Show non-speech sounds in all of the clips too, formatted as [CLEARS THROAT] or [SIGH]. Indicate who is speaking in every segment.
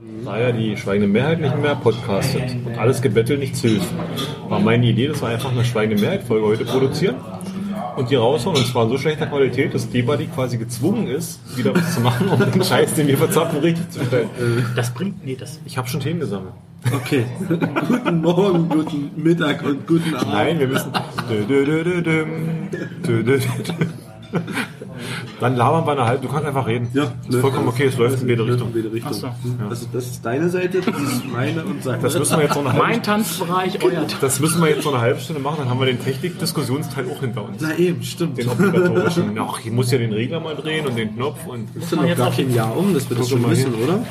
Speaker 1: die schweigende Mehrheit nicht mehr podcastet und alles Gebettel nichts hilft. War meine Idee, dass wir einfach eine schweigende Mehrheit-Folge heute produzieren und die raushauen und zwar in so schlechter Qualität, dass Deba die quasi gezwungen ist, wieder was zu machen, um den Scheiß, den wir verzapfen, richtig zu stellen.
Speaker 2: Das bringt, nee, das,
Speaker 1: Ich habe schon Themen gesammelt.
Speaker 3: Okay. [LAUGHS] guten Morgen, guten Mittag und guten Abend.
Speaker 1: Nein, wir müssen. Dö, dö, dö, dö, düm. Dö, dö, dö, dö. Dann labern wir eine halbe. Du kannst einfach reden.
Speaker 3: Ja,
Speaker 1: ist vollkommen okay. Es läuft in jede
Speaker 3: Läuft
Speaker 1: Richtung.
Speaker 3: jede Richtung.
Speaker 2: Ach so.
Speaker 3: Ja. Also das ist deine Seite, das ist meine und seine. [LAUGHS]
Speaker 1: Das müssen wir jetzt noch eine halbe.
Speaker 2: mein Tanzbereich, euer Tanz.
Speaker 1: Das müssen wir jetzt noch eine halbe Stunde machen. Dann haben wir den Technik-Diskussionsteil auch hinter uns.
Speaker 3: Na eben, stimmt.
Speaker 1: Den
Speaker 3: Das [LAUGHS]
Speaker 1: obligatorischen. Ach, ich muss ja den Regler mal drehen und den Knopf und.
Speaker 3: ist doch noch
Speaker 2: jetzt
Speaker 3: gar
Speaker 2: auf-
Speaker 3: kein Jahr um, dass wir das
Speaker 1: Guck
Speaker 3: schon
Speaker 1: mal
Speaker 3: wissen, oder?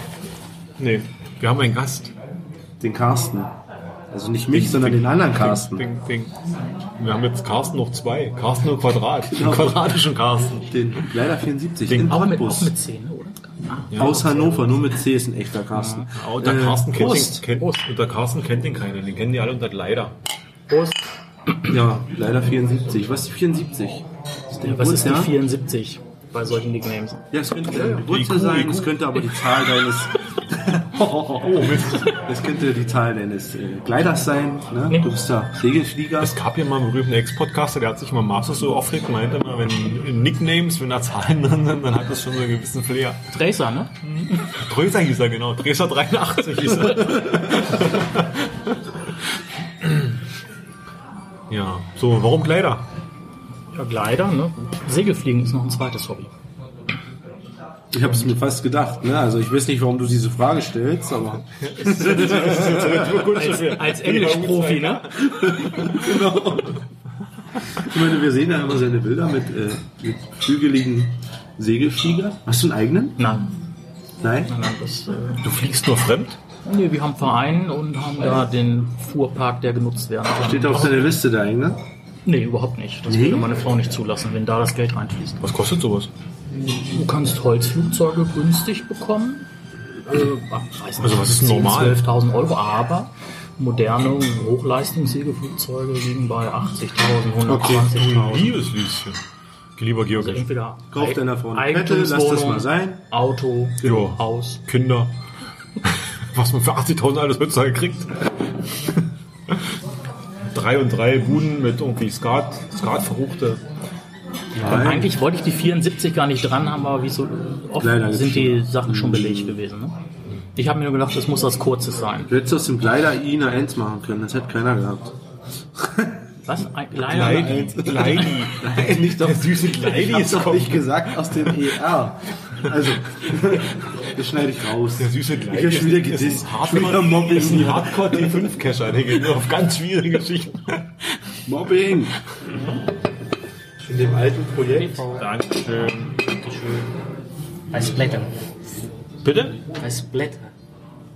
Speaker 1: Nee, wir haben einen Gast.
Speaker 3: Den Carsten. Also nicht mich, sondern den anderen Carsten.
Speaker 1: Ding, ding. Wir haben jetzt Carsten noch zwei. Carsten und Quadrat.
Speaker 3: Genau.
Speaker 1: Den quadratischen Carsten.
Speaker 3: Den leider 74.
Speaker 1: Den
Speaker 3: Den
Speaker 2: Aber mit, auch
Speaker 3: Bus.
Speaker 2: mit 10, oder?
Speaker 3: Aus Hannover, nur mit C ist ein echter Carsten. Äh,
Speaker 1: Ah, Unter Carsten, kennt den,
Speaker 3: Prost.
Speaker 1: kennt, unter Carsten kennt den keiner. Den kennen die alle unter Leider.
Speaker 2: Prost.
Speaker 3: Ja, leider 74. Was ist die 74? Ist der
Speaker 2: Was ist die
Speaker 3: Geburtsjahr?
Speaker 2: 74 bei solchen Nicknames?
Speaker 3: Ja, es könnte deine
Speaker 1: IQ,
Speaker 3: Geburtstag sein,
Speaker 1: IQ.
Speaker 3: es könnte aber die Zahl deines. [LAUGHS]
Speaker 1: Oh, Mist.
Speaker 3: Es könnte die Zahl deines äh, Kleiders sein. Ne?
Speaker 2: Nee.
Speaker 3: Du bist da Segelflieger.
Speaker 1: Es gab ja mal einen berühmten Ex-Podcaster, der hat sich mal Marcel so aufgeregt, meinte immer, wenn Nicknames, wenn da Zahlen drin sind, dann hat das schon so einen gewissen Flair.
Speaker 2: Tracer, ne?
Speaker 1: Dröser hieß er, genau. Dröser 83 hieß er. ja, so, warum Kleider?
Speaker 2: Ja, Gleiter, ne? Segelfliegen ist noch ein zweites Hobby.
Speaker 3: Ich habe es mir fast gedacht. Ne? Also ich weiß nicht, warum du diese Frage stellst, aber
Speaker 2: Als, als Englischprofi, ne?
Speaker 3: ich meine, wir sehen ja immer seine Bilder mit, äh, mit flügeligen Segelflieger. Hast du einen eigenen?
Speaker 2: Nein,
Speaker 3: Nein.
Speaker 2: nein, nein, das, äh,
Speaker 1: Du fliegst nur fremd?
Speaker 2: nee, wir haben Verein und haben da den Fuhrpark, der genutzt werden kann.
Speaker 3: Steht auf deiner Liste der eigene?
Speaker 2: Nee, überhaupt nicht. Das
Speaker 3: Nee?
Speaker 2: würde meine Frau nicht zulassen, wenn da das Geld reinfließt.
Speaker 1: Was kostet sowas?
Speaker 2: Du kannst Holzflugzeuge günstig bekommen. Äh, ich weiß nicht,
Speaker 1: Also was ist
Speaker 2: 10.000,
Speaker 1: normal?
Speaker 2: 12.000 Euro, aber moderne Hochleistungssegelflugzeuge liegen bei 80.000, 120.000.
Speaker 1: Liebes Lieschen. Lieber
Speaker 2: Also
Speaker 1: Georg.
Speaker 2: entweder
Speaker 3: Kauf
Speaker 2: Ei-
Speaker 3: deiner Frau eine Kette, lass das mal sein.
Speaker 2: Auto,
Speaker 1: Ja.
Speaker 2: Haus.
Speaker 1: Kinder. Was man für 80.000 alles heutzutage kriegt. drei und drei Buden mit irgendwie Skat, Skatverruchte.
Speaker 2: Und
Speaker 3: Nein.
Speaker 2: eigentlich wollte ich die 74 gar nicht dran haben, aber wie so oft
Speaker 3: Leider Mhm. gibt's
Speaker 2: sind die
Speaker 3: schon.
Speaker 2: Sachen schon belegt gewesen. Ne? Ich habe mir nur gedacht, das muss was Kurzes sein.
Speaker 3: Du hättest aus dem Kleider I eine 1 machen können, das hätte keiner gehabt.
Speaker 2: Was? Ein- Leider.
Speaker 1: Gleidi. Gleidi.
Speaker 3: Nein, nicht doch.
Speaker 1: Der süße Gleidi
Speaker 3: Ich hab's
Speaker 1: ist
Speaker 3: doch
Speaker 1: kommt.
Speaker 3: nicht gesagt aus dem ER. Also, [LAUGHS] das schneide ich raus.
Speaker 1: Der süße Gleidi.
Speaker 3: Ich hab schon wieder
Speaker 1: ist-
Speaker 3: gedisst.
Speaker 1: Ist ein Hard-
Speaker 3: Schon wieder Mobbing.
Speaker 1: ist ein Hardcore T5-Cacher. Der geht nur auf ganz schwierige Geschichten.
Speaker 3: Mobbing! In dem alten Projekt.
Speaker 1: Dankeschön.
Speaker 4: Bei Splatter.
Speaker 1: Bitte?
Speaker 4: Bei Splatter.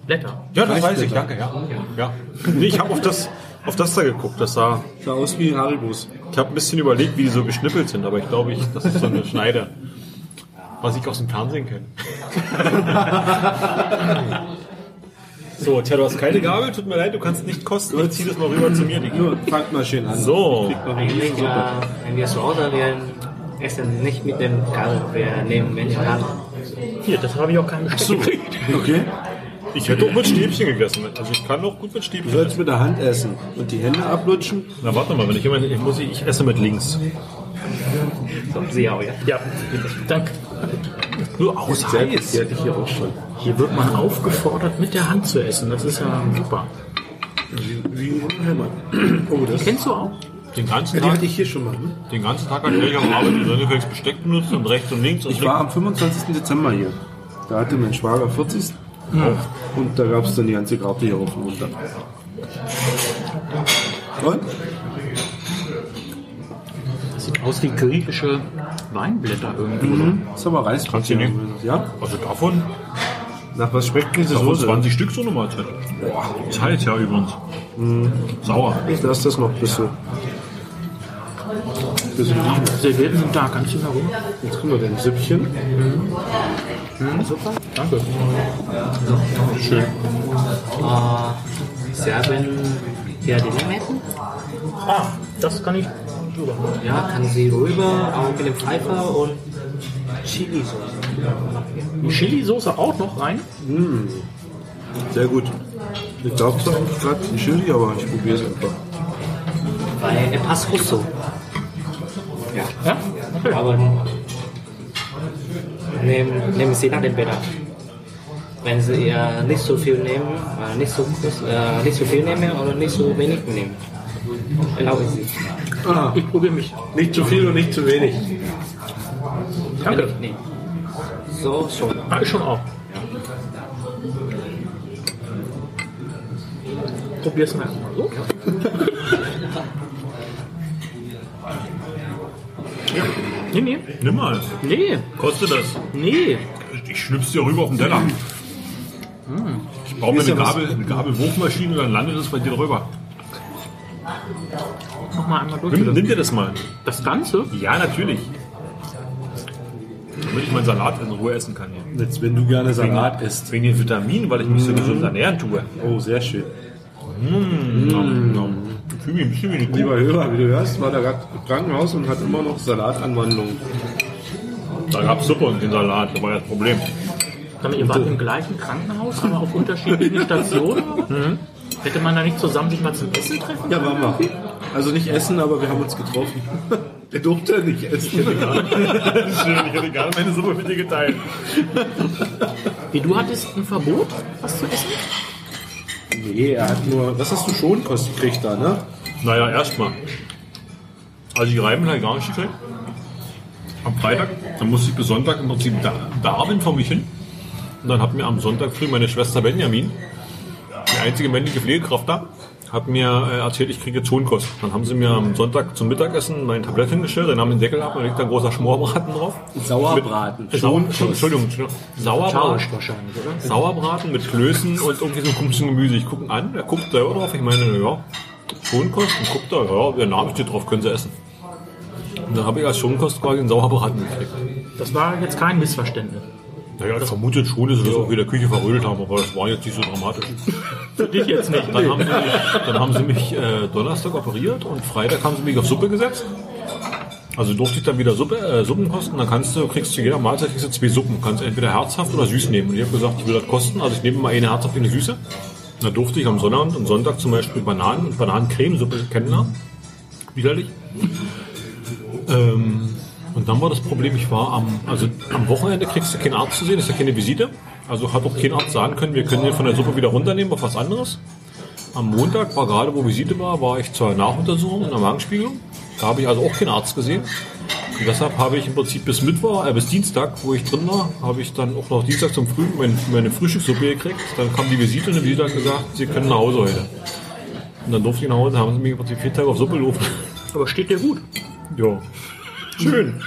Speaker 2: Blätter.
Speaker 1: Ja, das weiß ich. Danke, ja. ja. Nee, ich habe auf das, auf das da geguckt. Das sah
Speaker 3: Sah aus wie Haribus.
Speaker 1: Ich habe ein bisschen überlegt, wie die so geschnippelt sind, aber ich glaube, ich, das ist so eine Schneider. Was ich aus dem Fernsehen kenne. [LAUGHS] so, tja, du hast keine Gabel, tut mir leid, du kannst nicht kosten. Ich zieh das mal rüber zu mir. Die
Speaker 3: Nur, fangt mal schön an.
Speaker 1: [LAUGHS] so,
Speaker 4: Eigentlich, äh, wenn wir zu Hause wären, essen nicht mit dem Kabel. Wir nehmen Menschen an.
Speaker 2: Hier, das habe ich auch keinen Besteck gekriegt.
Speaker 3: Okay?
Speaker 1: ich hätte auch mit Stäbchen gegessen. Also ich kann auch gut mit
Speaker 3: Du
Speaker 1: Stäbchen.
Speaker 3: sollst mit der Hand essen und die Hände ablutschen.
Speaker 1: Na warte mal, wenn ich immer, ich muss, ich esse mit links.
Speaker 4: So, sie auch, ja.
Speaker 2: Ja, danke.
Speaker 1: Nur aus heiß.
Speaker 3: Die hatte ich hier auch schon.
Speaker 2: Hier wird man aufgefordert, mit der Hand zu essen. Das ist ja super.
Speaker 3: Wie ein Heimat. [CLEARS THROAT] Oh, das.
Speaker 2: Kennst du auch?
Speaker 1: Den ganzen
Speaker 3: Ja, die
Speaker 1: Tag,
Speaker 3: hatte ich hier schon mal. ne?
Speaker 1: den ganzen Tag hat ich am Abend Sonnenfelds Besteck benutzt und rechts und links und
Speaker 3: Ich war am 25. Dezember hier. Da hatte mein Schwager 40. Und da gab es dann die ganze Grabe hier auf und runter. Und?
Speaker 2: Das sieht aus wie griechische Weinblätter irgendwie.
Speaker 3: Das ist aber
Speaker 1: Kannst du
Speaker 3: Reispapier.
Speaker 1: nehmen?
Speaker 3: Ja?
Speaker 1: Also davon
Speaker 3: Nach was schmeckt diese
Speaker 1: Das sind
Speaker 3: Soße?
Speaker 1: 20 Stück so eine Mahlzeit. Das heilt ja übrigens. Sauer.
Speaker 3: Lass das noch ein bisschen. bisschen liegen.
Speaker 2: Servietten sind da, ganz schön herum.
Speaker 3: Jetzt kriegen wir den Süppchen.
Speaker 2: Super, danke.
Speaker 4: Äh, sie haben hier die Limetten.
Speaker 2: Ah, das kann ich drüber.
Speaker 4: Ja, kann sie rüber, auch mit dem Pfeifer und Chili-Soße.
Speaker 2: Die Chili-Soße auch noch rein?
Speaker 3: Sehr gut. Ich glaube zwar eigentlich gerade die Chili, aber ich probiere es einfach.
Speaker 4: Bei El Paso Russo.
Speaker 2: Ja?
Speaker 4: Aber nehmen, nehmen Sie nach dem Bedarf. Wenn Sie äh, nicht so viel nehmen, äh, nicht, so, groß, äh, nicht so viel nehmen oder nicht so wenig nehmen, erlauben Sie.
Speaker 3: Ah,
Speaker 2: Ich probiere mich.
Speaker 3: nicht zu viel und nicht zu wenig.
Speaker 2: Danke.
Speaker 4: Nee. So schon.
Speaker 2: Ah, ich schon auch. Probier's mal erstmal so. [LAUGHS] ja. Nee, nee.
Speaker 1: Nimm mal.
Speaker 2: Nee,
Speaker 1: Kostet das.
Speaker 2: nee.
Speaker 1: Ich schnipp's dir rüber auf den Teller.
Speaker 3: Hm.
Speaker 1: Ich brauche mir eine Gabel, eine Gabelwurfmaschine, dann landet es bei dir drüber.
Speaker 2: Nochmal einmal durch.
Speaker 1: Nimm, nimm dir das mal.
Speaker 2: Das Ganze?
Speaker 1: Ja, natürlich. Damit ich meinen Salat in Ruhe essen kann. hier.
Speaker 3: Jetzt, wenn du gerne Salat isst.
Speaker 1: Wegen den Vitaminen, weil ich mich so gesund ernähren tue.
Speaker 3: Oh, sehr schön.
Speaker 1: Ich fühle mich ein bisschen wie eine Kuh.
Speaker 3: Lieber Hörer, wie du hörst, war der gerade im Krankenhaus und hat immer noch Salatanwandlungen.
Speaker 1: Da gab es Suppe und den Salat, das war ja das Problem. [LAUGHS]
Speaker 2: Sag mal, ihr wart im gleichen Krankenhaus, aber auf unterschiedlichen Stationen? Hätte man da nicht zusammen sich mal zum Essen treffen?
Speaker 3: Ja, waren wir. Also nicht essen, aber wir haben uns getroffen. [LAUGHS] Der durfte ja nicht essen.
Speaker 1: Schön, ich hätte gerne meine Suppe mit dir geteilt.
Speaker 2: Wie du hattest ein Verbot, was zu essen?
Speaker 3: Nee, er hat nur. Das hast du schon Kost gekriegt da, ne?
Speaker 1: Naja, erstmal. Also die Reiben halt gar nicht gekriegt. Am Freitag, dann musste ich bis Sonntag im Prinzip da, da bin vor mich hin. Und dann hat mir am Sonntag früh meine Schwester Benjamin, die einzige männliche Pflegekraft da, hat mir äh, erzählt, ich kriege Zonkost. Dann haben sie mir am Sonntag zum Mittagessen mein Tablett hingestellt, dann haben den Deckel ab und da liegt ein großer Schmorbraten drauf.
Speaker 3: Sauerbraten.
Speaker 1: Sau Entschuldigung, Entschuldigung. Sauerbraten.
Speaker 2: Charged wahrscheinlich, oder?
Speaker 1: Sauerbraten mit Klößen und irgendwie so komischen Gemüse. Ich gucke ihn an, er guckt selber drauf. Ich meine, ja, Schonkost. Und guckt da, ja, der Name steht drauf, können sie essen. Und dann habe ich als Schonkost quasi einen Sauerbraten gekriegt.
Speaker 2: Das war jetzt kein Missverständnis.
Speaker 1: Naja, ich vermute schon, dass sie das irgendwie in der Küche verrödelt haben, aber das war jetzt nicht so dramatisch.
Speaker 2: Für dich jetzt nicht.
Speaker 1: Dann haben sie mich, dann haben sie mich äh, Donnerstag operiert und Freitag haben sie mich auf Suppe gesetzt. Also durfte ich dann wieder Suppe, äh, Suppen kosten. Dann kannst du, kriegst du jeder Mahlzeit kriegst du zwei Suppen. Kannst entweder herzhaft oder süß nehmen. Und ich habe gesagt, ich will das kosten. Also ich nehme mal eine herzhaft und eine süße. Und dann durfte ich am Sonnabend und Sonntag zum Beispiel Bananen und Bananencremesuppe kennenlernen. Widerlich. Ähm, und dann war das Problem, ich war am, also am Wochenende kriegst du keinen Arzt zu sehen, ist ja keine Visite. Also hat auch kein Arzt sagen können, wir können den von der Suppe wieder runternehmen auf was anderes. Am Montag war gerade, wo Visite war, war ich zur Nachuntersuchung in der Magenspiegelung. Da habe ich also auch keinen Arzt gesehen. Und deshalb habe ich im Prinzip bis Mittwoch, äh, bis Dienstag, wo ich drin war, habe ich dann auch noch Dienstag zum Früh meine, meine Frühstückssuppe gekriegt. Dann kam die Visite und die Visite hat gesagt, Sie können nach Hause heute. Und dann durfte ich nach Hause, haben sie mich im Prinzip vier Tage auf Suppe gelobt. [LAUGHS]
Speaker 2: Aber steht dir gut.
Speaker 1: Ja. Schön.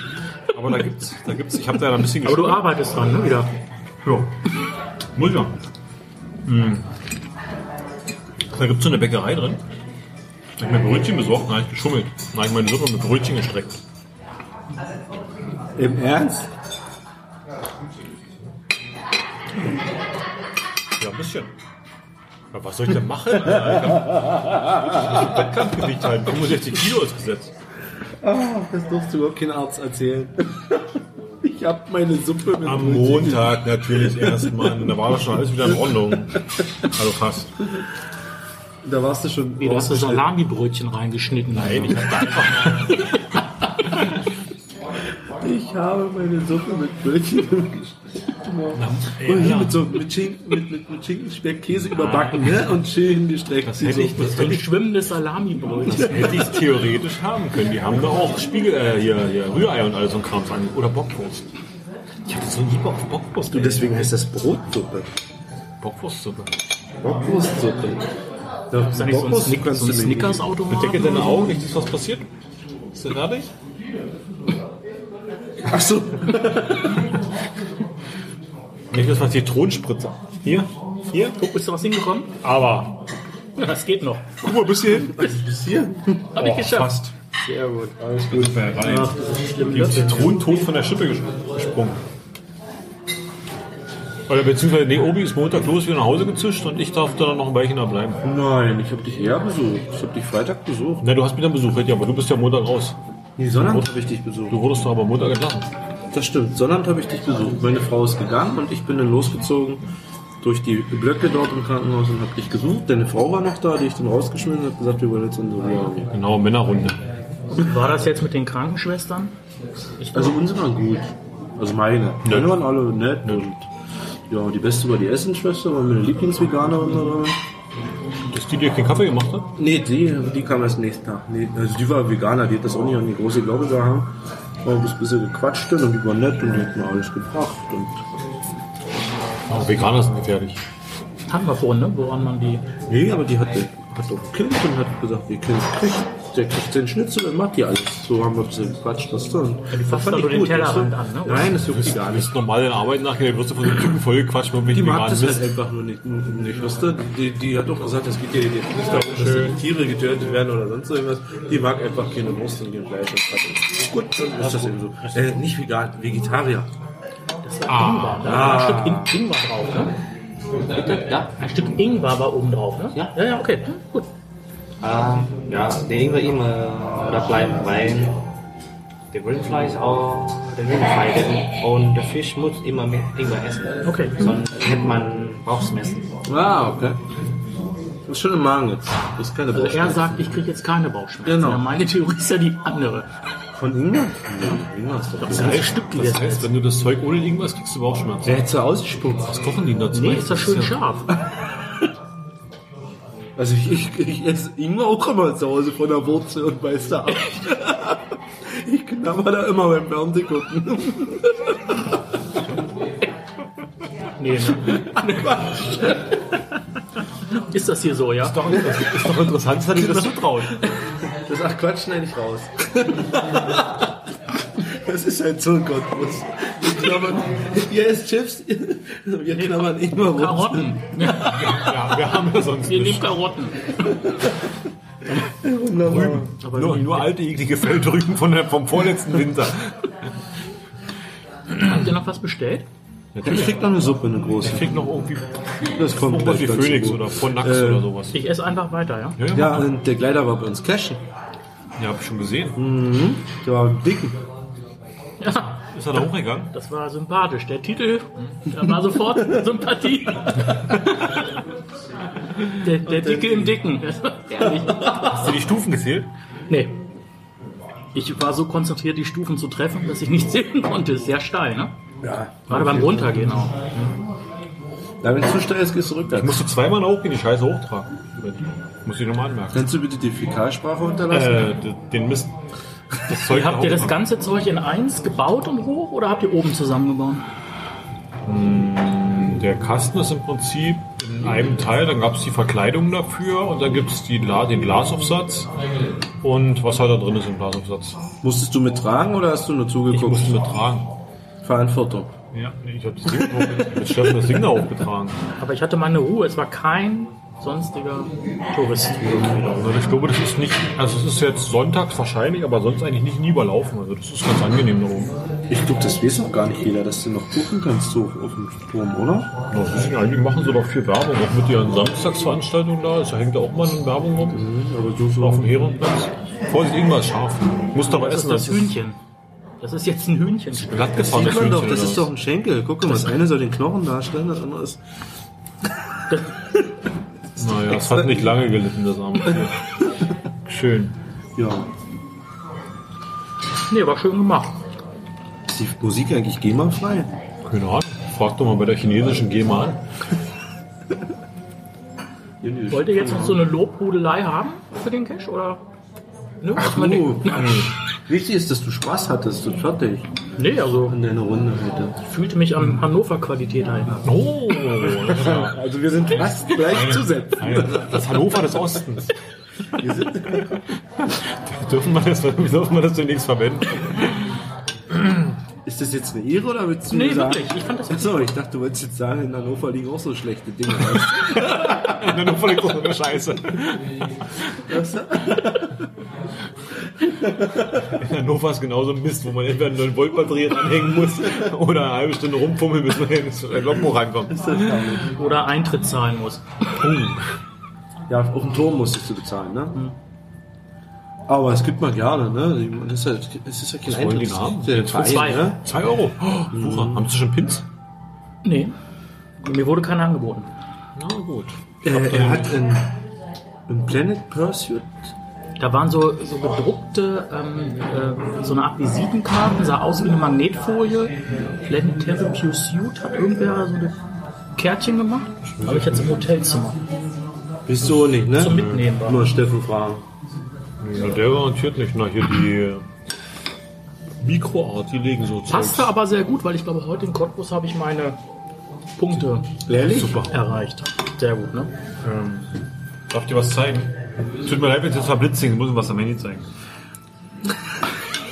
Speaker 1: Aber da gibt's, da gibt's, ich habe da ein bisschen
Speaker 2: Aber du arbeitest dran, ne? Wieder.
Speaker 1: ja. Muss ja. Hm. Da gibt's so eine Bäckerei drin. Da hab ich mir Brötchen besorgt, da hab ich geschummelt. Da hab ich meine Suppe mit Brötchen gestreckt.
Speaker 3: Im Ernst?
Speaker 1: Ja, ein bisschen. Aber was soll ich denn machen? Alter? Ich hab Wettkampfgewicht halten. 65 Kilo ist gesetzt.
Speaker 3: Das durfte überhaupt kein Arzt erzählen. [LAUGHS] Ich hab meine Suppe mit
Speaker 1: Am Montag natürlich erst, Mann. Da war das schon alles wieder in Ordnung. Also fast.
Speaker 3: Da warst du schon.
Speaker 2: Nee, du hast so Salami-Brötchen reingeschnitten.
Speaker 1: Nein, ich hab da einfach
Speaker 3: Ich habe meine Suppe mit Brötchen [LAUGHS]
Speaker 1: ey,
Speaker 3: Und
Speaker 1: Alter.
Speaker 3: hier mit, so, mit, Schinken, mit, mit, mit Schinkenspeck, Käse überbacken ne? und schön hingestreckt. Das
Speaker 1: hätte ich- das
Speaker 2: Ein schwimmendes Salami-Brötchen.
Speaker 1: Hätte ich es theoretisch haben können. Die haben da auch Spiegel, äh, hier, hier Rührei und all so ein Krams an. Oder Bockwurst. Ich hatte so nie Bock auf Bockwurst. ey.
Speaker 3: Deswegen heißt das Brotsuppe.
Speaker 1: Bockwurstsuppe.
Speaker 3: Bockwurstsuppe. Doch,
Speaker 2: Ist da nicht so ein, Snick so ein
Speaker 1: Decke
Speaker 2: Snickers-Automat?
Speaker 1: deine Augen, nicht ist was passiert. Ist der fertig?
Speaker 3: Achso,
Speaker 1: Nicht, das war Zitronenspritzer. Hier, hier.
Speaker 2: Guck, ist da was hingekommen?
Speaker 1: Aber.
Speaker 2: Das geht noch.
Speaker 1: Guck mal, bis hierhin.
Speaker 3: bis hier.
Speaker 2: Hab ich geschafft.
Speaker 1: Fast.
Speaker 3: Sehr gut, alles gut.
Speaker 1: Ach, das ist schlimm. Die Zitronentod von der Schippe ges- gesprungen. Oder beziehungsweise, nee, Obi ist Montag los, wieder nach Hause gezischt und ich darf dann noch ein Weilchen da bleiben.
Speaker 3: Nein, ich hab dich eher besucht. Ich hab dich Freitag besucht.
Speaker 1: Na, du hast mich dann besucht, ja, aber du bist ja Montag raus.
Speaker 3: Nee, Sonnabend habe ich dich besucht.
Speaker 1: Du wurdest doch aber Montag entlassen.
Speaker 3: Das stimmt, Sonnabend habe ich dich besucht. Meine Frau ist gegangen und ich bin dann losgezogen durch die Blöcke dort im Krankenhaus und hab dich gesucht. Deine Frau war noch da, die ich dann rausgeschmissen und hab gesagt, wir wollen jetzt unsere Ruhe haben.
Speaker 1: Genau, Männerrunde.
Speaker 2: War das jetzt mit den Krankenschwestern?
Speaker 3: Also unsere waren gut. Also meine. Meine waren alle nett und ja, die beste war die Essensschwester, war meine Lieblingsveganerin da drin.
Speaker 1: Dass die dir keinen Kaffee gemacht hat?
Speaker 3: Nee, die, die kam erst nächsten Tag. Nee, also die war Veganer, die hat das auch nicht an die große Glocke gehangen. War ein bisschen gequatscht und die war nett und die hat mir alles gebracht. Und
Speaker 1: Oh, Veganer sind gefährlich.
Speaker 2: Hatten wir vorhin, ne? woran man die.
Speaker 3: nee, aber die hat, hat auch ein Kind und hat gesagt, ihr Kind kriegt, der kriegt den Schnitzel und macht die alles. So haben wir ein bisschen gequatscht. Das dann.
Speaker 2: die fasst
Speaker 3: Fand
Speaker 2: da
Speaker 3: ich
Speaker 2: nur den
Speaker 3: gut,
Speaker 2: Tellerrand
Speaker 3: weißt du?
Speaker 2: an, ne?
Speaker 3: Nein, das juckt die gar
Speaker 1: Du
Speaker 3: nicht.
Speaker 1: bist normal in Arbeit nachher, wirst du von so einem Typen vollgequatscht, wenn du
Speaker 3: Die
Speaker 1: nicht
Speaker 3: mag
Speaker 1: vegan
Speaker 3: das halt
Speaker 1: bist.
Speaker 3: einfach nur nicht, nicht weißt du? Die, die hat auch gesagt, es geht ja nicht darum, dass Tiere getötet werden oder sonst irgendwas. Die mag einfach keine Wurst und kein Fleisch. und Kaffee. Gut, dann ist das eben so. Äh, nicht vegan, Vegetarier.
Speaker 2: Das war Ingwer. Da war ein Stück In- Ingwer drauf, ne?
Speaker 4: Bitte? Ja?
Speaker 2: Ein Stück Ingwer war oben drauf, ne?
Speaker 4: Ja.
Speaker 2: Ja, ja, okay. Hm, gut.
Speaker 4: Äh, ja, der Ingwer immer da äh, bleiben, weil der Rindfleisch auch, der Rindfleisch und der Fisch muss immer mit Ingwer essen.
Speaker 2: Okay.
Speaker 4: Sonst hätte man Bauchschmerzen.
Speaker 3: Ah, okay. Das ist schon im Magen jetzt. Das ist keine
Speaker 2: Also
Speaker 3: Wurst.
Speaker 2: er sagt, ich kriege jetzt keine Bauchschmerzen.
Speaker 3: Genau.
Speaker 2: Ja, meine Theorie ist ja die andere.
Speaker 3: Von Ingwer? Ja, Ingwer ist doch
Speaker 2: Das ist ein Stück
Speaker 1: Das
Speaker 2: gegessen.
Speaker 1: heißt, wenn du das Zeug ohne irgendwas kriegst du Bauchschmerzen.
Speaker 3: Der hätte sie ausgespuckt.
Speaker 1: Was kochen die denn dazu?
Speaker 2: Nee, ist das schön
Speaker 1: ja-
Speaker 2: scharf.
Speaker 3: Also ich, ich, ich esse Ingwer auch immer zu Hause von der Wurzel und beiß da ab. [LAUGHS] Ich knabber da immer beim Fernsehen gucken.
Speaker 2: Nee, ne? [LAUGHS] Ist das hier so, ja?
Speaker 1: Ist doch interessant, ist doch interessant dass die das zutrauen.
Speaker 3: Das ach Quatsch schneide ich raus. [LAUGHS] Das ist halt so gottlos. Wir knabbern, ihr esst Chips, wir knabbern Ingwer Wurzel.
Speaker 2: Karotten.
Speaker 1: Ja, wir haben ja sonst
Speaker 2: Ihr
Speaker 1: nicht.
Speaker 2: liebt Karotten.
Speaker 3: Wunderbar.
Speaker 2: Aber
Speaker 1: Nur,
Speaker 2: wie-
Speaker 1: nur alte, eklige Feldrüben von der, vom vorletzten Winter.
Speaker 2: habt ihr noch was bestellt?
Speaker 3: Ich krieg noch eine Suppe, eine große.
Speaker 1: Kriegt noch irgendwie
Speaker 3: Das kommt
Speaker 1: irgendwas
Speaker 3: gleich
Speaker 1: wie
Speaker 3: dazu.
Speaker 1: Phoenix oder von Nax
Speaker 3: Äh,
Speaker 1: oder sowas.
Speaker 2: Ich esse einfach weiter, ja?
Speaker 1: Ja, ja.
Speaker 3: Ja, und der Kleider war bei uns cashen.
Speaker 1: ja hab ich schon gesehen.
Speaker 3: Der war dick.
Speaker 2: Ja,
Speaker 1: Ist er da hochgegangen?
Speaker 2: das war sympathisch. Der Titel, da war sofort [LAUGHS] Sympathie. Der, der Dicke im Dicken. Das war Ehrlich.
Speaker 1: Hast du die Stufen gezählt?
Speaker 2: Nee. Ich war so konzentriert, die Stufen zu treffen, dass ich nicht [LAUGHS] sehen konnte. Ist sehr steil, ne?
Speaker 3: Ja.
Speaker 2: Gerade beim Runtergehen auch.
Speaker 3: Da, wenn es zu steil ist, gehst du rückwärts.
Speaker 1: Musst du zweimal hochgehen, die Scheiße hochtragen. Muss ich nochmal anmerken.
Speaker 3: Kannst du bitte die Fäkalsprache unterlassen?
Speaker 1: Äh, d- den Mist. Das Zeug da
Speaker 2: Habt ihr das
Speaker 1: hochtragen.
Speaker 2: ganze Zeug in eins gebaut und hoch oder habt ihr oben zusammengebaut?
Speaker 1: Der Kasten ist im Prinzip in einem Teil, dann gab es die Verkleidung dafür und dann gibt es Gla den Glasaufsatz und was halt da drin ist im Glasaufsatz.
Speaker 3: Musstest du mittragen oder hast du nur
Speaker 1: Ich
Speaker 3: zugeguckt?
Speaker 1: musste mittragen.
Speaker 3: Verantwortung.
Speaker 1: Ja, nee, ich habe das Ding hoch- mit Steffen das Ding da hochgetragen.
Speaker 2: Aber ich hatte meine Ruhe. Es war kein sonstiger Tourist.
Speaker 1: Also ich glaube, das ist nicht, also es ist jetzt sonntags wahrscheinlich, aber sonst eigentlich nicht nie überlaufen. Also das ist ganz angenehm da oben.
Speaker 3: Ich glaube, das weiß auch gar nicht jeder, dass du noch gucken kannst so auf dem Turm, oder?
Speaker 1: Na, das ist, eigentlich machen sie doch viel Werbung, auch mit ihren Samstagsveranstaltungen da. Da hängt da auch mal eine Werbung rum.
Speaker 3: Mhm, Aber so, so
Speaker 1: Auf dem Herenplatz. Vorsicht, irgendwas scharf. Musst aber
Speaker 2: Das
Speaker 1: essen.
Speaker 2: ist das Hühnchen. Das ist jetzt ein Hühnchen.
Speaker 1: Glattgefahren
Speaker 3: sieht man doch, das
Speaker 1: oder
Speaker 3: ist
Speaker 1: was?
Speaker 3: doch ein Schenkel. Guck mal, das eine soll den Knochen darstellen, das andere ist.
Speaker 1: Naja, es hat nicht lange gelitten, das arme
Speaker 3: [LAUGHS]
Speaker 1: Tier. Schön.
Speaker 3: Ja.
Speaker 2: Nee, war schön gemacht.
Speaker 3: Ist die Musik eigentlich GEMA-frei?
Speaker 1: Keine Ahnung. Frag doch mal bei der chinesischen GEMA an.
Speaker 2: Wollt ihr jetzt noch so eine Lobhudelei haben für den Cash? Oder? Ne? Nö, erstmal
Speaker 3: Du.
Speaker 2: nicht.
Speaker 3: Wichtig ist, dass du Spaß hattest und fertig.
Speaker 2: [LAUGHS] Nee, also
Speaker 3: In deiner Runde heute.
Speaker 2: ich fühlte mich an Hannover-Qualität erinnert.
Speaker 1: Oh, das ist ja
Speaker 3: Also wir sind
Speaker 2: [LAUGHS]
Speaker 3: fast gleichzusetzen.
Speaker 1: Nein, Das Hannover des Ostens. [LAUGHS] dürfen, wir das, dürfen wir das demnächst verwenden?
Speaker 3: Ist das jetzt eine Ehre oder willst du
Speaker 2: Nee,
Speaker 3: mir sagen?
Speaker 2: wirklich, ich fand das-
Speaker 3: Achso, ich dachte, du wolltest jetzt sagen, in Hannover liegen auch so schlechte Dinge.
Speaker 1: In Hannover liegt so eine Scheiße. In Hannover ist genauso ein Mist, wo man entweder einen 9-Volt-Batterie anhängen muss oder eine halbe Stunde rumpummeln, bis man ins äh, Logbuch rankommt.
Speaker 2: Oder Eintritt zahlen muss.
Speaker 3: Ja, auf dem Turm musstest du bezahlen, ne?
Speaker 2: Hm.
Speaker 3: Aber es gibt mal gerne, ne? Das ist halt, es ist halt kein
Speaker 1: wollen die
Speaker 3: Eintritt-
Speaker 1: haben?
Speaker 3: Der ne?
Speaker 1: Jetzt für
Speaker 3: Verein,
Speaker 2: zwei.
Speaker 3: ne?
Speaker 1: Mhm. 2 Euro. Oh, Sucher, haben Sie schon Pins?
Speaker 2: Nee. Mir wurde keiner angeboten.
Speaker 1: Na gut.
Speaker 3: Äh, er hat in, in Planet Pursuit
Speaker 2: Da waren so, so gedruckte, ähm, äh, so eine Art Visitenkarten, sah aus wie eine Magnetfolie. Planetary Pursuit hat irgendwer so ein Kärtchen gemacht. Habe ich jetzt im Hotelzimmer.
Speaker 3: bist du nicht, ne?
Speaker 2: Zum Mitnehmen.
Speaker 3: Nur Steffen fragen.
Speaker 1: Ja, der garantiert nicht. Na, hier die Mikroart, die legen so
Speaker 2: Passte aber sehr gut, weil ich glaube, heute in Cottbus habe ich meine Punkte
Speaker 3: Ehrlich? Super.
Speaker 2: erreicht. Sehr gut, ne?
Speaker 1: Darf dir was zeigen? Tut mir leid, wenn ich das verblitzing. Ich muss ihm was am Handy [LAUGHS] zeigen.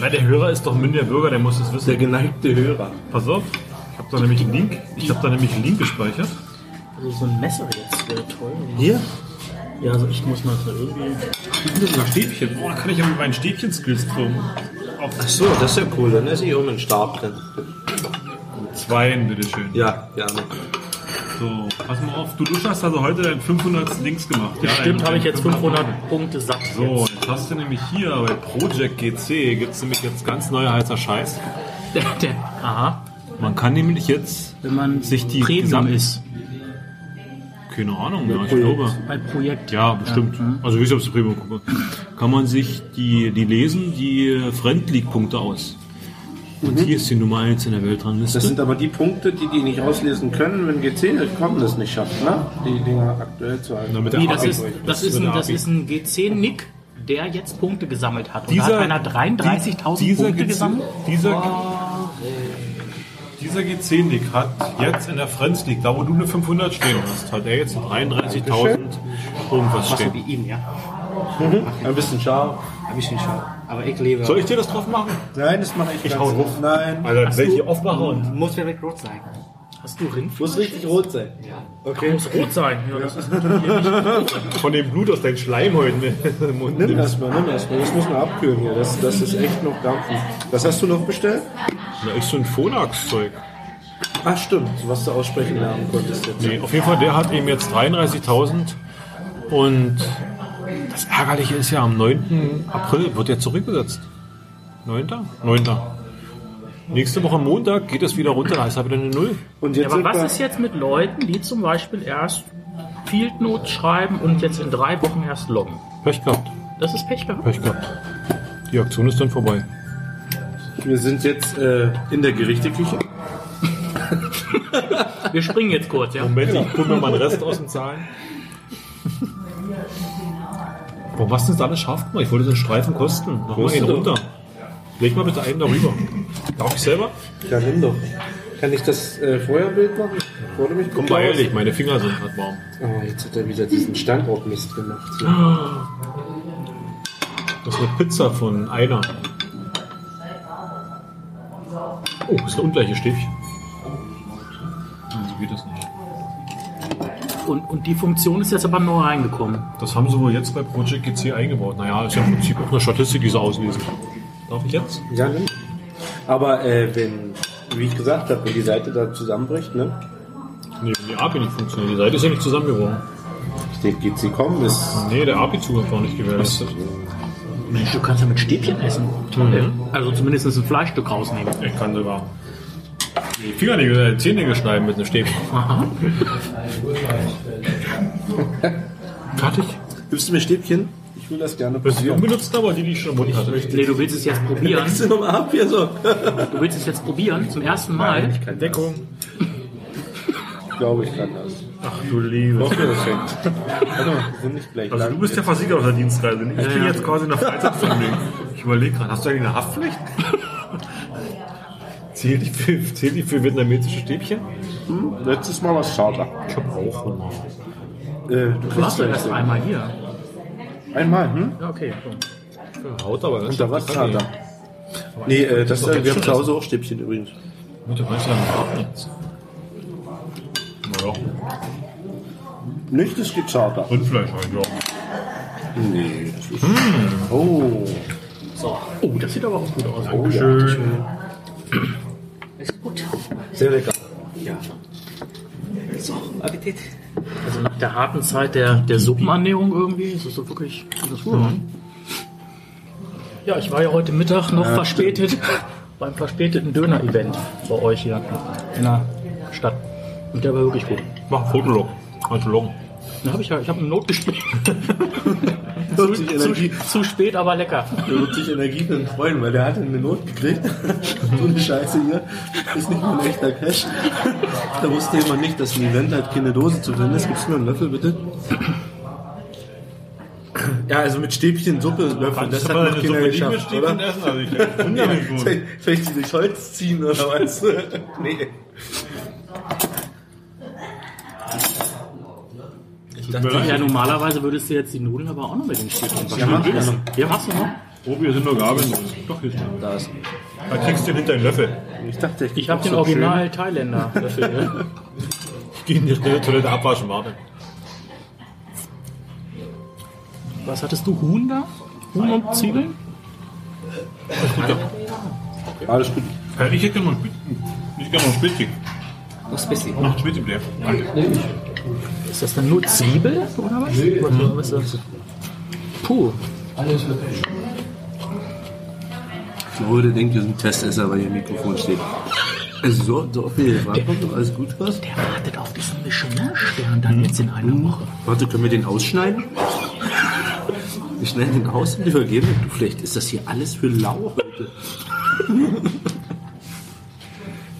Speaker 1: Na, der Hörer ist doch mündiger Bürger, der muss das wissen.
Speaker 3: Der geneigte Hörer.
Speaker 1: Pass auf, ich habe da nämlich einen Link. Ich habe da nämlich einen Link gespeichert.
Speaker 2: Also so ein Messer jetzt wäre toll.
Speaker 3: Hier?
Speaker 2: Ja, also ich muss mal so irgendwie.
Speaker 1: Das ist ein Stäbchen. Boah, da kann ich ja mit meinen Stäbchen-Skills proben. Auf
Speaker 3: Achso, das ist ja cool. Dann ist hier oben ein Stab drin.
Speaker 1: zwei, bitteschön.
Speaker 3: Ja, gerne.
Speaker 1: So, pass mal auf. Du, Lusche, hast also heute dein 500 Links gemacht. Ja,
Speaker 2: Stimmt,
Speaker 1: dein-
Speaker 2: habe ich jetzt
Speaker 1: dein
Speaker 2: 500 Punkte satt.
Speaker 1: So, jetzt hast du nämlich hier bei Project GC gibt es nämlich jetzt ganz neuer heißer Scheiß.
Speaker 2: Der, der, aha.
Speaker 1: Man kann nämlich jetzt,
Speaker 2: Wenn man
Speaker 1: Sich die
Speaker 2: Premium
Speaker 1: gesamt-
Speaker 2: ist.
Speaker 1: keine Ahnung, ja, ich glaube.
Speaker 2: Bei Projekt.
Speaker 1: Ja, bestimmt. Also wie ich aufs Supremo gucke. Kann man sich die, die lesen, die Friend League Punkte aus.
Speaker 2: Mhm.
Speaker 1: Und hier ist die Nummer 1 in der
Speaker 3: Das
Speaker 1: Weltrangliste.
Speaker 3: sind aber die Punkte, die die nicht auslesen können, wenn GC kommen das nicht schafft, ne? Die Dinger aktuell zu halten.
Speaker 1: Na, mit der
Speaker 2: Nee, das
Speaker 1: Abi.
Speaker 2: ist, das ist ein,
Speaker 1: mit der
Speaker 2: das
Speaker 1: Abi.
Speaker 2: ist ein GC-Nick, der jetzt Punkte gesammelt hat. Und
Speaker 1: Dieser-
Speaker 2: da hat einer 33.000
Speaker 1: dieser
Speaker 2: Punkte
Speaker 1: GC
Speaker 2: gesammelt.
Speaker 1: Dieser, dieser GC Nick hat jetzt in der Friends League, da wo du eine 500 stehen hast, hat er jetzt 33.000 irgendwas
Speaker 4: Machst du
Speaker 1: stehen.
Speaker 4: wie ihn, ja?
Speaker 3: Ein bisschen scharf.
Speaker 4: Ein bisschen schade. Aber ich liebe.
Speaker 1: Soll ich dir das drauf machen?
Speaker 3: Nein, das mache ich, ich
Speaker 1: hau drauf.
Speaker 3: Nein.
Speaker 1: Alter, welche aufmachen und
Speaker 4: Muss direkt rot sein.
Speaker 2: Hast du Rindfleisch?
Speaker 3: Muss richtig rot sein. Okay.
Speaker 2: Muss rot sein. Ja, das ist
Speaker 1: von dem Blut aus deinem Schleim heute [LAUGHS] im Mund
Speaker 3: Nimm
Speaker 1: nimmst.
Speaker 3: erstmal, nimm erstmal. Das müssen wir abkühlen hier. Das, das ist echt noch dampfen. Was hast du noch bestellt?
Speaker 1: Da ist so ein Phonax-Zeug.
Speaker 3: Ach stimmt, was du aussprechen lernen konntest jetzt.
Speaker 1: Nee, auf jeden Fall, der hat eben jetzt 33.000 und das Ärgerliche ist ja, am 9. April wird er zurückgesetzt. 9. 9. Nächste Woche Montag geht es wieder runter, da ist er wieder eine Null.
Speaker 3: Und jetzt
Speaker 2: ja, aber
Speaker 3: sind
Speaker 2: was
Speaker 3: wir,
Speaker 2: ist jetzt mit Leuten, die zum Beispiel erst Field Notes schreiben und jetzt in drei Wochen erst loggen?
Speaker 1: Pech gehabt,
Speaker 2: Das ist Pech gehabt.
Speaker 1: Pech gehabt. Die Aktion ist dann vorbei.
Speaker 3: wir sind jetzt äh, in der Gerichteküche.
Speaker 2: Wir springen jetzt kurz, ja?
Speaker 1: Moment, ich pull mir mal den Rest aus den Zahlen. Warum hast du das alles scharf gemacht? Ich wollte den Streifen kosten. Mach mal
Speaker 3: Kostet
Speaker 1: einen
Speaker 3: doch.
Speaker 1: runter. Leg mal bitte einen darüber. Darf ich selber?
Speaker 3: Ja, nimm doch. Kann ich das äh, Feuerbild machen? Wurde mich
Speaker 1: Komm mal ehrlich, meine Finger sind halt warm.
Speaker 3: Oh, jetzt hat er wieder diesen Standortmist gemacht.
Speaker 1: Das ist eine Pizza von einer. Oh, das ist ein ungleiche Stäbchen. Hm, So geht das nicht.
Speaker 2: Und, und die Funktion ist jetzt aber neu reingekommen.
Speaker 1: Das haben sie wohl jetzt bei Project GC eingebaut. Naja, ist ja im Prinzip auch eine Statistik, die sie auslesen. Darf ich jetzt?
Speaker 3: Ja, nimm. Aber äh, wenn, wie ich gesagt habe, wenn die Seite da zusammenbricht, ne?
Speaker 1: Nee, wenn die API nicht funktioniert. Die Seite ist ja nicht zusammengebrochen.
Speaker 3: Steht GC kommen, ist.
Speaker 1: Nee, der API-Zugriff war nicht gewährleistet.
Speaker 2: Mensch, du kannst ja mit Stäbchen essen.
Speaker 3: Mhm.
Speaker 2: Also zumindest ein Fleischstück rausnehmen.
Speaker 1: Ich kann sogar die Fingernägel, äh, Zehennägel schneiden mit einem Stäbchen.
Speaker 2: Aha.
Speaker 1: Fertig.
Speaker 3: Gibst du mir Stäbchen? Ich will das gerne
Speaker 1: Das ist die
Speaker 3: probieren.
Speaker 1: unbenutzte, aber die, die ich schon im Mund hatte.
Speaker 2: Nee, du willst es jetzt probieren.
Speaker 3: Ist im Ab hier so.
Speaker 2: Du willst es jetzt probieren zum ersten Mal.
Speaker 1: Deckung.
Speaker 3: Glaube ich kann das.
Speaker 1: Ach du liebe.
Speaker 3: [LAUGHS] Perfekt. Warte mal, wir sind nicht gleich
Speaker 1: Also du bist der Versieger auf der Dienstreise. Ich bin jetzt quasi in der Freizeitvermögen. Ich überlege gerade, hast du eigentlich eine
Speaker 3: [LAUGHS]
Speaker 1: Haftpflicht? Zählt die für, zählt die für vietnamesische Stäbchen?
Speaker 3: Letztes Mal war es Charter.
Speaker 1: Ich habe auch Hunger.
Speaker 3: Äh, du
Speaker 2: Du warst
Speaker 3: kriegst
Speaker 2: doch
Speaker 3: ja
Speaker 2: erst einmal hier.
Speaker 3: Einmal, hm?
Speaker 2: Ja, okay. so.
Speaker 1: Haut aber ganz
Speaker 3: Und da war es Charter. Nee, äh, das, äh, wir haben zu Hause auch Stäbchen übrigens.
Speaker 1: Gute Preise haben wir auch nichts. Naja,
Speaker 3: Nicht, es gibt Charter.
Speaker 1: Rindfleisch eigentlich auch.
Speaker 3: Nee. das ist- Oh.
Speaker 2: Hm. So. Oh, das sieht aber auch gut aus.
Speaker 1: Dankeschön.
Speaker 4: Ist gut.
Speaker 3: Sehr lecker.
Speaker 4: So, Appetit.
Speaker 2: Also nach der harten Zeit der, der Suppenannäherung irgendwie ist es so wirklich das gut. ne? Ja, ich war ja heute Mittag noch [LAUGHS] verspätet beim verspäteten Döner-Event bei euch hier in der Stadt. Und der war wirklich gut.
Speaker 1: Mach Fotolog. Fotolog.
Speaker 2: Da hab ich ja, ich habe eine Not [LAUGHS] gespielt. zu,
Speaker 3: Hört sich Energie-
Speaker 2: zu, zu spät, aber lecker.
Speaker 3: Der wird sich Energie für den Freund, weil der hatte eine Not gekriegt. so eine Scheiße hier. Ist nicht mal ein echter Cash. Da wusste jemand nicht, dass ein Event halt keine Dose zu finden ist. Gibst du mir einen Löffel, bitte? Ja, also mit Stäbchen Suppe Löffel. Das hat
Speaker 1: aber
Speaker 3: noch
Speaker 1: eine
Speaker 3: keiner
Speaker 1: Suppe, die wir
Speaker 3: geschafft,
Speaker 1: stehen
Speaker 3: oder?
Speaker 1: und essen, also ich finde
Speaker 3: [LAUGHS] Ja,
Speaker 1: die nicht gut.
Speaker 3: vielleicht vielleicht dieses Holz ziehen
Speaker 1: [LAUGHS]
Speaker 3: oder was? nee. Ich dachte,
Speaker 1: mir leid.
Speaker 2: Ja, normalerweise würdest du jetzt die Nudeln aber auch noch mit den Stäbchen waschen.
Speaker 3: Ja, mach ich.
Speaker 2: Ja, machst du noch?
Speaker 1: Oh, wir sind nur Gabeln drin. Doch, hier ist eine.
Speaker 3: da ist-
Speaker 1: Da kriegst du hinter den Löffel.
Speaker 3: ich dachte, ich,
Speaker 2: Ich habe den
Speaker 3: so
Speaker 2: Original Thailänder. Löffel, [LAUGHS] ne?
Speaker 1: Ich gehe in die schnelle Toilette abwaschen, warte.
Speaker 2: Was hattest du? Huhn da? Huhn und Zwiebeln?
Speaker 3: schön. Alles gut.
Speaker 1: Ja, ich hätte gerne noch einen Spitz- ich gerne noch einen Spitzig.
Speaker 4: Noch spicy.
Speaker 1: Noch einen Spitzig, Danke.
Speaker 2: Ist das dann nur Zwiebel oder was? Mhm. was ist das? Puh,
Speaker 3: Leute, denkt, wir sind Testesser, weil ihr Mikrofon steht. Also so, so ob ihr hier rankommt und alles gut was?
Speaker 2: der wartet auf diesen Michelin-Stern dann jetzt in
Speaker 1: Mhm.
Speaker 2: einer Woche.
Speaker 3: Warte, können wir den ausschneiden? Wir schneiden den aus und übergeben. ihn. Du, vielleicht ist das hier alles für lau heute.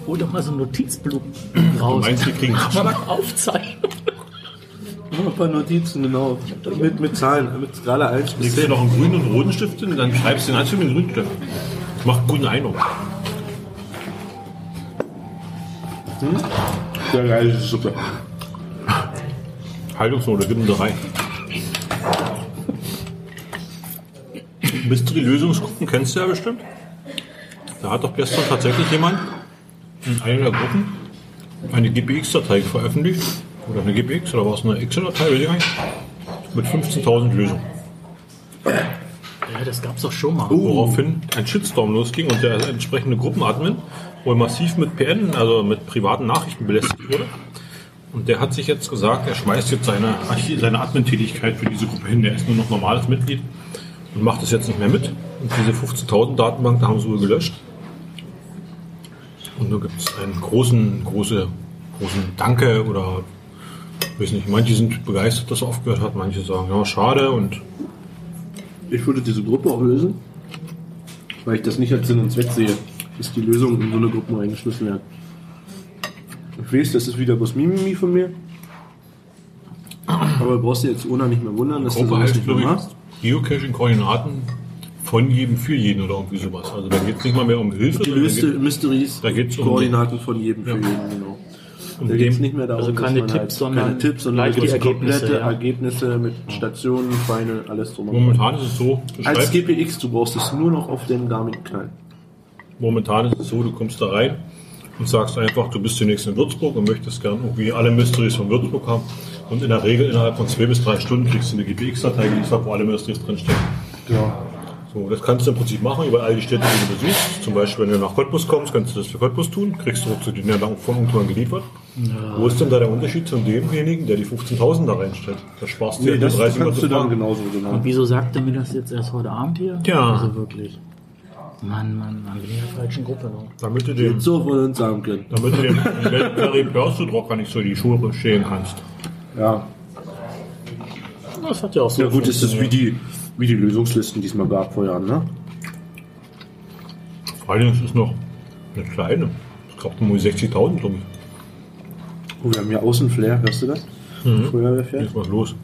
Speaker 2: Hol doch mal so ein Notizblock
Speaker 1: Du
Speaker 2: raus.
Speaker 1: meinst, wir kriegen
Speaker 2: [LAUGHS] Mal was aufzeichnen.
Speaker 3: Nur ein paar Notizen, genau. Mit, mit Zahlen, mit Skala 1 bis
Speaker 1: Legst du
Speaker 3: 10.
Speaker 1: noch einen grünen und einen roten Stift hin, dann schreibst du den einzelnen mit dem grünen Stift. Das macht einen guten Eindruck.
Speaker 3: Sehr geile Suppe.
Speaker 1: Haltungsnote, gib ihm drei. Mystery Lösungsgruppen kennst du ja bestimmt. Da hat doch gestern tatsächlich jemand in einer der Gruppen eine GPX-Datei veröffentlicht. Oder eine GPX, oder war es eine Excel-Datei, weiß ich gar nicht. Mit 15.000 Lösungen.
Speaker 2: Ja, das gab's doch schon
Speaker 1: Oh.
Speaker 2: mal.
Speaker 1: Woraufhin ein Shitstorm losging und der entsprechende Gruppenadmin wohl massiv mit PN, also mit privaten Nachrichten belästigt wurde. Und der hat sich jetzt gesagt, er schmeißt jetzt seine, Archi- seine Admin-Tätigkeit für diese Gruppe hin. Der ist nur noch normales Mitglied und macht das jetzt nicht mehr mit. Und diese 15.000 Datenbank, da haben sie wohl gelöscht. Und da gibt es einen großen, große, großen Danke oder weiß nicht, manche sind begeistert, dass er aufgehört hat, manche sagen, ja, schade und
Speaker 3: Ich würde diese Gruppe auch lösen, weil ich das nicht als Sinn und Zweck sehe, dass die Lösungen in so eine Gruppe reingeschmissen werden. Ich weiß, das ist wieder bloß Mimimi von mir. Aber du brauchst dir jetzt ohne nicht mehr wundern, dass du
Speaker 1: Gruppe
Speaker 3: sowas
Speaker 1: heißt,
Speaker 3: nicht mehr
Speaker 1: glaube
Speaker 3: machst.
Speaker 1: ich, Geocaching-Koordinaten von jedem für jeden oder irgendwie sowas. Also da geht es nicht mal mehr um Hilfe.
Speaker 3: Die
Speaker 1: sondern
Speaker 3: löste
Speaker 1: da
Speaker 3: Mysteries,
Speaker 1: da geht's um-
Speaker 3: Koordinaten von jedem für jeden, genau. Da
Speaker 1: dem-
Speaker 3: geht es nicht mehr darum,
Speaker 2: also keine
Speaker 3: dass man halt
Speaker 2: Tipps, sondern
Speaker 3: keine Tipps, sondern
Speaker 2: gleich die
Speaker 3: wirklich
Speaker 2: Ergebnisse,
Speaker 3: komplette
Speaker 2: ja.
Speaker 3: Ergebnisse mit Stationen, Final, alles drum
Speaker 1: geht-
Speaker 3: und dran.
Speaker 1: Momentan ist es so, du
Speaker 3: Als
Speaker 1: schreibst,
Speaker 3: GPX, du brauchst es nur noch auf dem Garmin-Knall.
Speaker 1: momentan ist es so, du kommst da rein und sagst einfach, du bist zunächst in Würzburg und möchtest gern irgendwie alle Mysteries von Würzburg haben. Und in der Regel innerhalb von zwei bis drei Stunden kriegst du eine GPX-Datei geliefert, wo alle Mysteries drinstecken.
Speaker 3: Ja.
Speaker 1: So, das kannst du im Prinzip machen über all die Städte, die du besuchst. Zum Beispiel, wenn du nach Cottbus kommst, kannst du das für Cottbus tun, kriegst du zu den Erlangen von irgendwann geliefert. Wo ist denn da der Unterschied zu demjenigen, der die 15.000 da reinstellt? Da sparst du
Speaker 3: Nee,
Speaker 1: ja
Speaker 3: das
Speaker 1: 30 Mal
Speaker 3: kannst
Speaker 1: zu
Speaker 3: du dann
Speaker 1: fahren.
Speaker 3: genauso genau.
Speaker 2: Wieso sagt er mir das jetzt erst heute Abend hier?
Speaker 1: Tja.
Speaker 2: Also wirklich. Mann, Mann, Mann, bin ich in der falschen Gruppe noch.
Speaker 1: Damit du dem,
Speaker 3: So wollen wir uns sagen können.
Speaker 1: damit du dem
Speaker 3: [LAUGHS]
Speaker 1: Legendary Percy-Drucker nicht so in die Schuhe stehen kannst.
Speaker 3: Ja.
Speaker 2: Das hat ja auch so.
Speaker 3: Ja gut, ist es wie die, wie die Lösungslisten diesmal gab vor Jahren, ne?
Speaker 1: Vor allem ist es noch eine kleine. Es gab nur 60.000 drum.
Speaker 3: Oh, wir haben hier Außenflair, hörst du das?
Speaker 1: Hier
Speaker 3: Feuerwehrflair.
Speaker 1: ist was los.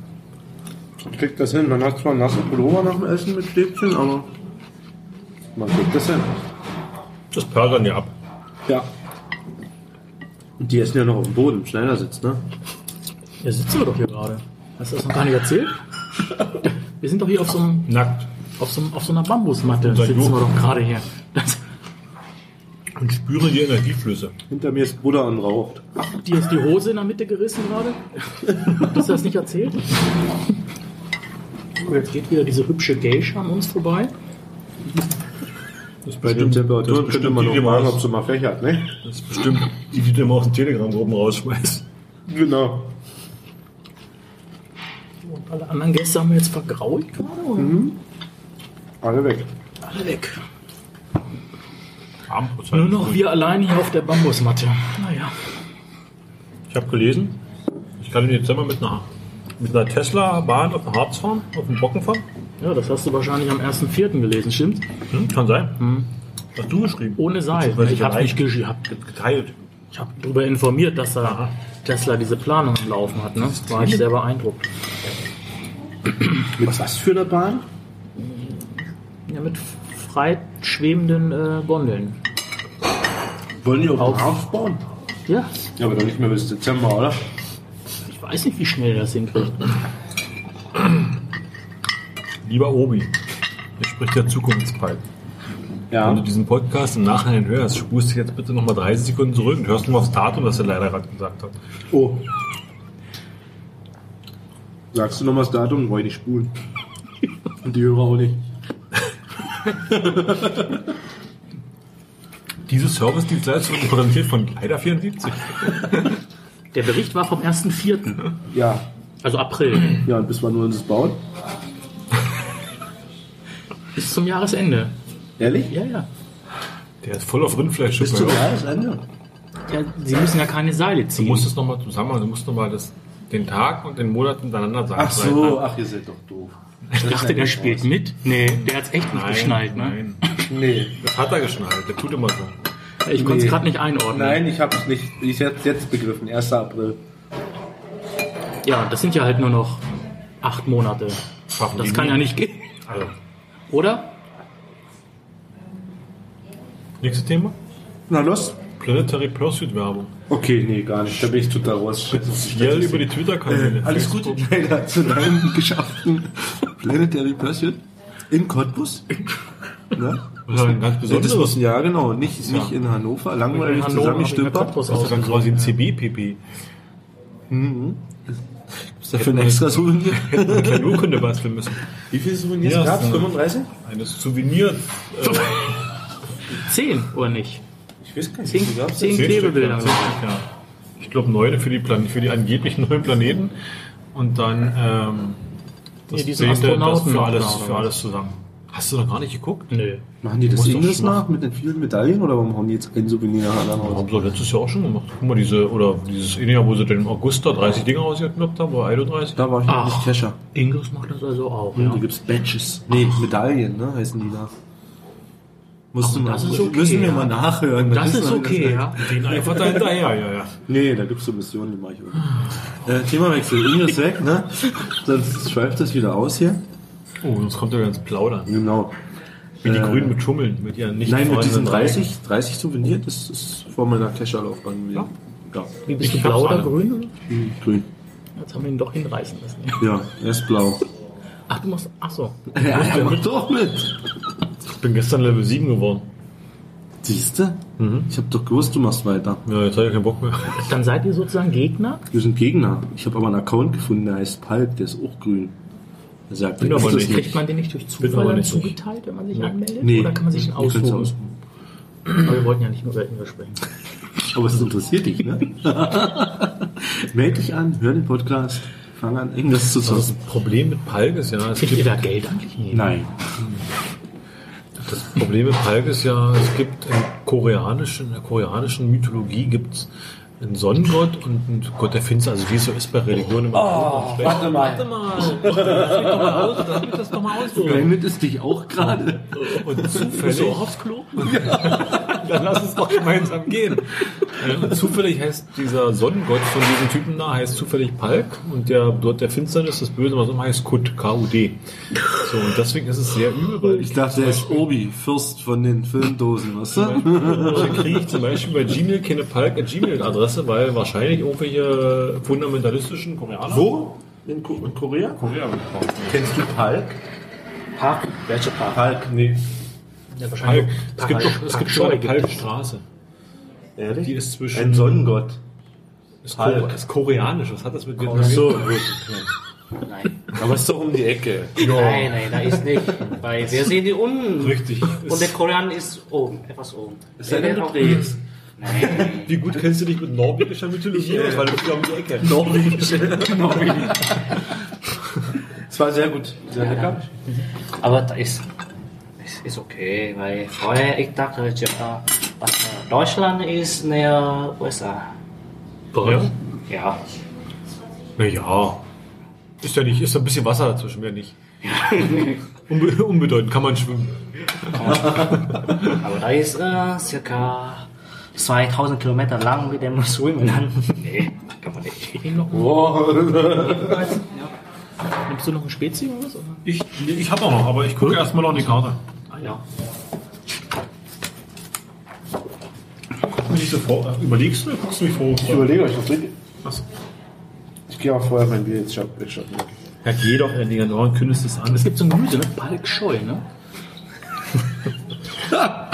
Speaker 3: Kriegt das hin. Man hat zwar einen nassen Pullover nach dem Essen mit Stäbchen, aber man kriegt das hin.
Speaker 1: Das persern ja ab.
Speaker 3: Ja. Und die essen ja noch auf dem Boden, im Schneidersitz, ne?
Speaker 2: Ja, sitzen wir doch hier gerade. Hast du das noch gar
Speaker 1: [LAUGHS]
Speaker 2: nicht erzählt? Wir sind doch hier auf so, einem,
Speaker 1: Nackt.
Speaker 2: auf so, einem, auf so einer Bambusmatte.
Speaker 1: Unser
Speaker 2: Sitzen
Speaker 1: Joch.
Speaker 2: wir doch gerade hier. Das,
Speaker 1: Und spüre die Energieflüsse.
Speaker 3: Hinter mir ist Buddha und raucht.
Speaker 2: dir ist die Hose in der Mitte gerissen gerade. Hast du das nicht erzählt? Oh, Jetzt geht wieder diese hübsche Geisha an uns vorbei.
Speaker 1: Das
Speaker 3: Bei den Temperaturen könnte man noch fragen, ob sie mal fächert, ne?
Speaker 1: Das ist bestimmt die, die du immer aus den Telegram-Gruppen rausschmeißt.
Speaker 3: Genau.
Speaker 2: Und alle anderen Gäste haben wir jetzt vergrault gerade. oder?
Speaker 3: Alle weg.
Speaker 2: Alle weg.
Speaker 1: Armbrust halt.
Speaker 2: Nur noch wir allein hier auf der Bambusmatte. Naja.
Speaker 1: Ich Ich habe gelesen, ich kann im Dezember mit einer, mit einer Tesla-Bahn auf den Harz fahren, auf den Brocken fahren.
Speaker 2: Ja, das hast du wahrscheinlich am 1.4. gelesen, stimmt?
Speaker 1: Hm, kann sein. Hast du geschrieben?
Speaker 2: Ohne Seil.
Speaker 1: Beziehungsweise
Speaker 2: Ich hab's
Speaker 1: gereicht.
Speaker 2: nicht gesch- ich hab-
Speaker 1: Get- geteilt.
Speaker 2: Ich habe darüber informiert, dass da Tesla diese Planung am Laufen hat. Ne? War ich sehr beeindruckt.
Speaker 3: Mit was für eine Bahn?
Speaker 2: Ja, mit frei schwebenden äh, Gondeln.
Speaker 3: Wollen die auch aufbauen?
Speaker 2: Ja,
Speaker 3: Ja, aber doch nicht mehr bis Dezember, oder?
Speaker 2: ich weiß nicht, wie schnell das hinkriegt.
Speaker 1: Lieber Obi, hier spricht der Zukunftspfeil.
Speaker 3: Ja.
Speaker 1: Wenn du diesen Podcast im Nachhinein hörst, spust dich jetzt bitte nochmal 30 Sekunden zurück und hörst nur aufs Datum, das er leider gerade gesagt hat.
Speaker 3: Oh. Sagst du nochmal das Datum? Wollte ich nicht [LAUGHS] spulen. Und die Hörer auch nicht.
Speaker 1: Diese Service-Dienstleistung wird präsentiert von leider 74.
Speaker 2: Der Bericht war vom 1.4.,
Speaker 3: Ja.
Speaker 2: also April,
Speaker 3: Ja, und bis wann wollen sie es bauen?
Speaker 2: bis zum Jahresende.
Speaker 3: Ehrlich?
Speaker 2: Ja, ja.
Speaker 1: Der ist voll auf Rindfleisch.
Speaker 3: Bis zum
Speaker 1: ja.
Speaker 3: Jahresende?
Speaker 2: ja sie müssen ja keine Seile
Speaker 1: Du
Speaker 2: ziehen.
Speaker 1: musst es nochmal zusammen, also du musst nochmal das, den Tag und den Monat hintereinander sagen.
Speaker 3: Ach so, ach, ihr seid doch doof.
Speaker 2: ich dachte, der spielt mit. Nee, der hat's echt nicht
Speaker 1: Nein,
Speaker 2: geschnallt. Ne?
Speaker 1: nein.
Speaker 3: Nee.
Speaker 1: Das hat er geschnallt, der tut immer so.
Speaker 2: Ich konnte es
Speaker 3: Nee.
Speaker 2: gerade nicht einordnen.
Speaker 3: Nein, ich hab's nicht. Ich hab's jetzt begriffen. 1. April.
Speaker 2: Ja, das sind ja halt nur noch acht Monate.
Speaker 1: Schaffen
Speaker 2: Das
Speaker 1: die
Speaker 2: kann
Speaker 1: nie.
Speaker 2: ja nicht gehen.
Speaker 1: Also,
Speaker 2: Oder?
Speaker 1: nächstes Thema?
Speaker 3: Na los.
Speaker 1: Planetary Pursuit Werbung.
Speaker 3: Okay, nee, gar nicht. Da bin ich total [LAUGHS] raus.
Speaker 1: Viel über die Twitter-Kanäle.
Speaker 3: Äh, Alles gut. Leider zu deinem [LAUGHS] geschafften Planetary Pursuit in Cottbus. Ne?
Speaker 1: Das ist ein ganz
Speaker 3: Das
Speaker 1: besonderes.
Speaker 3: muss, ja, genau. Nicht, nicht in Hannover. Langweilig
Speaker 2: In Hannover hab ich mir
Speaker 3: zusammengestümpert.
Speaker 2: Cottbus
Speaker 1: Das ist ja dann
Speaker 2: ausgesucht.
Speaker 1: quasi ein CB-PP.
Speaker 3: Ist dafür ein extra Souvenir?
Speaker 1: Kanu könnte basteln müssen.
Speaker 3: Wie viele Souvenirs
Speaker 1: Ja,
Speaker 3: gab's?
Speaker 1: so.
Speaker 3: 35?
Speaker 1: Eines Souvenir.
Speaker 2: Zehn, oder nicht?
Speaker 3: Ich weiß gar nicht. wie
Speaker 2: Zehn,
Speaker 3: viele gab's
Speaker 2: zehn Klebebilder.
Speaker 1: Ja. Ich glaube, neun für die, Plan für die angeblich neuen Planeten. Und dann ähm, das
Speaker 2: Hier, diese
Speaker 1: zehnte, das
Speaker 2: Astronauten- Genau,
Speaker 1: für alles,
Speaker 2: oder
Speaker 1: für
Speaker 2: was?
Speaker 1: alles zusammen. Hast du noch gar nicht geguckt?
Speaker 2: Nö.
Speaker 3: Machen die das
Speaker 1: Muss doch
Speaker 3: Inglis
Speaker 1: schon
Speaker 3: nach mit den vielen Medaillen oder warum hauen die jetzt ein Souvenir nach anderen raus?
Speaker 1: Haben sie doch letztes Jahr auch schon gemacht. Guck mal, diese, oder dieses eine Jahr, wo sie dann im August da 30 Dinger rausgeknoppt haben, oder 31.
Speaker 3: Da war ich noch
Speaker 2: Ach.
Speaker 3: nicht Kescher.
Speaker 2: Ingress macht das also auch.
Speaker 3: Ja.
Speaker 2: Ja.
Speaker 3: Da gibt's Badges. Nee, Medaillen, ne, heißen die da. Musst du mal,
Speaker 2: das ist okay,
Speaker 3: müssen wir
Speaker 2: ja.
Speaker 3: mal nachhören.
Speaker 2: Das ist
Speaker 3: Wissen wir
Speaker 2: okay, ja.
Speaker 1: Den einfach da hinterher, ja, ja.
Speaker 3: Nee, da gibt's so Missionen, die mache ich auch. Äh, Themawechsel, Inge ist weg, ne? Sonst schweift das wieder aus hier.
Speaker 1: Oh, sonst kommt er ganz plaudern.
Speaker 3: Genau.
Speaker 1: Wie die
Speaker 3: Äh,
Speaker 1: Grünen mit Schummeln, mit ihren nicht
Speaker 3: Nein, mit
Speaker 1: vorhandenen
Speaker 3: diesen
Speaker 1: Dreiecken.
Speaker 3: 30, 30 Souvenir, das ist vor meiner Kescherlaufbahn gewesen. Ja.
Speaker 2: Wie bist
Speaker 1: Ich
Speaker 2: du blau
Speaker 1: hab's
Speaker 2: oder
Speaker 1: alle.
Speaker 2: grün?
Speaker 3: Hm, Grün.
Speaker 2: Jetzt haben wir ihn doch hinreißen lassen.
Speaker 3: Ja, er ist blau.
Speaker 2: Ach, du musst. Ach so.
Speaker 3: [LAUGHS] Ja, er macht doch mit.
Speaker 1: Ich bin gestern Level 7 geworden.
Speaker 3: Siehste? Ich habe doch gewusst, du machst weiter.
Speaker 1: Ja, jetzt habe ich keinen Bock mehr. [LAUGHS]
Speaker 2: Dann seid ihr sozusagen Gegner?
Speaker 3: Wir sind Gegner. Ich habe aber einen Account gefunden, der heißt Palk, der ist auch grün. Er sagt,
Speaker 1: Bin
Speaker 3: ist
Speaker 1: aber
Speaker 3: das
Speaker 1: nicht.
Speaker 2: Kriegt man den nicht durch
Speaker 1: Bin
Speaker 2: Zufall
Speaker 1: aber
Speaker 2: dann
Speaker 1: nicht so.
Speaker 2: zugeteilt, wenn man sich anmeldet?
Speaker 3: Nee.
Speaker 2: Oder kann man sich den
Speaker 3: Ihr könnt's
Speaker 2: aussuchen? Aber wir wollten ja nicht nur über Ingress sprechen.
Speaker 3: Aber es interessiert dich, [LAUGHS] ne? Meld dich an, hör den Podcast, fang an, irgendwas zu
Speaker 1: Das
Speaker 3: sagen.
Speaker 1: Problem mit Palk ist ja, es
Speaker 2: Kriegt ihr
Speaker 1: gibt,
Speaker 2: da Geld eigentlich? Nee.
Speaker 3: Nein.
Speaker 1: das Problem mit Palk ist ja, es gibt im koreanischen, in der koreanischen Mythologie gibt's einen Sonnengott und einen Gott der Finsternis, also wie es so ist bei Religionen immer. Oh, warte mal. Warte mal. Lass mich das doch mal ausprobieren.
Speaker 3: Blendet es dich auch gerade.
Speaker 1: Und zufällig.
Speaker 2: aufs
Speaker 1: [LAUGHS]
Speaker 2: Klo?
Speaker 1: Dann lass uns doch gemeinsam gehen. Äh, Und zufällig heißt dieser Sonnengott von diesem Typen da, heißt zufällig Palk und der dort der Finsternis, das Böse, was immer heißt Kut, K-U-D. So, und deswegen ist es sehr übel, weil
Speaker 3: Ich
Speaker 1: ich
Speaker 3: dachte, er ist Obi, Fürst von den Filmdosen, weißt du?
Speaker 1: Also dann kriege ich zum Beispiel bei Gmail keine Palk-Gmail-Adresse, weil wahrscheinlich irgendwelche fundamentalistischen Koreaner.
Speaker 3: Wo? In, Ko- in Korea?
Speaker 1: Korea gekauft.
Speaker 3: Kennst du Palk?
Speaker 4: Park? Welcher Park?
Speaker 3: Palk? Nee.
Speaker 2: Ja,
Speaker 1: Palk.
Speaker 2: wahrscheinlich.
Speaker 1: Es gibt doch es gibt schon eine
Speaker 2: Park-
Speaker 1: Palkstraße.
Speaker 3: Ehrlich?
Speaker 1: Die ist zwischen-
Speaker 3: Ein Sonnengott.
Speaker 1: Ist,
Speaker 3: Palk.
Speaker 1: Ko ist koreanisch, was hat das mit
Speaker 3: Ach
Speaker 1: Vietnamesen?
Speaker 3: so, gut.
Speaker 4: Nein.
Speaker 3: Aber ist doch um die Ecke.
Speaker 4: Nein, nein, da ist nicht. Weil wir sehen die unten.
Speaker 1: Richtig.
Speaker 4: Und der Korean ist oben, etwas oben. Ist
Speaker 3: der denn
Speaker 4: ist. Nein.
Speaker 1: Wie gut kennst du dich mit norwegischer Mythologie aus? Weil du bist ja um die Ecke.
Speaker 3: Norwegisch. Norwegisch. Es war sehr gut. Sehr lecker.
Speaker 4: Aber da ist, ist, ist okay, weil vorher ich dachte, Japan, was, äh, Deutschland ist näher USA.
Speaker 1: Ja.
Speaker 4: Ja.
Speaker 1: Naja. Ist ja nicht, ist ein bisschen Wasser dazwischen, mehr nicht. Unbe unbedeutend, kann man schwimmen.
Speaker 4: Aber da ist äh, circa 2000 Kilometer lang mit dem Schwimmen an. [LAUGHS] nee, kann man nicht.
Speaker 3: Oh. [LAUGHS]
Speaker 2: Nimmst du noch ein Spezi oder was? oder?
Speaker 1: Ich, ich hab auch noch, aber ich gucke erstmal noch in die Karte.
Speaker 2: Ah, ja.
Speaker 1: Bin ich so vor, überlegst du oder guckst du mich vor?
Speaker 5: Ich überlege euch, was trinke
Speaker 1: Was?
Speaker 5: ich. gehe mal vorher mein Bier jetzt shoppen. shoppen.
Speaker 1: Ja, geh doch, Digga, du kündigst es an. Es
Speaker 2: Es
Speaker 1: gibt,
Speaker 2: gibt so ein Gemüse, ne? Balkscheu, ne?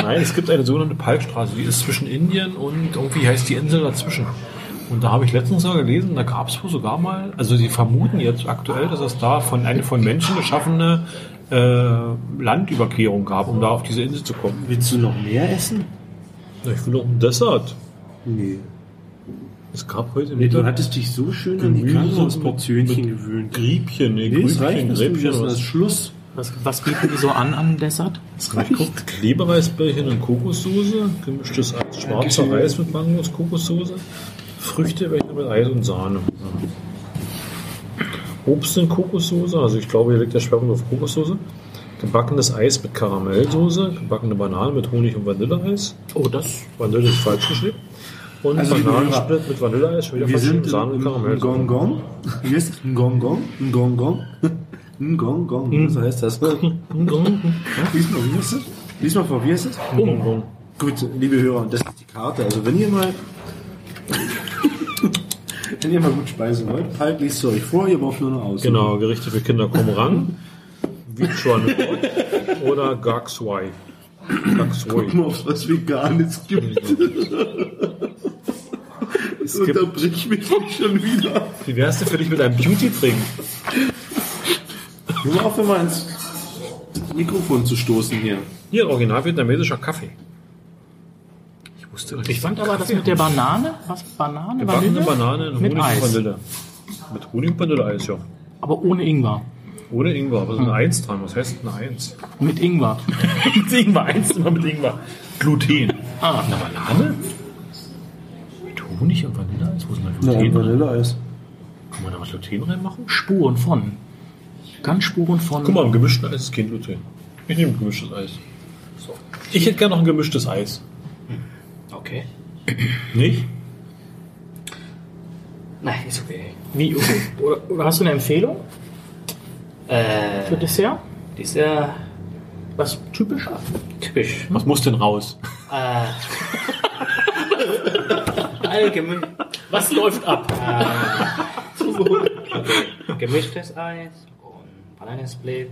Speaker 1: nein, es gibt eine sogenannte Palkstraße, die ist zwischen Indien und irgendwie heißt die Insel dazwischen. Und da habe ich letztens mal gelesen, da gab es wohl sogar mal, also sie vermuten jetzt aktuell, dass es da von eine von Menschen geschaffene äh, Landüberquerung gab, um da auf diese Insel zu kommen.
Speaker 5: Willst du noch mehr essen?
Speaker 1: Na, ich will noch ein Dessert.
Speaker 5: Nee.
Speaker 1: Es gab heute
Speaker 5: Nee, du
Speaker 1: Mittag
Speaker 5: hattest dich so schön an die
Speaker 1: Gemüse
Speaker 5: Kante
Speaker 1: und
Speaker 5: und Portionchen
Speaker 1: mit
Speaker 5: gewöhnt.
Speaker 1: Griebchen, nee,
Speaker 5: Nee, es reicht,
Speaker 1: Grübchen,
Speaker 5: dass du
Speaker 1: Gräbchen.
Speaker 5: das
Speaker 1: was-
Speaker 5: das Schluss.
Speaker 2: Was, was bieten die so an an Dessert?
Speaker 1: Ich guck, Klebereisbällchen und Kokossoße, gemischtes Eis, schwarzer
Speaker 5: Dankeschön.
Speaker 1: Reis mit Mangos, Kokossoße, Früchtebällchen mit Eis und Sahne. Ja. Obst in Kokossoße, also ich glaube, hier liegt der Schwerpunkt auf Kokossoße. Gebackenes Eis mit Karamellsoße, gebackene Banane mit Honig und Vanilleeis.
Speaker 2: Oh, das.
Speaker 1: Vanille ist falsch geschrieben. Und
Speaker 5: Also, liebe
Speaker 1: Bananensplit mit Vanilleeis, schon wieder
Speaker 5: Wir
Speaker 1: falsch
Speaker 5: sind
Speaker 1: geschrieben, Sahne und
Speaker 5: ein
Speaker 1: Karamellsoße.
Speaker 5: Gongong. Wie heißt das? Ein Gongong?
Speaker 3: [LAUGHS]
Speaker 5: Ein Gongong? Ein Gongong. So heißt das. Lies mal, wie heißt das? Lies mal vor, wie heißt das?
Speaker 1: Gongong.
Speaker 5: Gut, liebe Hörer, das ist die Karte. Also wenn ihr mal... [LAUGHS] wenn ihr mal gut speisen wollt, Palk liest sie euch vor, ihr braucht nur noch aus.
Speaker 1: Genau, Gerichte für Kinder kommen ran. Vichuan oder Gaxwai.
Speaker 5: Guck
Speaker 1: Gaxwai.
Speaker 5: mal, auf was Veganes gibt.
Speaker 3: [LAUGHS]
Speaker 5: Es
Speaker 1: gibt-
Speaker 5: unterbrich mich nicht schon wieder.
Speaker 1: Wie wär's denn für dich mit einem Beauty-Drink?
Speaker 5: Nur auf, immer ins Mikrofon zu stoßen hier.
Speaker 1: Hier, original vietnamesischer Kaffee. Ich wusste
Speaker 2: Ich fand aber das mit der Banane. Was? Banane?
Speaker 1: Gebackene
Speaker 2: Vanille?
Speaker 1: Banane in
Speaker 2: mit
Speaker 1: Honig und
Speaker 2: Eis.
Speaker 1: Vanille. Mit Honig und Vanilleeis, ja.
Speaker 2: Aber ohne Ingwer.
Speaker 1: Ohne Ingwer, aber so eine Eins dran. Was heißt denn eine Eins?
Speaker 2: Mit Ingwer.
Speaker 1: mit Ingwer, eins immer mit Ingwer. Gluten.
Speaker 2: Ah,
Speaker 1: Eine Banane? Mit Honig und Vanilleeis? Wo ist denn da
Speaker 5: Ja,
Speaker 1: Gluten? drin?
Speaker 5: Vanilleeis.
Speaker 1: Kann man da was Gluten reinmachen?
Speaker 2: Spuren von. Ganz Spuren von.
Speaker 1: Guck mal, im gemischten Eis ist kein Gluten. Ich nehme gemischtes Eis. So. Ich hätte gerne noch ein gemischtes Eis.
Speaker 4: Okay.
Speaker 1: Nicht?
Speaker 4: Nein, ist okay.
Speaker 2: Wie, okay. oder, oder hast du eine Empfehlung für
Speaker 4: Äh,
Speaker 2: Dessert?
Speaker 4: das ist ja
Speaker 2: Was typisch?
Speaker 4: typisch.
Speaker 1: Was muss denn raus?
Speaker 4: Äh, allgemein.
Speaker 2: Was läuft ab?
Speaker 4: Gemischtes Eis und Bananensplit.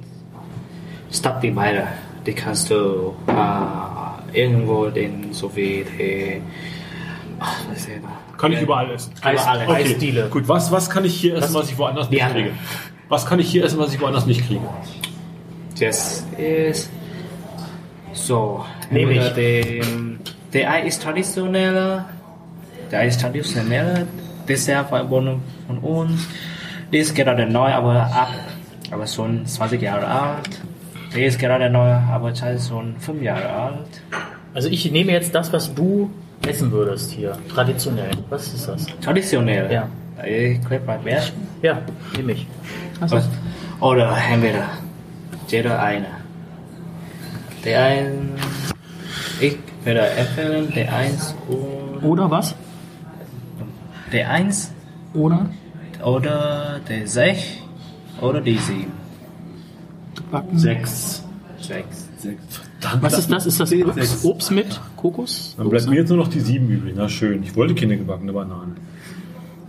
Speaker 4: Statt die beide. Die kannst du äh, irgendwo den sowie die. Ach, was ist denn da?
Speaker 1: Kann ich überall essen.
Speaker 2: Eis,
Speaker 4: Überall.
Speaker 1: Okay.
Speaker 2: Eisdiele.
Speaker 1: Gut, was, was kann ich hier essen, was ich woanders nicht
Speaker 4: Ja.
Speaker 1: kriege? Was kann ich hier essen, was ich woanders nicht kriege?
Speaker 4: Das ist. So.
Speaker 2: Nehme
Speaker 4: oder
Speaker 2: ich.
Speaker 4: Den, der Ei ist traditioneller. Der Ei ist traditioneller Dessert von, von uns. Die ist gerade neu, aber ab. Aber schon 20 Jahre alt. Die ist gerade neu, aber schon 5 Jahre alt.
Speaker 2: Also ich nehme jetzt das, was du essen würdest hier. Traditionell. Was ist das?
Speaker 4: Traditionell.
Speaker 2: Ja.
Speaker 4: Ich klebe mein Bärchen.
Speaker 2: Ja, nehme ich.
Speaker 4: Also- Oder entweder jeder eine. Der ein. Ich würde empfehlen, der eins und.
Speaker 2: Oder was?
Speaker 4: Der eins
Speaker 2: Oder
Speaker 4: oder der sech oder die sieben.
Speaker 2: gebacken?
Speaker 5: Sechs.
Speaker 4: Sechs.
Speaker 5: Sechs.
Speaker 2: Was ist das? Ist das
Speaker 5: Zehn,
Speaker 2: Obst,
Speaker 5: sechs.
Speaker 2: Obst mit Kokos?
Speaker 1: Dann bleibt mir jetzt nur noch die sieben übrig. Na schön, ich wollte keine gebackene Banane.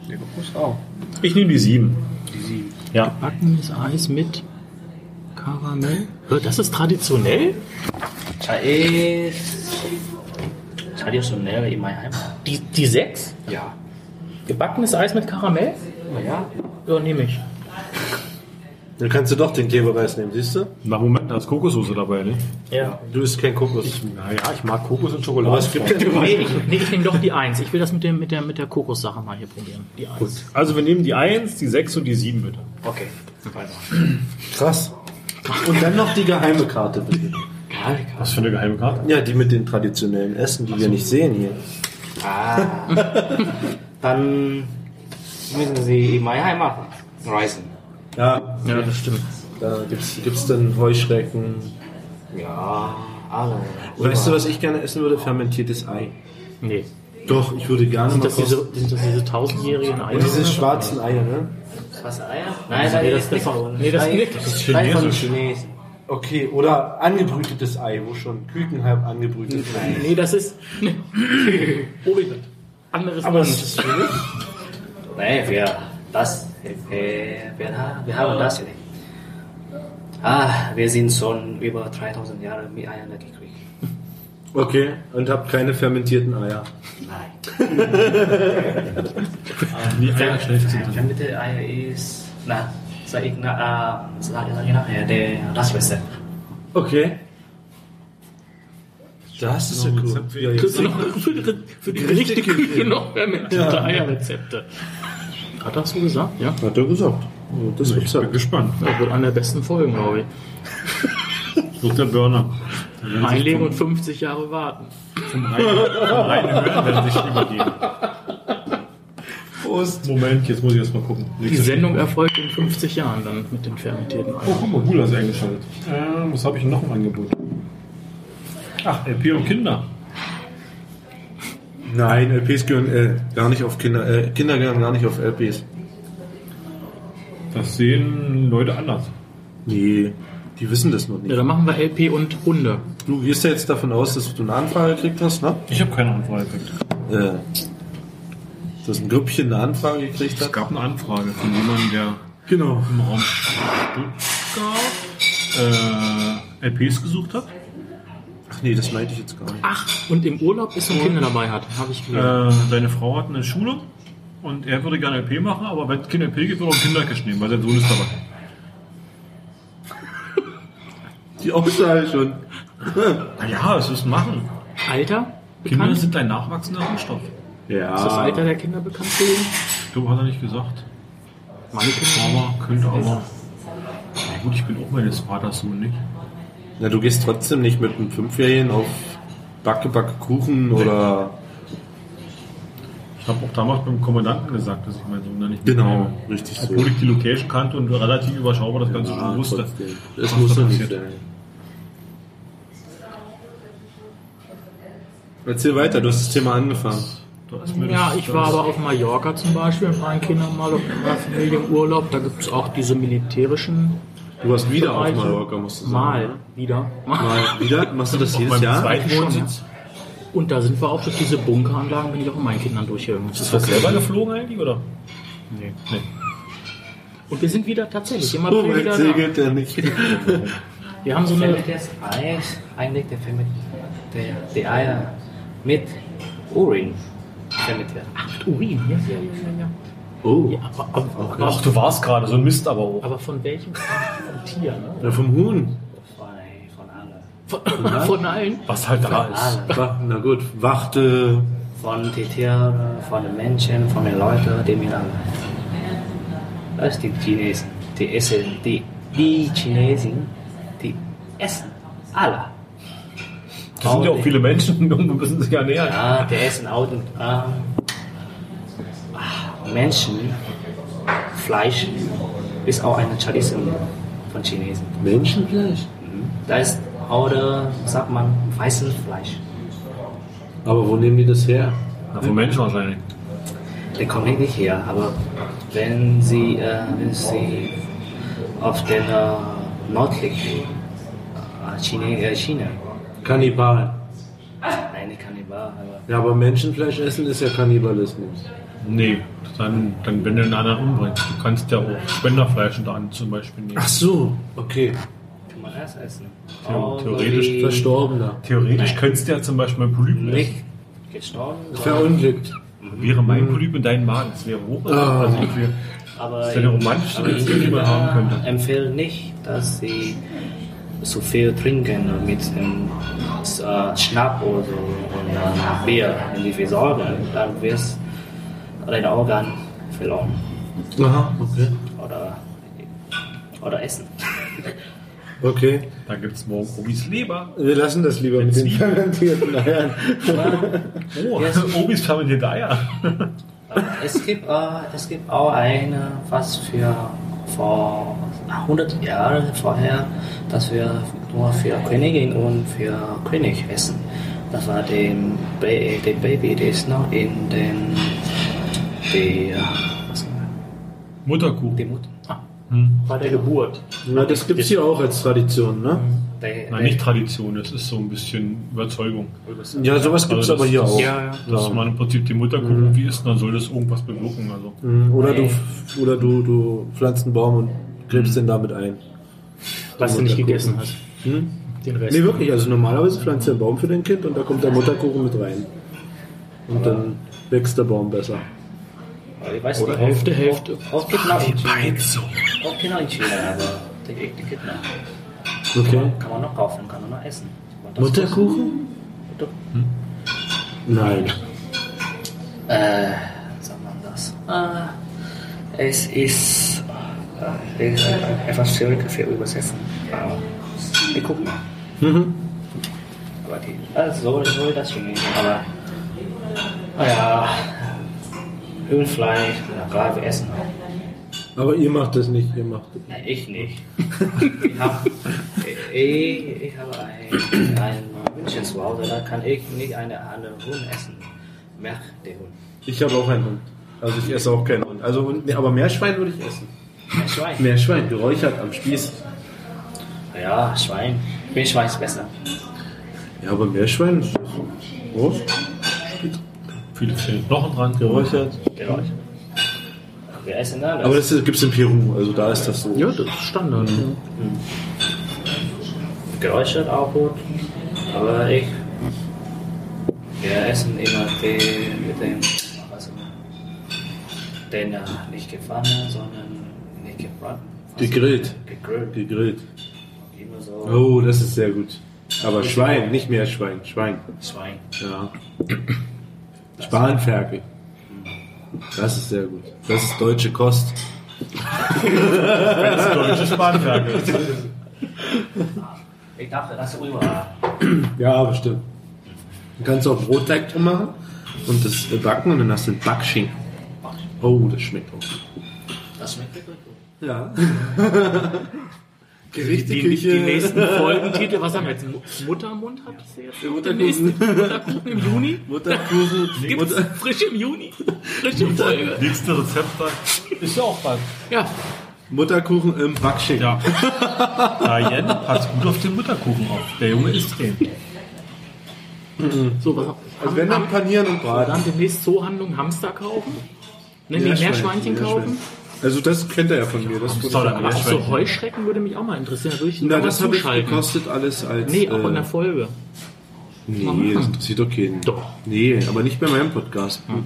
Speaker 4: Leverkusen auch.
Speaker 1: Ich nehme die sieben.
Speaker 4: Die sieben.
Speaker 1: Ja.
Speaker 2: Backenes Eis mit Karamell. Hör, Das ist traditionell?
Speaker 4: Da ist. Traditionell in meiner Heimat.
Speaker 2: Die, die sechs?
Speaker 4: Ja.
Speaker 2: Gebackenes Eis mit Karamell?
Speaker 4: Ja.
Speaker 2: Ja, nehme ich.
Speaker 3: Dann kannst du doch den Klebereis nehmen, siehst du?
Speaker 1: Na Moment, da ist Kokossoße dabei, ne?
Speaker 2: Ja.
Speaker 3: Du isst kein Kokos.
Speaker 1: Naja, ich mag Kokos und
Speaker 3: aber
Speaker 1: Schokolade.
Speaker 3: es gibt ja
Speaker 2: Nee, ich, nee, ich nehme doch die eins. Ich will das mit, dem, mit der, mit der Kokossache mal hier probieren. Die eins.
Speaker 1: Also wir nehmen die eins, die sechs und die sieben bitte.
Speaker 4: Okay. Weiter.
Speaker 5: Krass. Und dann noch die geheime Karte, bitte.
Speaker 1: Was für eine geheime Karte?
Speaker 3: Ja, die mit den traditionellen Essen, die wir nicht sehen hier.
Speaker 4: Ah. Dann müssen sie in meine Heimat reisen.
Speaker 3: Ja,
Speaker 2: Ja, das stimmt.
Speaker 3: da gibt's, gibt's dann Heuschrecken.
Speaker 4: Ja, alle.
Speaker 3: Weißt du, was ich gerne essen würde? Fermentiertes Ei.
Speaker 2: Nee.
Speaker 3: Doch, ich würde gerne
Speaker 2: Sind
Speaker 3: mal
Speaker 2: das
Speaker 3: kosten.
Speaker 2: diese, sind das diese tausendjährigen Eier?
Speaker 3: Und diese schwarzen Eier, ne?
Speaker 4: Was ah Also, Eier? Nein,
Speaker 2: Nee,
Speaker 4: nein,
Speaker 2: das, das, nee, das nicht. Das ist
Speaker 4: Ei von
Speaker 6: Chinesisch.
Speaker 4: Chinesen.
Speaker 3: Okay, oder angebrütetes Ei, wo schon Küken halb
Speaker 5: Mhm.
Speaker 3: angebrütet sind.
Speaker 2: Nee, das ist. [LAUGHS] Obigland. Anderes
Speaker 3: Aber
Speaker 2: Land.
Speaker 3: es ist schwierig.
Speaker 4: Nein, wir, das, wir, wir, ha- wir haben das nicht. Ah, wir sind schon über 3000 Jahre miteinander gekriegt.
Speaker 3: Okay, und habt keine fermentierten Eier.
Speaker 4: Nein.
Speaker 1: Die Eier schlecht sind.
Speaker 4: Wenn bitte Eier ist, na, sag ich, na, äh, sag, sag ich nachher, der, das Rezept.
Speaker 3: Okay. Das ist ja cool.
Speaker 1: Rezept für-
Speaker 3: Ja, jetzt
Speaker 2: Kriegst du noch für die, für die richtige Küche noch fermentierte Eierrezepte. Hat er so gesagt? Ja.
Speaker 3: Hat er gesagt. Das gibt's ja.
Speaker 1: Bin gespannt.
Speaker 2: Das wird eine der besten Folgen, glaube ich.
Speaker 1: Wird der Burner.
Speaker 2: Einlegen und 50 Jahre warten.
Speaker 1: Reine Hören werden sich übergeben.
Speaker 3: Prost.
Speaker 1: Moment, jetzt muss ich erst mal gucken.
Speaker 2: Die Sendung erfolgt in 50 Jahren dann mit den fermentierten
Speaker 1: Oh,
Speaker 2: Eiern.
Speaker 1: guck mal, Bula ist eingeschaltet. Ähm, was habe ich noch im Angebot? Ach, LP und Kinder.
Speaker 3: Nein, LPs gehören äh, gar nicht auf Kinder. Äh, Kinder gehören gar nicht auf LPs.
Speaker 1: Das sehen Leute anders.
Speaker 3: Nee, die wissen das noch
Speaker 2: Ja,
Speaker 3: nicht.
Speaker 2: dann machen wir LP und Hunde.
Speaker 3: Du gehst ja jetzt davon aus, dass du eine Anfrage gekriegt hast, ne?
Speaker 1: Ich habe keine Antwort gekriegt.
Speaker 3: Äh, dass ein Grüppchen eine Anfrage gekriegt
Speaker 1: Es
Speaker 3: hat.
Speaker 1: gab eine Anfrage von jemandem, der
Speaker 3: Genau.
Speaker 1: im Raum Stuttgart äh, LPs gesucht hat.
Speaker 3: Ach nee, das meinte ich jetzt gar nicht.
Speaker 2: Ach, und im Urlaub ist und Kinder dabei hat. Habe ich gelesen.
Speaker 1: Äh, seine Frau hat eine Schule und er würde gerne LP machen, aber wenn es kein LP gibt, würde er auch Kindercash nehmen, weil sein Sohn ist dabei.
Speaker 3: Die Aussage schon.
Speaker 1: Naja, es ist machen.
Speaker 2: Alter?
Speaker 1: Kinder
Speaker 2: Bekannt?
Speaker 1: sind ein nachwachsender Rohstoff.
Speaker 3: Ja.
Speaker 2: Ist das Alter der Kinder bekannt gewesen?
Speaker 1: Du hat er nicht gesagt.
Speaker 2: Meine Kinder.
Speaker 1: Aber, könnte aber. Na gut, ich bin auch meines Vaters Sohn, nicht?
Speaker 3: Na, du gehst trotzdem nicht mit einem Fünfjährigen auf Backe, Backe, Kuchen oder...
Speaker 1: Ich habe auch damals beim Kommandanten gesagt, dass ich meinen Sohn da nicht
Speaker 3: Genau,
Speaker 1: mitnehme.
Speaker 3: richtig so.
Speaker 1: Obwohl ich die Location kannte und relativ überschaubar das Ganze schon wusste.
Speaker 3: Ah, trotzdem. Es
Speaker 1: was
Speaker 3: muss
Speaker 1: da
Speaker 3: doch nicht
Speaker 1: passiert.
Speaker 3: sein. Erzähl weiter, du hast das Thema angefangen.
Speaker 1: Da ist mir das-
Speaker 2: Ja, ich
Speaker 1: da
Speaker 2: war
Speaker 1: ist-
Speaker 2: aber auf Mallorca zum Beispiel mit meinen Kindern mal auf meiner Familie im Urlaub. Da gibt es auch diese militärischen
Speaker 3: Du warst wieder auf
Speaker 2: Bereiche.
Speaker 3: Mallorca, musst du sagen.
Speaker 2: Mal wieder. Mal.
Speaker 3: Mal wieder? Machst du das jedes
Speaker 1: beim
Speaker 3: Jahr?
Speaker 1: zweiten Wohnsitz.
Speaker 2: Und da sind wir auch durch diese Bunkeranlagen, bin ich auch mit meinen Kindern durchgegangen.
Speaker 1: Ist das selber geflogen eigentlich, oder?
Speaker 2: Nee.
Speaker 1: Nee.
Speaker 2: Und wir sind wieder tatsächlich immer
Speaker 3: Oh,
Speaker 2: wieder
Speaker 3: weit segelt er nicht.
Speaker 2: da. Wir haben so eine.
Speaker 4: Fermentiertes Ei, eigentlich der, Ferment, der, die Eier mit Urin fermentiert.
Speaker 2: Ach, Urin, ne? ja, ja, ja, ja.
Speaker 3: Oh.
Speaker 2: ja aber, aber, aber,
Speaker 1: Ach, du warst gerade, so ein Mist aber auch.
Speaker 2: aber von welchem? Von Tier, ne?
Speaker 3: Na, vom Huhn.
Speaker 4: Bei- Von allen.
Speaker 2: Von, [LAUGHS] von allen?
Speaker 1: Was halt da ist.
Speaker 4: Alle.
Speaker 3: Wa- Na gut, Wachte.
Speaker 4: Von den Tieren, von den Menschen, von den Leuten, die mir alle. Das ist die Chinesen. Die essen, die, die Chinesen, die essen alle.
Speaker 1: Da sind ja auch viele Menschen, [LAUGHS] die müssen sich ja nähern.
Speaker 4: Ja, die essen auch den, ähm, ah, Menschen. Fleisch ist auch eine Tradition von Chinesen.
Speaker 3: Menschenfleisch.
Speaker 4: Da ist oder sagt man weißes Fleisch.
Speaker 3: Aber wo nehmen die das her?
Speaker 1: Na, von Menschen wahrscheinlich.
Speaker 4: Der kommt nicht her, aber wenn sie, äh, wenn sie auf den äh, nördlichen äh, China, äh, China,
Speaker 3: Kannibal.
Speaker 4: nein, nicht Kannibal, aber
Speaker 3: Ja, aber Menschenfleisch essen ist ja Kannibalismus.
Speaker 1: Nee, dann, dann wenn du einen anderen umbringst. Du kannst ja auch Spenderfleisch und an zum Beispiel nehmen.
Speaker 3: Ach so, okay.
Speaker 4: kann man das essen?
Speaker 1: Theo-
Speaker 4: Auch
Speaker 1: theoretisch
Speaker 4: die
Speaker 3: Verstorbener.
Speaker 1: Theoretisch könntest du ja zum Beispiel einen Polypen essen.
Speaker 4: Nicht gestorben, sondern-
Speaker 3: Verunglückt.
Speaker 1: Wäre mein Polyp in deinen Magen, das wäre hoch. Also wir-
Speaker 4: aber
Speaker 1: Das wäre eine romantische
Speaker 4: aber ich
Speaker 1: Beziehung, die man haben könnte.
Speaker 4: [CLEARS THROAT] empfehle nicht, dass sie so viel trinken mit dem äh, Schnapp oder so und äh, Bier, wenn sie versorgen, dann wird dein Organ verloren.
Speaker 3: Aha, okay.
Speaker 4: oder, oder essen.
Speaker 3: Okay.
Speaker 1: Da gibt es morgen Obis Leber.
Speaker 3: Wir lassen das lieber mit den fermentierten Eiern.
Speaker 1: Oh,
Speaker 4: Yes.
Speaker 1: [LAUGHS] Obis fermentierte Eier.
Speaker 4: es, gibt, äh, es gibt auch eine, was für vor 100 Jahren vorher, dass wir nur für Königin und für König essen. Das war dem ba der Baby, der ist noch in den die, äh, was war
Speaker 1: Mutterkuchen.
Speaker 4: die Mutter. Ah,
Speaker 2: Bei der Geburt.
Speaker 5: Na, das gibt's hier auch als Tradition, ne?
Speaker 4: der,
Speaker 1: Nein, nicht Tradition, das ist so ein bisschen Überzeugung.
Speaker 5: Ja, sowas gibt's
Speaker 1: Also das-
Speaker 5: aber hier
Speaker 1: das-
Speaker 5: auch.
Speaker 2: Ja, ja.
Speaker 1: Dass man im Prinzip die Mutter gucken, wie ist, dann soll das irgendwas bewirken. Also.
Speaker 5: Mhm, Oder du,
Speaker 4: Nee.
Speaker 5: oder du, du pflanzt einen Baum und gräbst den damit ein.
Speaker 2: Was du nicht gegessen hast.
Speaker 5: Hm?
Speaker 2: Den Rest.
Speaker 5: Nee, wirklich. Also normalerweise pflanzt du einen Baum für dein Kind und da kommt der Mutterkuchen mit rein. Und dann wächst der Baum besser.
Speaker 4: ich weiß
Speaker 2: Oder
Speaker 4: nicht,
Speaker 2: Hälfte,
Speaker 4: oft-
Speaker 2: Hälfte.
Speaker 4: Oft, oft gibt noch in China. Oft gibt noch in China, aber die, die gibt noch.
Speaker 5: Okay.
Speaker 4: Kann man noch kaufen, kann man noch essen. Und das-
Speaker 5: Mutterkuchen? Hm? Nein.
Speaker 4: Äh, wie sagt man das? Äh, es ist, äh, es ist etwas schwieriger für Übersetzen. Aber Wir gucken mal. Aber die, also, so soll das schon gehen. Aber, ah naja, Höhenfleisch, na klar, wir essen auch.
Speaker 5: Aber ihr macht das nicht. Ihr macht das.
Speaker 4: Nein, ich nicht. ich, hab, ich, ich habe ein, ein München zu Hause, da kann ich nicht eine andere Huhn essen. Merkt der Hund.
Speaker 5: Ich habe auch einen Hund. Also ich esse auch keinen Hund. Also Hund, nee, aber Meerschwein würde ich essen.
Speaker 4: Ein Schwein.
Speaker 5: Meerschwein geräuchert am Spieß.
Speaker 4: Ja, Schwein. Ich bin Schwein ist besser.
Speaker 5: Ja, aber Meerschwein ist groß.
Speaker 1: Viele fehlen Knochen dran.
Speaker 5: Geräuchert.
Speaker 4: Geräusch. Wir essen alles.
Speaker 5: Aber das gibt es in Peru. Also da ist das so.
Speaker 2: Ja, das ist Standard.
Speaker 4: Geräusch hat auch gut. Aber ich. Wir essen immer den mit dem. Was immer. Den äh, nicht gefangen, sondern nicht gebraten.
Speaker 5: Gegrillt.
Speaker 4: Gegrillt.
Speaker 5: Gegrillt.
Speaker 4: Immer so.
Speaker 5: Oh, das ist sehr gut. Aber Schwein, nicht Meerschwein. Schwein.
Speaker 4: Schwein.
Speaker 5: Ja. Spanferkel. Das ist sehr gut. Das ist deutsche Kost.
Speaker 1: Deutsche Spanferkel.
Speaker 4: Ich dachte, das ist überall.
Speaker 5: Ja, bestimmt. Du kannst auch Brotteig drum machen und das backen und dann hast du einen Backschinken. Oh, das schmeckt auch gut.
Speaker 4: Das schmeckt wirklich gut.
Speaker 5: [LAUGHS] Ja.
Speaker 2: Die, die, die,
Speaker 5: Gerichteküche.
Speaker 2: nächsten Folgentitel, was haben wir jetzt? Mu- Muttermund habe ich jetzt? Den nächsten Mutterkuchen im Juni?
Speaker 5: Mutterkuchen.
Speaker 2: Gibt's
Speaker 5: Mutter,
Speaker 2: frisch im Juni? Frisch im Folge.
Speaker 1: Nächste Rezepte. Ist ja auch was.
Speaker 2: Ja,
Speaker 5: Mutterkuchen im Backschinken.
Speaker 1: [LAUGHS] Ja. Diane passt gut auf den Mutterkuchen auf. Der Junge isst den.
Speaker 2: so was.
Speaker 5: Also wenn dann panieren und braten.
Speaker 2: Dann demnächst Zoohandlung Hamster kaufen? Ne, nee,
Speaker 5: Meerschweinchen,
Speaker 2: Meerschweinchen kaufen?
Speaker 5: Also das kennt er ja von mir. Das
Speaker 1: Soll er
Speaker 2: Ach so,
Speaker 1: Meerschweinchen.
Speaker 2: Heuschrecken würde mich auch mal interessieren. Da würde ich ihn
Speaker 5: Na,
Speaker 2: mal
Speaker 5: das habe ich
Speaker 2: zuschalten.
Speaker 5: gekostet alles als...
Speaker 2: Nee, auch
Speaker 5: äh,
Speaker 2: in der Folge.
Speaker 5: Nee, das interessiert doch keinen.
Speaker 2: Doch.
Speaker 5: Nee, aber nicht bei meinem Podcast.
Speaker 2: Hm.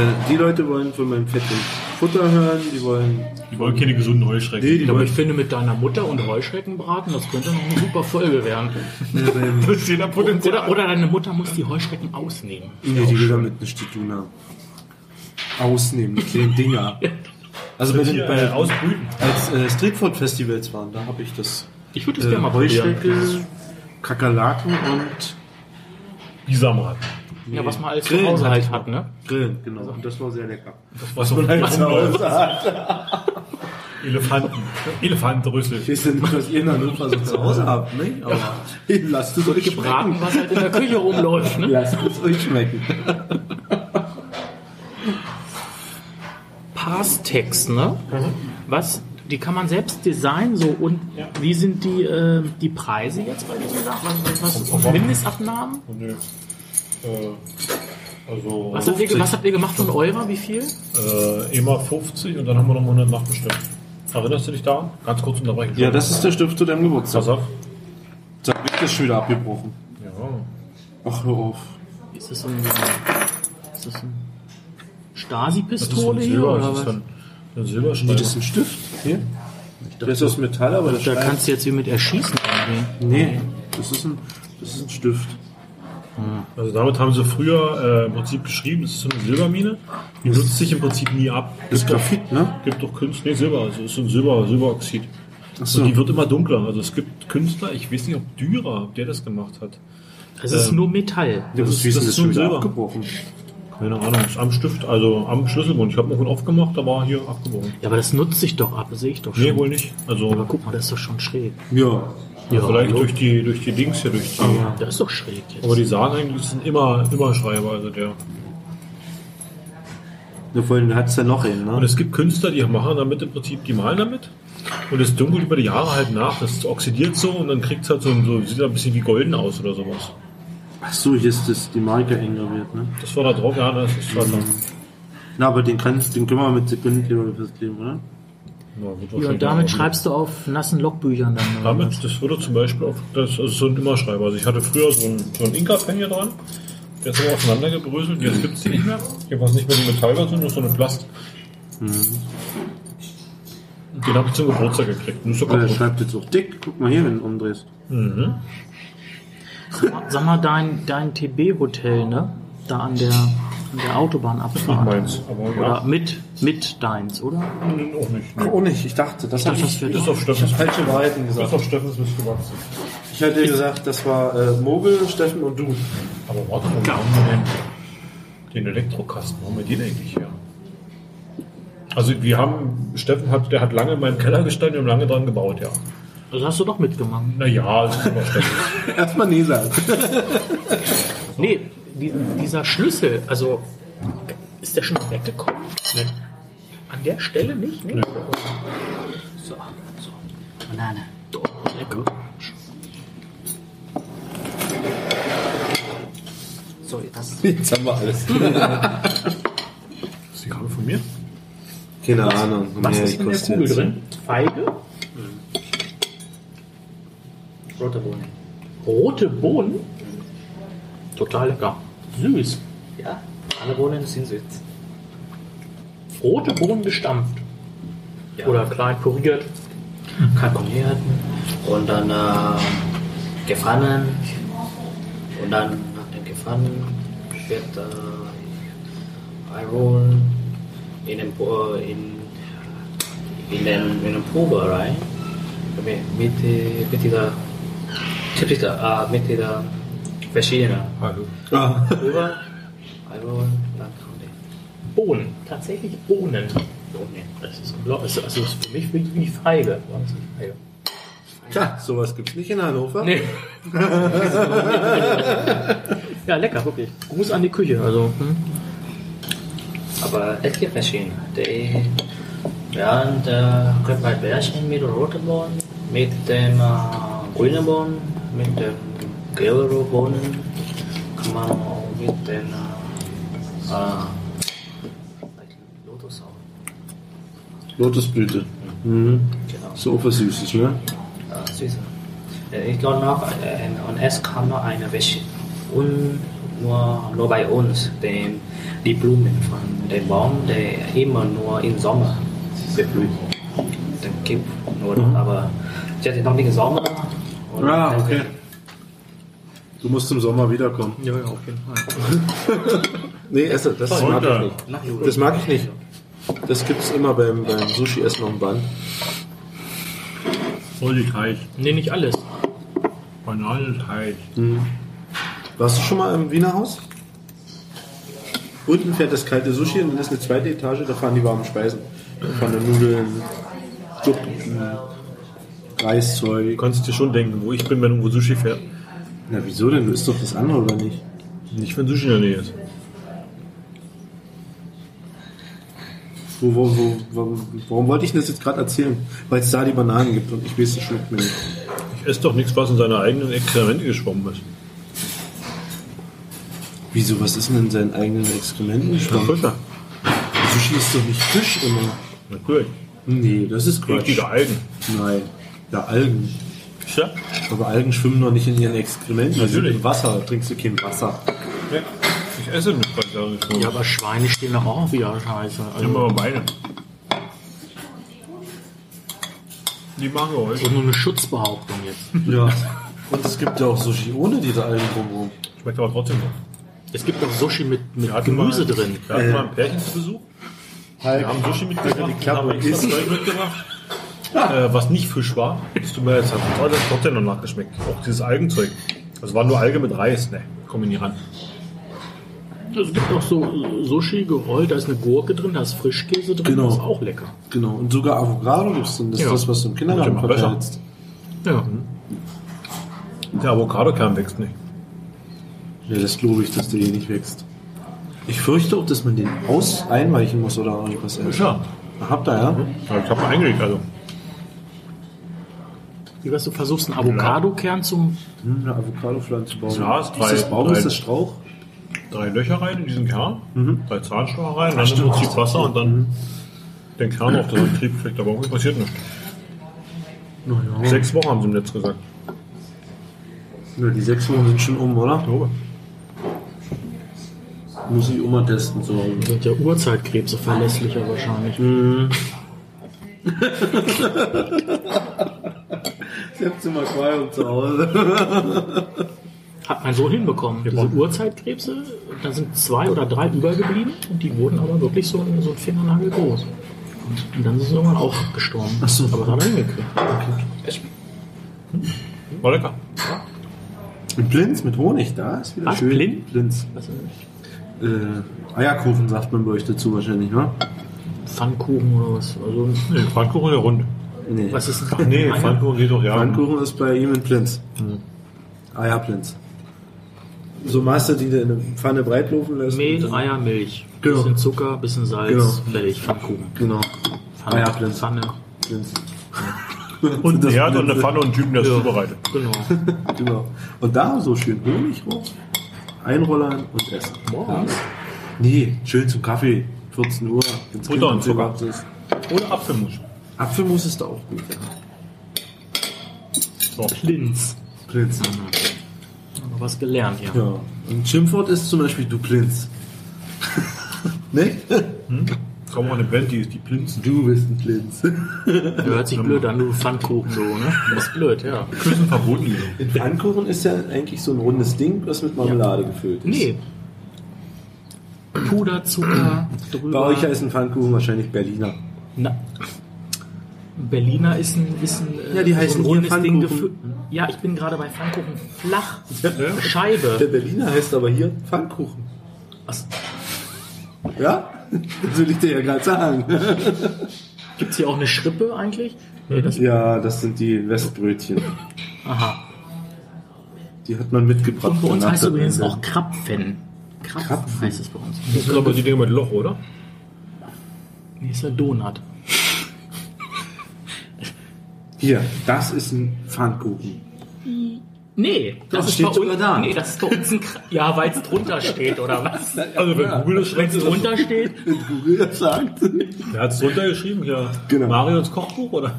Speaker 5: Äh, die Leute wollen von meinem Fett und Futter hören, die wollen.
Speaker 1: Die wollen keine gesunden Heuschrecken.
Speaker 5: Nee, die
Speaker 2: Aber
Speaker 5: wollen.
Speaker 2: ich finde, mit deiner Mutter und Heuschrecken braten, das könnte noch eine super Folge werden.
Speaker 1: Das ist jeder Potenzial.
Speaker 2: Oder, oder deine Mutter muss die Heuschrecken ausnehmen.
Speaker 5: Nee, die will damit nichts zu tun haben. Ausnehmen, die kleinen Dinger. [LAUGHS] Also bei den,
Speaker 1: Hier, äh,
Speaker 5: bei,
Speaker 1: ausbrüten.
Speaker 5: als äh, Streetfood-Festivals waren, da habe ich das.
Speaker 2: Ich würde das
Speaker 5: Äh,
Speaker 2: gerne mal probieren.
Speaker 5: Heuschrecke, Kakerlaken und
Speaker 1: Bisamrat.
Speaker 2: Ja, was man als
Speaker 5: Grillen
Speaker 2: zu Hause halt
Speaker 5: hatte
Speaker 2: hat, ne?
Speaker 5: Grillen, genau. Und das war sehr lecker.
Speaker 1: Was man halt
Speaker 5: zu Hause
Speaker 1: Elefanten. Elefantenrüssel.
Speaker 5: Ich weiß ja nicht, was ihr in Hannover so zu Hause habt, ne? Aber lasst es euch schmecken.
Speaker 2: Gebraten, was halt in der Küche rumläuft, ne?
Speaker 5: Lasst es euch schmecken.
Speaker 2: Passtex, ne?
Speaker 1: Mhm.
Speaker 2: Was, die kann man selbst designen, so und wie sind die, äh, die Preise jetzt bei diesen Sachen? Was, was, was, Mindestabnahmen?
Speaker 1: Oh, Nö. Äh, also
Speaker 2: Was habt, ihr, ge-
Speaker 1: 50.
Speaker 2: was habt ihr gemacht von eurer? Wie viel?
Speaker 1: Äh, immer 50 und dann haben wir noch 100 nachbestellt. Erinnerst du dich daran? Ganz kurz unterbrechen.
Speaker 5: Ja, das ist der Stift zu deinem Geburtstag.
Speaker 1: Pass auf.
Speaker 5: Da wird das schon wieder abgebrochen.
Speaker 1: Ja.
Speaker 5: Ach, hör auf.
Speaker 2: Ist das so ein, ist das ein
Speaker 1: Das ist von
Speaker 2: Stasi-Pistole hier?
Speaker 1: Silber.
Speaker 2: Oder
Speaker 1: Das ist
Speaker 2: was?
Speaker 1: von von Silberschneider.
Speaker 5: ein Stift? Hier? Das ist aus Metall, aber das
Speaker 2: Da
Speaker 5: Stein-
Speaker 2: kannst du jetzt wie mit erschießen angehen.
Speaker 5: Nee, das ist ein, das ist ein Stift.
Speaker 1: Also damit haben sie früher äh, im Prinzip geschrieben, es ist so eine Silbermine. Die nutzt sich im Prinzip nie ab.
Speaker 5: Das ist Graphit, ne?
Speaker 1: gibt doch Künstler, nee, Silber, also ist so ein Silber, Silberoxid.
Speaker 5: so.
Speaker 1: Und die wird immer dunkler. Also es gibt Künstler, ich weiß nicht, ob Dürer, ob der das gemacht hat. Ähm.
Speaker 2: Es ist nur Metall.
Speaker 5: Das,
Speaker 1: ist- das ist schon wieder
Speaker 5: abgebrochen.
Speaker 1: Keine Ahnung, ist am Stift, also am Schlüsselbund. Ich habe noch einen aufgemacht, da war hier abgebrochen.
Speaker 2: Ja, aber das nutzt sich doch ab, sehe ich doch schon.
Speaker 1: Nee, wohl nicht.
Speaker 2: Aber
Speaker 1: Also
Speaker 2: guck mal, das ist doch schon schräg.
Speaker 5: Ja.
Speaker 2: Ja,
Speaker 1: vielleicht durch die, durch die Dings hier, durch die.
Speaker 2: Das ist doch schräg jetzt.
Speaker 1: Aber die sagen eigentlich, das sind immer, immer Schreiber, also der.
Speaker 5: Ja, vorhin hat es ja noch einen,
Speaker 1: Und
Speaker 5: ne?
Speaker 1: es gibt Künstler, die machen damit im Prinzip, die malen damit. Und es dunkelt über die Jahre halt nach. Das oxidiert so und dann kriegt es halt so, ein- so, sieht ein bisschen wie golden aus oder sowas.
Speaker 5: Achso, hier ist das, die Marke eingraviert, ne?
Speaker 1: Das war da drauf, ja, das ist halt dann.
Speaker 5: Na, aber den, kannst, den können wir mit Sekundenkleber festlegen, oder?
Speaker 1: Na, wird
Speaker 2: Ja,
Speaker 1: wahrscheinlich
Speaker 2: damit
Speaker 1: auch-
Speaker 2: schreibst du auf nassen Logbüchern dann. oder
Speaker 1: Damit, das würde zum Beispiel auf, das ist so ein Immerschreiber. Also ich hatte früher so einen, so einen Inka-Pen hier dran, der ist aber auseinandergebröselt, jetzt gibt es die nicht mehr. Jedenfalls nicht mehr die Metaller sind, nur so eine Plast. Mhm. Den habe ich zum Geburtstag gekriegt. Nur so
Speaker 5: Oder er
Speaker 1: kaputt.
Speaker 5: schreibt jetzt auch dick. Guck mal hier, wenn du umdrehst.
Speaker 2: was? Sag mal, dein, dein TB-Hotel, ne? Da an der, an der Autobahnabfahrt.
Speaker 1: meins, aber ja.
Speaker 2: Oder mit, mit deins, oder?
Speaker 1: Nein, auch nicht. Nee.
Speaker 5: Oh nicht, ich dachte, das hat ich,
Speaker 1: Das ist auf Steffens,
Speaker 5: falsche Wahrheiten
Speaker 1: das ist
Speaker 5: gesagt.
Speaker 1: auf Steffens Mist gewachsen.
Speaker 5: Ich hatte gesagt, das war äh, Mogel, Steffen und du.
Speaker 1: Aber warte mal, warum haben wir den, den Elektrokasten, warum haben wir den eigentlich her? Also wir haben, Steffen hat, der hat lange in meinem Keller gestanden und lange dran gebaut, ja.
Speaker 2: Das Also hast du doch mitgemacht.
Speaker 1: Naja, es ist immer Steffen.
Speaker 5: [LAUGHS] Erstmal nee sagen.
Speaker 2: Nee, die, dieser Schlüssel, also ist der schon weggekommen?
Speaker 1: Nee.
Speaker 2: An der Stelle nicht? Nee.
Speaker 4: So, so. Banane.
Speaker 2: Lecker.
Speaker 4: So, das
Speaker 5: [LAUGHS] Jetzt haben wir alles.
Speaker 1: Sie haben von mir?
Speaker 5: Keine Ahnung.
Speaker 2: Was
Speaker 5: Nee,
Speaker 2: ist in der
Speaker 5: kostet
Speaker 2: Kugel
Speaker 5: jetzt.
Speaker 2: drin? Feige? Rote Bohnen. Rote Bohnen? Total lecker. Süß.
Speaker 4: Ja, alle Bohnen sind süß.
Speaker 2: Rote Bohnen gestampft. Oder klein püriert.
Speaker 4: Kalkuliert und dann äh, gefangen. Und dann nach dem Gefangen wird äh, Iron in den, Po- äh, in, in den, in den Probe rein. Mit, mit, die- mit dieser, typischer, äh, mit dieser verschiedenen
Speaker 1: Hallo.
Speaker 5: Ah,
Speaker 4: Pulver, Iron, dann kommt der
Speaker 2: Bohnen. Tatsächlich Bohnen.
Speaker 4: Bohnen.
Speaker 2: Das ist unglaublich. Also ist für mich wirklich wie Feige. Was ist Feige?
Speaker 5: tja, [LAUGHS] sowas gibt's nicht in Hannover.
Speaker 2: Nee. [LAUGHS] ja, lecker, wirklich. Gruß an die Küche. Also, hm?
Speaker 4: Aber es gibt verschiedene. Die, ja, und äh, können wir Bärchen mit roten Bohnen, mit dem äh, grünen Bohnen, mit dem gelben Bohnen, kann man auch mit den äh, äh, Lotus auch.
Speaker 5: Lotusblüte. Mhm.
Speaker 4: Genau.
Speaker 5: So was Süßes, ne?
Speaker 4: äh, Süße. Äh, Ich glaube noch, äh, und es kam noch eine welche und nur, nur bei uns, den, die Blumen von dem Baum, der immer nur im Sommer beblüht. Den gibt nur, aber ich hatte noch nicht im Sommer. Und
Speaker 5: Ah,
Speaker 4: deswegen-
Speaker 5: okay. Du musst im Sommer wiederkommen.
Speaker 2: Ja, ja, auf jeden Fall.
Speaker 5: Nee, esse, das mag ich nicht.
Speaker 4: Nach Juli.
Speaker 5: Das mag ich nicht. Das gibt's immer beim, beim Sushi-Essen auf dem Band.
Speaker 1: Vollteig,
Speaker 2: Nee, nicht alles.
Speaker 1: Bananenteig.
Speaker 5: Warst du schon mal im Wiener Haus? Unten fährt das kalte Sushi und dann ist eine zweite Etage, da fahren die warmen Speisen. Da fahren dann Nudeln, Suppen,
Speaker 1: Du
Speaker 5: Reiszeug.
Speaker 1: kannst dir schon denken, wo ich bin, wenn irgendwo Sushi fährt.
Speaker 5: Na wieso denn? Ist doch das andere, oder nicht?
Speaker 1: Nicht, wenn Sushi in der Nähe ist.
Speaker 5: Wo, wo, wo, warum, warum wollte ich denn das jetzt gerade erzählen? Weil es da die Bananen gibt und ich weiß, das schmeckt mir nicht.
Speaker 1: Ich esse doch nichts, was in seine eigenen Experimente geschwommen ist.
Speaker 5: Wieso, was ist denn in seinen eigenen Exkrementen gesprochen?
Speaker 1: Fischer.
Speaker 5: Sushi ist doch nicht Fisch immer.
Speaker 1: Natürlich.
Speaker 5: Nee, das ist Quatsch.
Speaker 1: Richtige Algen.
Speaker 5: Nein, ja Algen.
Speaker 1: Tja,
Speaker 5: Aber Also Algen schwimmen doch nicht in ihren Exkrementen. Die sind
Speaker 1: Natürlich.
Speaker 5: Im Wasser trinkst du kein Wasser.
Speaker 1: ja. ich esse nicht, weil ich da nicht so.
Speaker 2: Ja, aber Schweine stehen doch auch wieder scheiße. Also,
Speaker 1: Immer meine. Die machen wir
Speaker 2: so
Speaker 1: heute.
Speaker 2: nur eine Schutzbehauptung jetzt.
Speaker 5: Ja. [LAUGHS] Und es gibt ja auch Sushi ohne diese Algen drumherum.
Speaker 1: Schmeckt aber trotzdem noch.
Speaker 2: [LAUGHS] Es gibt doch Sushi mit, mit
Speaker 1: Wir hatten
Speaker 2: Gemüse
Speaker 1: mal,
Speaker 2: drin.
Speaker 1: Wir hatten mal ein Pärchen zu Besuch. Wir haben Sushi mitgebracht.
Speaker 5: Äh, die
Speaker 1: Wir
Speaker 5: Klappe
Speaker 1: haben extra
Speaker 5: ist-
Speaker 1: Zeug mitgebracht. Äh, was nicht Fisch war. Das tut mir jetzt hat oh, das hat trotzdem noch nachgeschmeckt. Auch dieses Algenzeug. Das war nur Alge mit Reis. Ne, komm ich nie ran.
Speaker 2: es gibt auch so äh, Sushi gerollt, da ist eine Gurke drin, da ist Frischkäse drin,
Speaker 5: Genau.
Speaker 2: das ist auch lecker.
Speaker 5: Genau. Und sogar Avocado gibt's drin. Das
Speaker 2: Ja.
Speaker 5: ist das, was du im Kindergarten
Speaker 1: Macht ja mal besser.
Speaker 5: verteilst.
Speaker 2: Ja.
Speaker 1: Der Avocadokern wächst nicht.
Speaker 5: Ja, das glaube ich, dass der hier nicht wächst. Ich fürchte auch, dass man den aus einweichen muss oder irgendwas.
Speaker 1: Ja,
Speaker 5: Habt ihr, ja?
Speaker 1: ja ich habe eingelegt, also.
Speaker 2: Wie was du versuchst, einen Avocadokern zum.
Speaker 5: Hm, Eine Avocado-Pflanze bauen.
Speaker 1: Ja, ist
Speaker 5: ist
Speaker 1: drei-
Speaker 5: das Baum,
Speaker 1: drei-
Speaker 5: ist das Strauch?
Speaker 1: drei Löcher rein in diesen Kern, drei Zahnstocher rein, dann im Prinzip Wasser und dann den Kern auf der Trieb kriegt. Aber irgendwie passiert nichts. Sechs Wochen haben sie im Netz gesagt.
Speaker 5: Ja, die sechs Wochen sind schon um, oder?
Speaker 1: glaube.
Speaker 5: Muss ich immer testen. So.
Speaker 2: Sind ja Urzeitkrebse verlässlicher wahrscheinlich.
Speaker 5: Ich hab's im Aquarium zu Hause.
Speaker 2: Hat mein Sohn hinbekommen. Diese Urzeitkrebse, da sind zwei oder drei übergeblieben und die wurden aber wirklich so, so ein Fingernagel groß. Und dann sind sie irgendwann auch gestorben.
Speaker 5: so.
Speaker 2: Aber das hat er hingekriegt.
Speaker 1: War lecker.
Speaker 5: Ein Plinz [LAUGHS] mit Honig, da ist wieder
Speaker 2: Was?
Speaker 5: schön.
Speaker 2: Plin-
Speaker 5: Plinz.
Speaker 2: Was ist
Speaker 5: Äh, Eierkuchen sagt man bei euch dazu wahrscheinlich, ne?
Speaker 2: das? Pfannkuchen oder was? Also,
Speaker 1: Nee, Pfannkuchen der Rund.
Speaker 5: Nee.
Speaker 2: was ist
Speaker 1: Ach nee, Pfannkuchen geht doch ja.
Speaker 5: Pfannkuchen ist bei ihm in Plinz.
Speaker 1: Mhm.
Speaker 5: Eierplinz. So machst du die in eine Pfanne breit laufen lässt.
Speaker 2: Mehl,
Speaker 5: und dann-
Speaker 2: Eier, Milch.
Speaker 5: Genau.
Speaker 2: Bisschen Zucker, bisschen Salz,
Speaker 5: Genau.
Speaker 2: fertig, Pfannkuchen.
Speaker 5: Genau.
Speaker 2: Pfanne,
Speaker 5: Eier, Plinz.
Speaker 2: Pfanne.
Speaker 5: Plinz.
Speaker 1: [LAUGHS] Und
Speaker 5: Das
Speaker 1: er hat und eine
Speaker 5: Blödsinn.
Speaker 1: Pfanne und einen Typen, der es
Speaker 2: Ja.
Speaker 1: zubereitet.
Speaker 2: Genau.
Speaker 5: [LAUGHS] Genau. Und da so schön Honig rauf, einrollern und essen.
Speaker 2: Morgens?
Speaker 5: Nee, schön zum Kaffee. 14 Uhr. wenn's
Speaker 1: Butter und
Speaker 5: Kind
Speaker 1: Zucker.
Speaker 5: abgewacht ist.
Speaker 1: Oder Apfelmus.
Speaker 5: Apfelmus ist da auch gut. Ja.
Speaker 1: So.
Speaker 2: Plinz.
Speaker 5: Plinz.
Speaker 2: Haben wir was gelernt, ja.
Speaker 5: Ja. Und Schimpfwort ist zum Beispiel du Plinz. [LAUGHS] ne?
Speaker 1: Komm mal eine Band, die ist die Plinzen.
Speaker 5: Du bist ein Plinz.
Speaker 2: Hört sich blöd an, du Pfannkuchen, du, ne? Das ist blöd, ja.
Speaker 1: Küssen verboten. die sind.
Speaker 5: Ein Pfannkuchen ist ja eigentlich so ein rundes Ding, was mit Marmelade gefüllt ist.
Speaker 2: Nee. Puderzucker
Speaker 5: Bei
Speaker 2: drüber.
Speaker 5: euch heißt ein Pfannkuchen wahrscheinlich Berliner.
Speaker 2: Na, Berliner ist ein, ist ein äh,
Speaker 5: Ja, die heißen
Speaker 2: so ein
Speaker 5: hier
Speaker 2: rundes Ding gefü-
Speaker 5: Pfannkuchen.
Speaker 2: Ja, ich bin gerade bei Pfannkuchen. Flach. Scheibe.
Speaker 5: Der Berliner heißt aber hier Pfannkuchen.
Speaker 2: Was
Speaker 5: [LAUGHS] Ja? Das will ich dir ja gerade sagen.
Speaker 2: Gibt es hier auch eine Schrippe eigentlich?
Speaker 5: Ja, das sind die Westbrötchen.
Speaker 2: Aha.
Speaker 5: Die hat man mitgebracht.
Speaker 2: Und bei uns
Speaker 5: Nach
Speaker 2: heißt es
Speaker 5: der
Speaker 2: übrigens
Speaker 5: Wende.
Speaker 2: auch Krapfen. Krapfen,
Speaker 5: Krapfen.
Speaker 2: heißt es bei uns.
Speaker 1: Das sind aber die Dinge mit Loch, oder?
Speaker 2: Nee, ist ja Donut.
Speaker 5: Hier, das ist ein Pfannkuchen.
Speaker 2: Nee, das,
Speaker 5: Doch,
Speaker 2: ist
Speaker 5: steht
Speaker 2: bei
Speaker 5: sogar
Speaker 2: uns,
Speaker 5: da.
Speaker 2: Nee, das ist bei uns ein Kra Ja, weil es drunter steht, oder
Speaker 5: [LAUGHS]
Speaker 2: was?
Speaker 1: Also wenn Google das
Speaker 2: Wenn
Speaker 1: schreibt,
Speaker 2: es drunter steht,
Speaker 5: Wenn Google das sagt.
Speaker 1: Wer hat es runtergeschrieben? Ja.
Speaker 5: Genau.
Speaker 1: Marions Kochbuch, oder?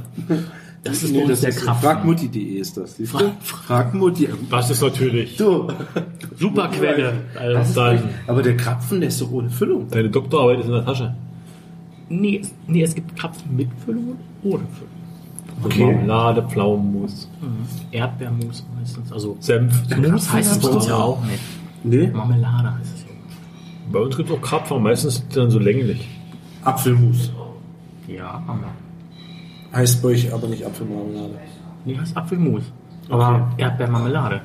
Speaker 2: das ist bei uns der Krapfen.
Speaker 5: Fragmutti.de ist das. Siehst du?
Speaker 2: Frag-
Speaker 5: Fragmutti.
Speaker 1: Das ist natürlich.
Speaker 5: So.
Speaker 2: Super Quelle.
Speaker 5: Das ist
Speaker 2: Also,
Speaker 5: echt- aber der Krapfen, der ist doch ohne Füllung.
Speaker 1: Deine Doktorarbeit ist in der Tasche.
Speaker 2: nee, es- nee, es gibt Krapfen mit Füllung und ohne Füllung.
Speaker 5: Okay.
Speaker 1: Marmelade, Pflaumenmus,
Speaker 2: Erdbeermus meistens. Also
Speaker 1: Senf.
Speaker 2: Mus heißt es bei uns ja
Speaker 5: auch.
Speaker 2: auch nicht.
Speaker 5: Nee,
Speaker 2: Marmelade heißt es ja.
Speaker 1: Bei uns gibt es auch Krapfen, meistens dann so länglich.
Speaker 5: Apfelmus.
Speaker 2: Ja, aber.
Speaker 5: Heißt bei euch aber nicht Apfelmarmelade.
Speaker 2: Nee, heißt Apfelmus. Aber Erdbeermarmelade.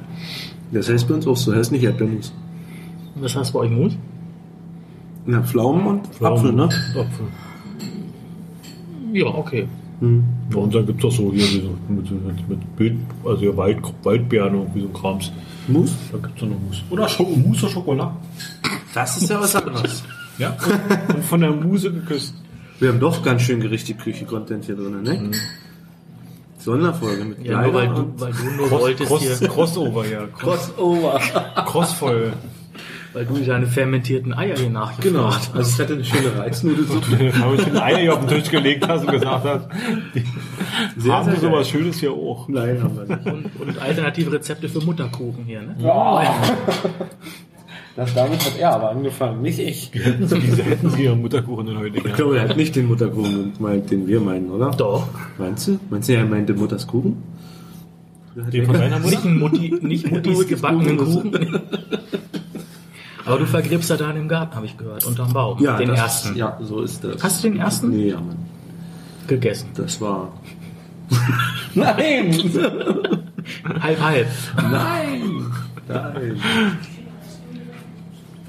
Speaker 5: Das heißt bei uns auch so. Heißt nicht Erdbeermus.
Speaker 2: Und Was heißt bei euch Mus?
Speaker 5: Ja, Pflaumen und Apfel, ne?
Speaker 1: Apfel.
Speaker 2: Ja, okay.
Speaker 1: Ja, und dann gibt es auch so hier so mit, so- mit, mit Bild, also hier Wald, Waldbeeren und irgendwie so ein Krams.
Speaker 5: Mus?
Speaker 1: Da gibt es noch Mousse. Oder Schoko, Mousse oder Schokolade.
Speaker 5: Das ist ja was anderes.
Speaker 1: [LAUGHS] Ja. Und, von der Muse geküsst.
Speaker 5: Wir haben doch ganz schön gerichtet Küche-Content hier drin, ne? Sonderfolge mit
Speaker 2: Ja, nur weil
Speaker 5: Kleider
Speaker 2: du,
Speaker 5: und
Speaker 2: weil du nur
Speaker 1: Cross,
Speaker 2: wolltest
Speaker 1: Cross,
Speaker 2: hier,
Speaker 1: Crossover, ja. Cross,
Speaker 5: Crossover.
Speaker 1: Crossfolge.
Speaker 2: weil du deine fermentierten Eier hier
Speaker 5: Genau.
Speaker 2: nachgefragt
Speaker 5: Also ich hatte eine schöne [LAUGHS] Reisnudelsuppe.
Speaker 1: Da habe ich den Eier hier auf den Tisch gelegt hast und gesagt hast,
Speaker 5: Sehr,
Speaker 1: haben
Speaker 5: sehr
Speaker 1: wir sowas Schönes hier auch.
Speaker 5: Nein, haben wir nicht.
Speaker 2: Und, und alternative Rezepte für Mutterkuchen hier, ne?
Speaker 5: [LAUGHS] Das, damit hat er aber angefangen, nicht ich.
Speaker 1: Diese hätten sie ihren Mutterkuchen in heute
Speaker 5: Ich
Speaker 1: gerne.
Speaker 5: glaube, er hat halt nicht den Mutterkuchen gemeint, den wir meinen, oder?
Speaker 2: Doch.
Speaker 5: Meinst du? Meinst du, er meinte Mutters Kuchen?
Speaker 1: Den von deiner [LAUGHS] Mutter?
Speaker 2: Nicht, ein Mutti, [LAUGHS] nicht Muttis gebackenen
Speaker 5: Kuchen.
Speaker 2: Kuchen. [LAUGHS] Aber du vergräbst ja deinen im Garten, habe ich gehört, unterm Baum. den
Speaker 5: das,
Speaker 2: ersten.
Speaker 5: Ja, so ist das.
Speaker 2: Hast du den ersten
Speaker 5: Nee, ja, Mann.
Speaker 2: gegessen?
Speaker 5: Das war. Nein!
Speaker 2: Halb, halb.
Speaker 5: Nein! Nein!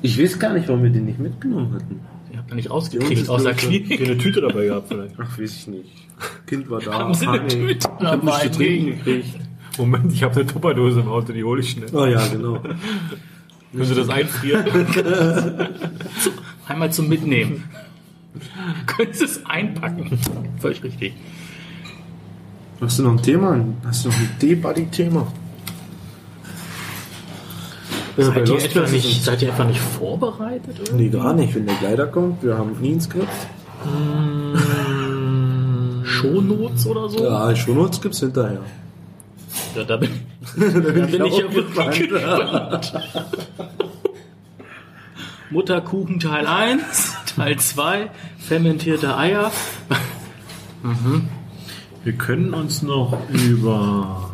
Speaker 5: Ich weiß gar nicht, warum wir den nicht mitgenommen hatten.
Speaker 2: Ich hab da nicht
Speaker 5: Jungs,
Speaker 2: rausgekriegt
Speaker 5: das
Speaker 2: aus der
Speaker 5: Blöde.
Speaker 1: Dir
Speaker 2: Klinik.
Speaker 1: eine Tüte dabei gehabt vielleicht.
Speaker 5: Ach, weiß ich nicht. Kind war da.
Speaker 2: Haben sie eine
Speaker 5: Panik.
Speaker 2: Tüte
Speaker 5: ich hab
Speaker 2: dabei?
Speaker 5: nichts zu trinken gekriegt.
Speaker 1: Moment, ich habe eine Tupperdose im Auto, die hole ich schnell.
Speaker 5: Oh ja, genau.
Speaker 1: Können Sie das einfrieren?
Speaker 2: Einmal zum Mitnehmen. [LAUGHS] Können Sie es einpacken? Völlig richtig.
Speaker 5: Hast du noch ein Thema? Hast du noch ein D-Buddy-Thema? Äh, bei
Speaker 2: Seid ihr,
Speaker 5: Lost
Speaker 2: etwa
Speaker 5: Place
Speaker 2: nicht,
Speaker 5: ist
Speaker 2: seid ihr etwa nicht vorbereitet?
Speaker 5: es- Nee, gar nicht. Wenn der Kleider kommt, wir haben nie ein Skript.
Speaker 2: Shownotes oder so?
Speaker 5: Ja, schon uns Ah, gibt's hinterher.
Speaker 2: Ja, da bin,
Speaker 5: [LAUGHS] Da
Speaker 2: [LAUGHS] da bin ich ja
Speaker 5: auch
Speaker 2: wirklich gespannt. Mutterkuchen Teil 1, [LAUGHS] Teil 2, fermentierte Eier.
Speaker 7: Wir können uns noch über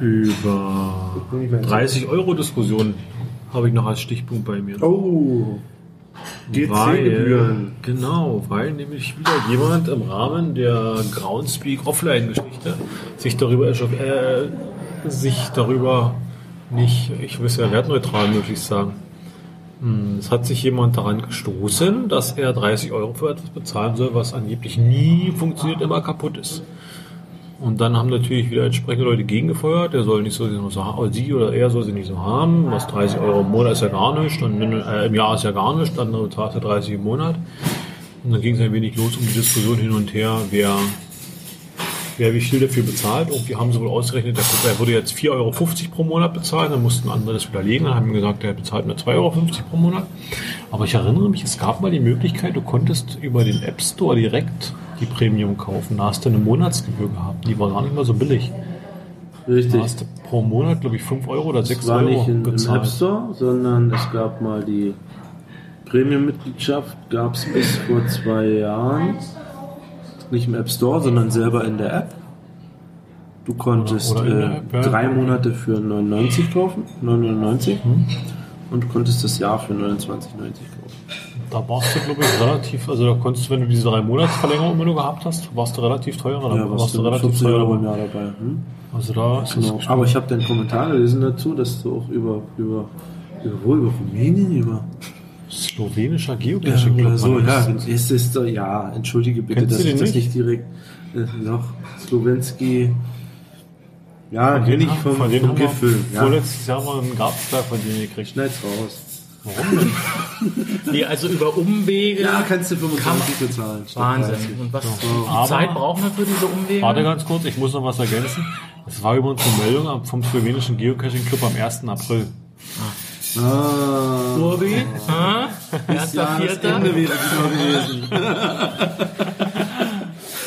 Speaker 7: über
Speaker 1: 30 Euro Diskussion habe ich noch als Stichpunkt bei mir.
Speaker 5: Oh. GC-Gebühren.
Speaker 1: Genau, weil nämlich wieder jemand im Rahmen der Groundspeak Offline-Geschichte sich darüber erschock- äh, sich darüber nicht, ich will es ja wertneutral möglichst sagen. Hm, Es hat sich jemand daran gestoßen, dass er 30 Euro für etwas bezahlen soll, was angeblich nie funktioniert, immer kaputt ist. Und dann haben natürlich wieder entsprechende Leute gegengefeuert, der soll nicht so, so ha- oder sie oder er soll sie nicht so haben, was 30 Euro im Monat ist ja gar nicht, und in- äh, im Jahr ist ja gar nicht, dann zahlt er 30 im Monat. Und dann ging es ein wenig los um die Diskussion hin und her, wer, wer wie viel dafür bezahlt. Und wir haben sie wohl ausgerechnet, der Kumpel, er würde jetzt 4,50 Euro pro Monat bezahlen, dann mussten andere das widerlegen, dann haben wir gesagt, der bezahlt nur 2,50 Euro pro Monat. Aber ich erinnere mich, es gab mal die Möglichkeit, du konntest über den App Store direkt die Premium kaufen. Da hast du eine Monatsgebühr gehabt, die war gar nicht mal so billig. Da
Speaker 5: Richtig.
Speaker 1: hast du pro Monat, glaube ich, 5 Euro oder 6
Speaker 5: Es war
Speaker 1: Euro
Speaker 5: nicht in, im App
Speaker 1: bezahlt.
Speaker 5: Store, sondern es gab mal die Premium-Mitgliedschaft, gab es bis vor zwei Jahren. Nicht im App Store, sondern selber in der App. Du konntest
Speaker 1: Oder- oder in
Speaker 5: äh,
Speaker 1: der App, ja.
Speaker 5: drei Monate für 99 kaufen, 9,99
Speaker 1: Mhm.
Speaker 5: und konntest das Jahr für 29,90 kaufen.
Speaker 1: Da warst du, glaube ich, relativ, also da konntest du, wenn du diese drei Monatsverlängerung immer nur gehabt hast, warst du relativ teurer. Da
Speaker 5: was
Speaker 1: warst du
Speaker 5: sind
Speaker 1: relativ
Speaker 5: 40 Euro im
Speaker 1: teurer.
Speaker 5: Jahr dabei. Hm?
Speaker 1: Also da ist
Speaker 5: Genau.
Speaker 1: es
Speaker 5: Aber ich habe deinen Kommentar gelesen dazu, dass du auch über, über, über, wo, über Rumänien, über
Speaker 1: slowenischer Geocache,
Speaker 5: Ja,
Speaker 1: glaub
Speaker 5: oder Ähm, so,
Speaker 1: man,
Speaker 5: ja.
Speaker 1: ist.
Speaker 5: Es ist doch, ja, entschuldige bitte,
Speaker 1: Kennst
Speaker 5: dass
Speaker 1: du
Speaker 5: ich
Speaker 1: den
Speaker 5: das
Speaker 1: nicht?
Speaker 5: nicht direkt äh, noch Slowensky. Ja,
Speaker 1: Von
Speaker 5: kenne
Speaker 1: denen
Speaker 5: ich
Speaker 1: haben-
Speaker 5: vom,
Speaker 1: von denen
Speaker 5: vom
Speaker 1: haben wir
Speaker 5: Gipfel. Ja.
Speaker 1: vorletztes Jahr mal einen Grabstein von denen gekriegt.
Speaker 5: Schneid's raus.
Speaker 1: Warum denn?
Speaker 2: Nee, also über Umwege.
Speaker 5: Ja, kannst du
Speaker 2: Kann
Speaker 5: 25
Speaker 2: man-
Speaker 5: bezahlen. statt 30.
Speaker 2: Wahnsinn. Und was
Speaker 1: Aber-
Speaker 2: die Zeit brauchen wir für diese Umwege?
Speaker 1: Warte ganz kurz, ich muss noch was ergänzen. Es war übrigens eine Meldung am- vom slowenischen Geocaching Club am 1. April.
Speaker 5: Ah,
Speaker 2: Urbi? Hä? Erster,
Speaker 5: ja, das
Speaker 2: vierter?
Speaker 5: Ende wäre super gewesen.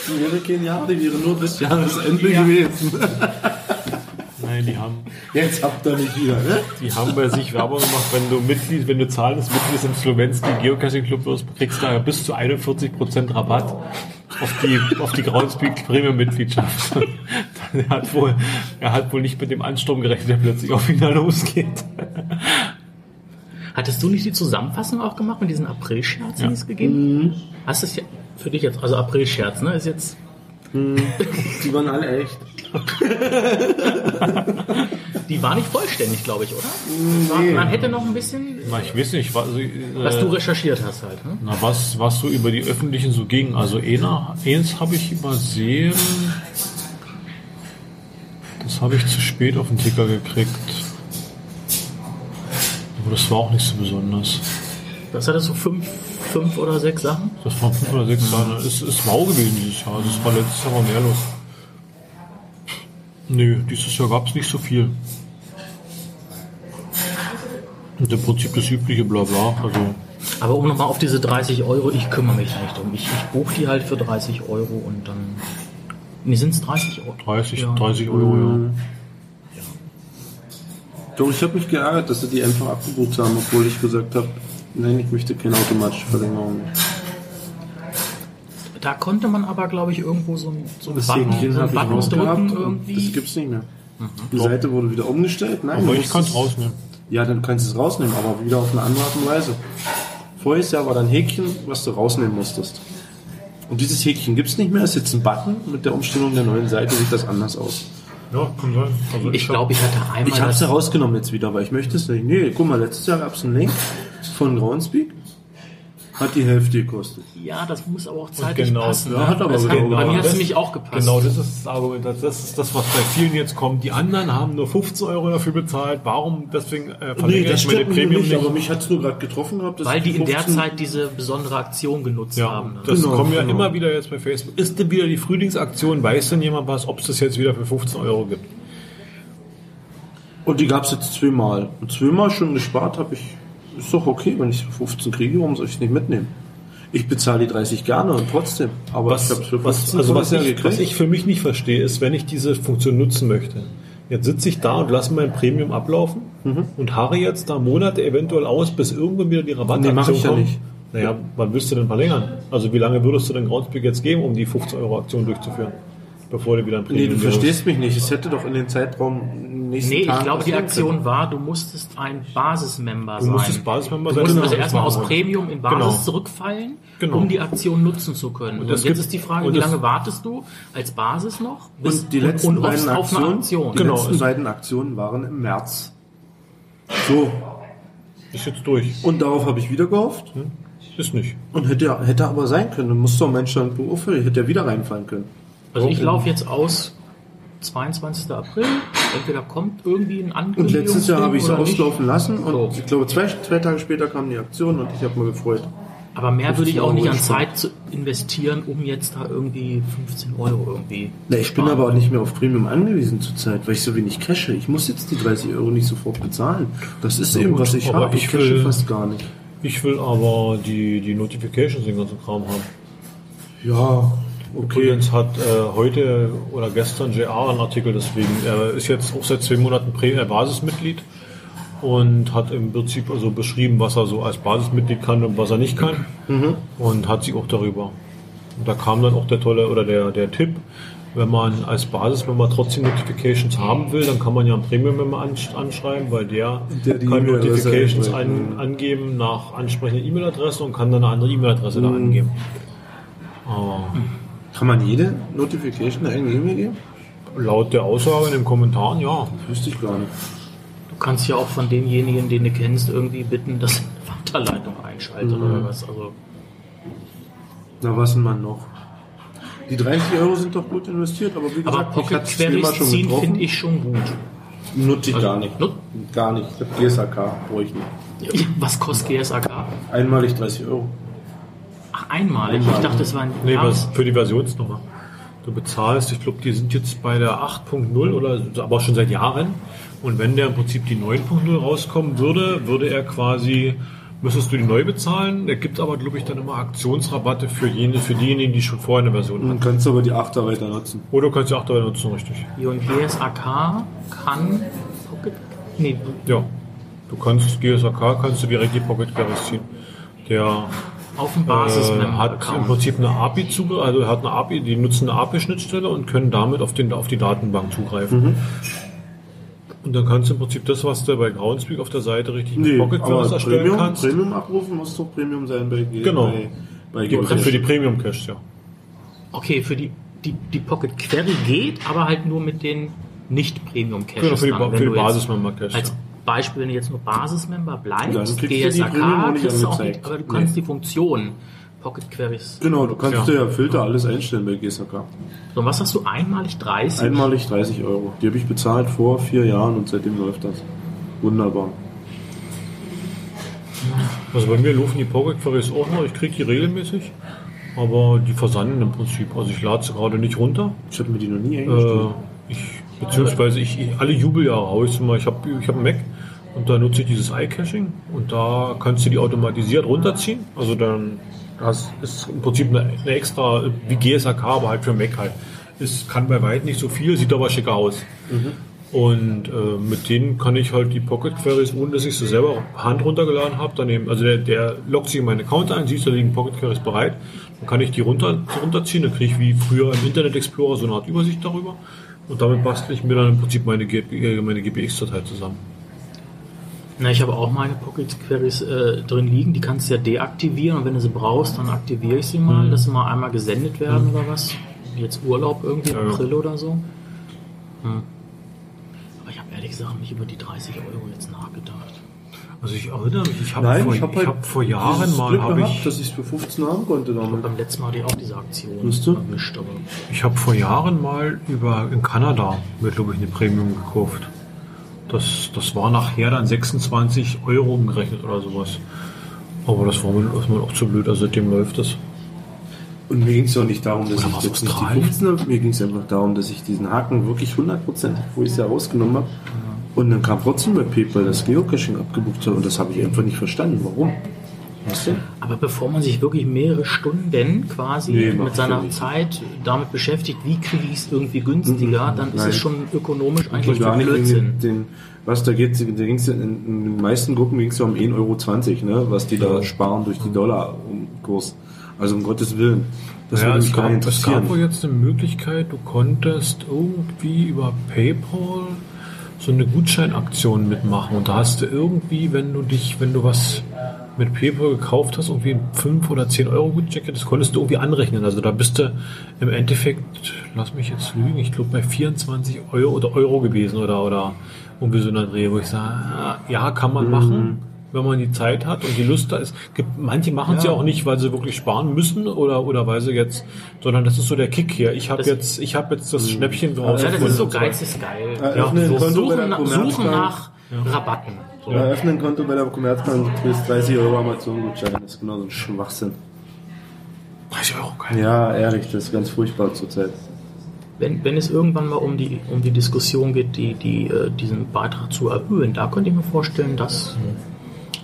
Speaker 5: Die wäre kein Jahr, die wäre nur bis Jahresende gewesen.
Speaker 1: Nein, die haben,
Speaker 5: Jetzt habt ihr nicht wieder, ne?
Speaker 1: die haben bei sich Werbung gemacht, wenn du Mitglied, wenn du zahlendes Mitglied des im Slowenski Geocaching Club wirst, kriegst du da bis zu 41% Rabatt auf die, auf die Groundspeak Premium Mitgliedschaft. er hat wohl, er hat wohl nicht mit dem Ansturm gerechnet, der plötzlich auf ihn da losgeht.
Speaker 2: Hattest du nicht die Zusammenfassung auch gemacht mit diesen April-Scherzen, die es gegeben
Speaker 5: Mhm.
Speaker 2: Hast du es ja für dich jetzt, also April-Scherz, ne? Ist jetzt.
Speaker 5: Die waren alle echt.
Speaker 2: Die war nicht vollständig, glaube ich, oder? War- Man hätte noch ein bisschen,
Speaker 1: Na, ich weiß nicht, was, äh,
Speaker 2: was du recherchiert hast halt. Ne?
Speaker 1: Na, was, was so über die öffentlichen so ging. Also einer, eins habe ich übersehen. Das habe ich zu spät auf den Ticker gekriegt. Aber das war auch nicht so besonders.
Speaker 2: Was hattest du? Fünf, fünf oder sechs Sachen?
Speaker 1: Das waren fünf oder sechs Jahre. Es ist mau gewesen dieses Jahr. Also es war letztes Jahr war mehr los. Nö, dieses Jahr gab es nicht so viel. Und im Prinzip das übliche Blabla. Also
Speaker 2: Aber um nochmal auf diese 30 Euro, ich kümmere mich nicht um. Ich, ich buche die halt für 30 Euro und dann. Nee, sind es 30 Euro?
Speaker 1: 30,
Speaker 2: Ja.
Speaker 1: 30 Euro, ja.
Speaker 5: Doch, ich habe mich geärgert, dass sie die einfach abgebucht haben, obwohl ich gesagt habe, nein, ich möchte keine automatische Verlängerung.
Speaker 2: Da konnte man aber, glaube ich, irgendwo so ein, so ein
Speaker 5: Deswegen
Speaker 2: Button,
Speaker 5: den
Speaker 2: so
Speaker 5: habe
Speaker 2: einen
Speaker 5: ich
Speaker 2: Button drücken
Speaker 5: rausgehabt und
Speaker 2: irgendwie. Mhm.
Speaker 5: das gibt's nicht mehr. Die Seite wurde wieder umgestellt. Nein,
Speaker 1: Aber
Speaker 5: du
Speaker 1: ich
Speaker 5: musst
Speaker 1: kann
Speaker 5: es-
Speaker 1: es rausnehmen.
Speaker 5: Ja, dann kannst du es rausnehmen, aber wieder auf eine andere Art und Weise. Voriges Jahr war da ein Häkchen, was du rausnehmen musstest. Und dieses Häkchen gibt's nicht mehr, ist jetzt ein Button. Mit der Umstellung der neuen Seite sieht das anders aus.
Speaker 7: Ja, kann sein. Also
Speaker 2: Ich glaube, ich hatte einmal.
Speaker 5: Ich hab's
Speaker 2: das-
Speaker 5: ja rausgenommen jetzt wieder, weil ich möchte es nicht. Nee, guck mal, letztes Jahr gab's einen Link von Groundspeak. Hat die Hälfte gekostet.
Speaker 2: ja, das muss aber auch zeitlich
Speaker 1: genau,
Speaker 2: passen. ne?
Speaker 1: ja,
Speaker 5: hat aber
Speaker 2: das hat,
Speaker 5: genau
Speaker 2: bei mir hat es
Speaker 1: das-
Speaker 2: nämlich auch gepasst.
Speaker 1: Genau, das ist das Argument. Das das ist das, was bei vielen jetzt kommt. Die anderen haben nur 15 Euro dafür bezahlt. Warum? Deswegen äh, verlängere ich meine
Speaker 5: mich
Speaker 1: Premium nicht.
Speaker 5: aber mich hat's nur gerade getroffen gehabt. dass
Speaker 2: weil die in der
Speaker 5: 15
Speaker 2: Zeit diese besondere Aktion genutzt
Speaker 1: Ja,
Speaker 2: haben. ne?
Speaker 1: das
Speaker 5: Genau,
Speaker 1: kommen ja
Speaker 5: genau.
Speaker 1: immer wieder jetzt bei Facebook. Ist denn wieder die Frühlingsaktion? Weiß denn jemand was, ob es das jetzt wieder für 15 Euro gibt?
Speaker 5: Und die gab's jetzt zweimal. Und zweimal schon gespart habe ich. Ist doch okay, wenn ich 15 kriege, warum soll ich nicht mitnehmen? Ich bezahle die 30 gerne und trotzdem. Aber ich hab's für 15
Speaker 1: also was,
Speaker 5: teuer
Speaker 1: ich, was
Speaker 5: gekriegt.
Speaker 1: ich für mich nicht verstehe, ist, wenn ich diese Funktion nutzen möchte. Jetzt sitze ich da und lasse mein Premium ablaufen
Speaker 5: Mhm.
Speaker 1: und harre jetzt da Monate eventuell aus, bis irgendwann wieder die Rabattaktion
Speaker 5: Nee, mach ich ja
Speaker 1: kommt.
Speaker 5: nicht.
Speaker 1: Naja, wann willst du denn verlängern? Also wie lange würdest du denn Groundspeak jetzt geben, um die 15-Euro-Aktion durchzuführen? Bevor du wieder ein
Speaker 5: Nee,
Speaker 1: Premium
Speaker 5: du
Speaker 1: geben musst?
Speaker 5: verstehst mich nicht. Es hätte doch in den Zeitraum nächsten
Speaker 2: Nee,
Speaker 5: Tag
Speaker 2: ich glaube, die
Speaker 5: passieren können.
Speaker 2: Aktion war, du musstest ein Basismember
Speaker 1: Du
Speaker 2: sein.
Speaker 1: musstest Basismember
Speaker 2: Du
Speaker 1: sein,
Speaker 2: musstest
Speaker 1: genau,
Speaker 2: also
Speaker 1: das
Speaker 2: erstmal
Speaker 1: machen
Speaker 2: aus
Speaker 1: wir.
Speaker 2: Premium in Basis
Speaker 1: Genau.
Speaker 2: zurückfallen,
Speaker 1: Genau.
Speaker 2: um die Aktion nutzen zu können. Und,
Speaker 1: das
Speaker 2: jetzt
Speaker 1: gibt-
Speaker 2: ist die Frage,
Speaker 1: und
Speaker 2: wie
Speaker 1: das-
Speaker 2: lange wartest du als Basis noch? bis-
Speaker 5: Und die letzten
Speaker 2: und hoffst
Speaker 5: beiden
Speaker 2: auf eine
Speaker 5: Aktionen,
Speaker 2: Aktion. also-
Speaker 5: Die
Speaker 1: Genau.
Speaker 5: letzten beiden Aktionen waren im März. So,
Speaker 1: Ist jetzt durch.
Speaker 5: und darauf habe ich wieder gehofft.
Speaker 1: Ist nicht.
Speaker 5: Und hätte, ja- hätte aber sein können. Dann muss doch ein Mensch dann aufhören. Hätte er wieder reinfallen können.
Speaker 2: Also ich laufe jetzt aus 22. April. Entweder kommt irgendwie ein
Speaker 5: Und
Speaker 2: Ankündigung.
Speaker 5: letztes Jahr habe ich es auslaufen lassen. Und
Speaker 2: So.
Speaker 5: ich glaube, zwei, zwei Tage später kam die Aktion und ich habe mal gefreut.
Speaker 2: Aber mehr würde ich auch nicht an
Speaker 5: 15 Euro
Speaker 2: Zeit zu investieren, um jetzt da irgendwie 15 Euro irgendwie.
Speaker 5: Na, ich bin aber auch nicht mehr auf Premium angewiesen zurzeit, weil ich so wenig cashe. Ich muss jetzt die 30 Euro nicht sofort bezahlen. Das ist eben,
Speaker 1: gut,
Speaker 5: was ich
Speaker 1: aber
Speaker 5: habe. Ich
Speaker 1: ich
Speaker 5: cashe
Speaker 1: will-
Speaker 5: fast gar nicht.
Speaker 1: Ich will aber die, die Notifications den ganzen Kram haben.
Speaker 5: Ja, okay.
Speaker 1: Übrigens hat äh, heute oder gestern JR einen Artikel, deswegen er ist jetzt auch seit zwei Monaten Prä äh, Basismitglied und hat im Prinzip also beschrieben, was er so als Basismitglied kann und was er nicht kann
Speaker 5: Mhm.
Speaker 1: und hat sich auch darüber. Und da kam dann auch der tolle oder der, der Tipp, wenn man als Basis, wenn man trotzdem Notifications haben will, dann kann man ja einen Premium-Member ansch- anschreiben, weil der,
Speaker 5: Der die
Speaker 1: kann
Speaker 5: E-Mail-Adresse
Speaker 1: Notifications
Speaker 5: entsprechend,
Speaker 1: an, angeben nach ansprechender E-Mail-Adresse und kann dann eine andere E-Mail-Adresse
Speaker 5: Mhm.
Speaker 1: da angeben. Aber
Speaker 5: Kann man jede Notification eine eigene E-Mail geben?
Speaker 1: Laut der Aussage in den Kommentaren, ja.
Speaker 5: Wüsste ich gar nicht.
Speaker 2: Du kannst ja auch von demjenigen, den du kennst, irgendwie bitten, dass er eine Weiterleitung einschaltet
Speaker 1: Mhm.
Speaker 2: oder was. Also
Speaker 5: Na, was denn man noch? Die 30 Euro sind doch gut investiert, aber
Speaker 1: Also
Speaker 5: wie gesagt,
Speaker 2: aber
Speaker 5: ich
Speaker 2: Pocket
Speaker 5: hatte immer
Speaker 2: Queries
Speaker 5: schon
Speaker 2: ziehen
Speaker 5: getroffen.
Speaker 2: finde ich schon gut.
Speaker 5: Nutze ich
Speaker 2: Also,
Speaker 5: gar nicht.
Speaker 2: nut-
Speaker 5: Gar nicht. Ich hab GSAK, brauche ich nicht.
Speaker 2: Was kostet GSAK?
Speaker 5: Einmalig 30 Euro.
Speaker 2: Ach, einmalig. Ich
Speaker 5: Einmalig.
Speaker 2: dachte, das war ein
Speaker 1: Nee, was
Speaker 2: Jahres-
Speaker 1: für die Versionsnummer. Du bezahlst, ich glaube, die sind jetzt bei der 8.0 oder aber schon seit Jahren. Und wenn der im Prinzip die 9.0 rauskommen würde, würde er quasi, müsstest du die neu bezahlen. Er gibt aber, glaube ich, dann immer Aktionsrabatte für jene, für diejenigen, die schon vorher eine Version hatten.
Speaker 5: Dann kannst du aber die 8er weiter nutzen.
Speaker 1: Oder du kannst die 8 Euro nutzen, richtig.
Speaker 2: Jo, und GSAK kann Pocket. Nee,
Speaker 1: Ja. Du kannst GSAK, kannst du direkt die Pocket Queries ziehen. Der
Speaker 2: auf
Speaker 1: äh,
Speaker 2: dem
Speaker 1: hat im
Speaker 2: Basis-Member-Account.
Speaker 1: Prinzip eine API zuge also hat eine API, die nutzen eine API-Schnittstelle und können damit auf, den, auf die Datenbank zugreifen.
Speaker 5: Mhm.
Speaker 1: Und dann kannst du im Prinzip das, was du bei Groundspeak auf der Seite richtig mit Pocket Queries erstellen
Speaker 5: Premium,
Speaker 1: kannst,
Speaker 5: Premium abrufen muss doch Premium sein bei
Speaker 1: Genau.
Speaker 5: Bei, bei
Speaker 1: die,
Speaker 5: Gold.
Speaker 1: für die Premium Cache, ja.
Speaker 2: okay, für die, die, die Pocket Query geht, aber halt nur mit den Nicht-Premium-Caches.
Speaker 1: Genau, für die,
Speaker 2: dann.
Speaker 1: Ba-
Speaker 2: Wenn
Speaker 1: für die
Speaker 2: du jetzt-
Speaker 1: Basis-Member Cache.
Speaker 2: Als
Speaker 1: ja.
Speaker 2: Beispiel, wenn du jetzt nur Basismember
Speaker 5: Dann
Speaker 2: bleibst,
Speaker 5: kriegst du die Premium
Speaker 2: GSAK
Speaker 5: auch nicht
Speaker 2: kriegst du auch
Speaker 5: angezeigt.
Speaker 2: nicht, aber du
Speaker 5: Nee.
Speaker 2: kannst die Funktion Pocket Queries.
Speaker 5: Genau, du kannst
Speaker 1: Ja.
Speaker 5: ja. ja Filter alles einstellen bei GSAK.
Speaker 2: So, und was hast du? Einmalig 30?
Speaker 5: Einmalig 30 Euro. Die habe ich bezahlt vor vier Jahren und seitdem läuft das. Wunderbar.
Speaker 1: Also bei mir laufen die Pocket Queries auch noch, ich kriege die regelmäßig, aber die versanden im Prinzip. Also ich lade sie gerade nicht runter.
Speaker 5: Ich habe mir die noch nie eingestellt.
Speaker 1: Äh, ich, beziehungsweise ich, ich alle Jubeljahre habe ich immer. Ich habe ich hab einen Mac und da nutze ich dieses iCaching und da kannst du die automatisiert runterziehen. Also dann das ist im Prinzip eine, eine extra wie GSAK, aber halt für Mac halt. Es kann bei weitem nicht so viel, sieht aber schicker aus. Und äh, mit denen kann ich halt die Pocket Queries, ohne dass ich sie selber Hand runtergeladen habe, dann eben, also der, der loggt sich in meinen Account ein, siehst, da liegen Pocket Queries bereit, dann kann ich die runter, runterziehen, dann kriege ich wie früher im Internet Explorer so eine Art Übersicht darüber und damit bastle ich mir dann im Prinzip meine, G- äh, meine GPX-Datei zusammen.
Speaker 2: Na, ich habe auch meine Pocket Queries äh, drin liegen, die kannst du ja deaktivieren und wenn du sie brauchst, dann aktiviere ich sie
Speaker 5: Hm.
Speaker 2: mal, dass sie mal einmal gesendet werden oder Hm. was. Jetzt Urlaub irgendwie,
Speaker 1: Ja, ja.
Speaker 2: April oder so. Ehrlich gesagt, nicht über die 30 Euro jetzt nachgedacht.
Speaker 1: Also ich erinnere mich, ich habe
Speaker 5: Nein,
Speaker 1: vor,
Speaker 5: ich hab
Speaker 1: ich
Speaker 5: halt
Speaker 1: hab vor Jahren
Speaker 5: dieses
Speaker 1: mal,
Speaker 5: Glück
Speaker 1: hab
Speaker 5: gehabt,
Speaker 1: ich,
Speaker 5: dass ich es für 15 haben konnte damit.
Speaker 2: Beim letzten Mal hatte ich auch diese Aktion
Speaker 5: Siehst du?
Speaker 2: erwischt, aber
Speaker 1: ich hab vor Jahren mal über in Kanada mir glaube ich eine Premium gekauft. Das, das war nachher dann 26 Euro umgerechnet oder sowas. Aber das war mir das war mir auch zu blöd, also seitdem läuft das.
Speaker 5: Und mir ging es auch nicht darum, dass
Speaker 1: Oder
Speaker 5: ich
Speaker 1: war's
Speaker 5: jetzt nicht die
Speaker 1: Australien?
Speaker 5: 15 habe. Mir ging es einfach darum, dass ich diesen Haken wirklich 100%, wo ich es ja rausgenommen habe. Und dann kam trotzdem bei PayPal das Geocaching abgebucht hat und das habe ich einfach nicht verstanden. Warum? Weißt du?
Speaker 2: Aber bevor man sich wirklich mehrere Stunden quasi
Speaker 5: Nee, macht
Speaker 2: mit seiner
Speaker 5: Sinn.
Speaker 2: Zeit damit beschäftigt, wie kriege ich es irgendwie günstiger, dann ist
Speaker 5: Mhm. nein.
Speaker 2: es schon ökonomisch eigentlich
Speaker 5: gar
Speaker 2: für
Speaker 5: nicht wegen
Speaker 2: Blödsinn.
Speaker 5: den, den, was da geht, da ging's in, in den meisten Gruppen ging es ja um 1,20 Euro, ne, was die da sparen durch die Dollarkurs. Also um Gottes Willen. Das
Speaker 1: Ja,
Speaker 5: würde mich
Speaker 1: es,
Speaker 5: gar
Speaker 1: gab,
Speaker 5: nicht
Speaker 1: es gab wohl
Speaker 5: interessieren.
Speaker 1: jetzt eine Möglichkeit, du konntest irgendwie über PayPal so eine Gutscheinaktion mitmachen. Und da hast du irgendwie, wenn du dich, wenn du was mit PayPal gekauft hast, irgendwie einen 5 oder 10 Euro Gutschein, das konntest du irgendwie anrechnen. Also da bist du im Endeffekt, lass mich jetzt lügen, ich glaube bei 24 Euro oder Euro gewesen oder, oder irgendwie so einer Dreh, wo ich sage, ah, ja, kann
Speaker 5: Mhm.
Speaker 1: man machen. Wenn man die Zeit hat und die Lust da ist. Gibt, manche machen es ja. auch nicht, weil sie wirklich sparen müssen oder, oder weil sie jetzt, sondern das ist so der Kick hier. Ich habe
Speaker 2: Das- Mhm.
Speaker 1: jetzt, ich habe jetzt das Schnäppchen
Speaker 2: Ja, das ist so
Speaker 1: geil.
Speaker 2: geizig geil.
Speaker 5: Eröffnen
Speaker 2: so
Speaker 5: Konto bei
Speaker 2: suchen,
Speaker 5: der
Speaker 2: nach,
Speaker 5: Commerzbank.
Speaker 2: suchen nach Rabatten. So.
Speaker 5: Eröffnen Konto bei der Commerzbank bis 30 Euro Amazon-Gutschein. Das ist genau so ein Schwachsinn.
Speaker 1: 30 Euro, geil.
Speaker 5: Ja, ehrlich, das ist ganz furchtbar zurzeit.
Speaker 2: Wenn, wenn es irgendwann mal um die, um die Diskussion geht, die, die, äh, diesen Beitrag zu erhöhen, da könnte ich mir vorstellen, dass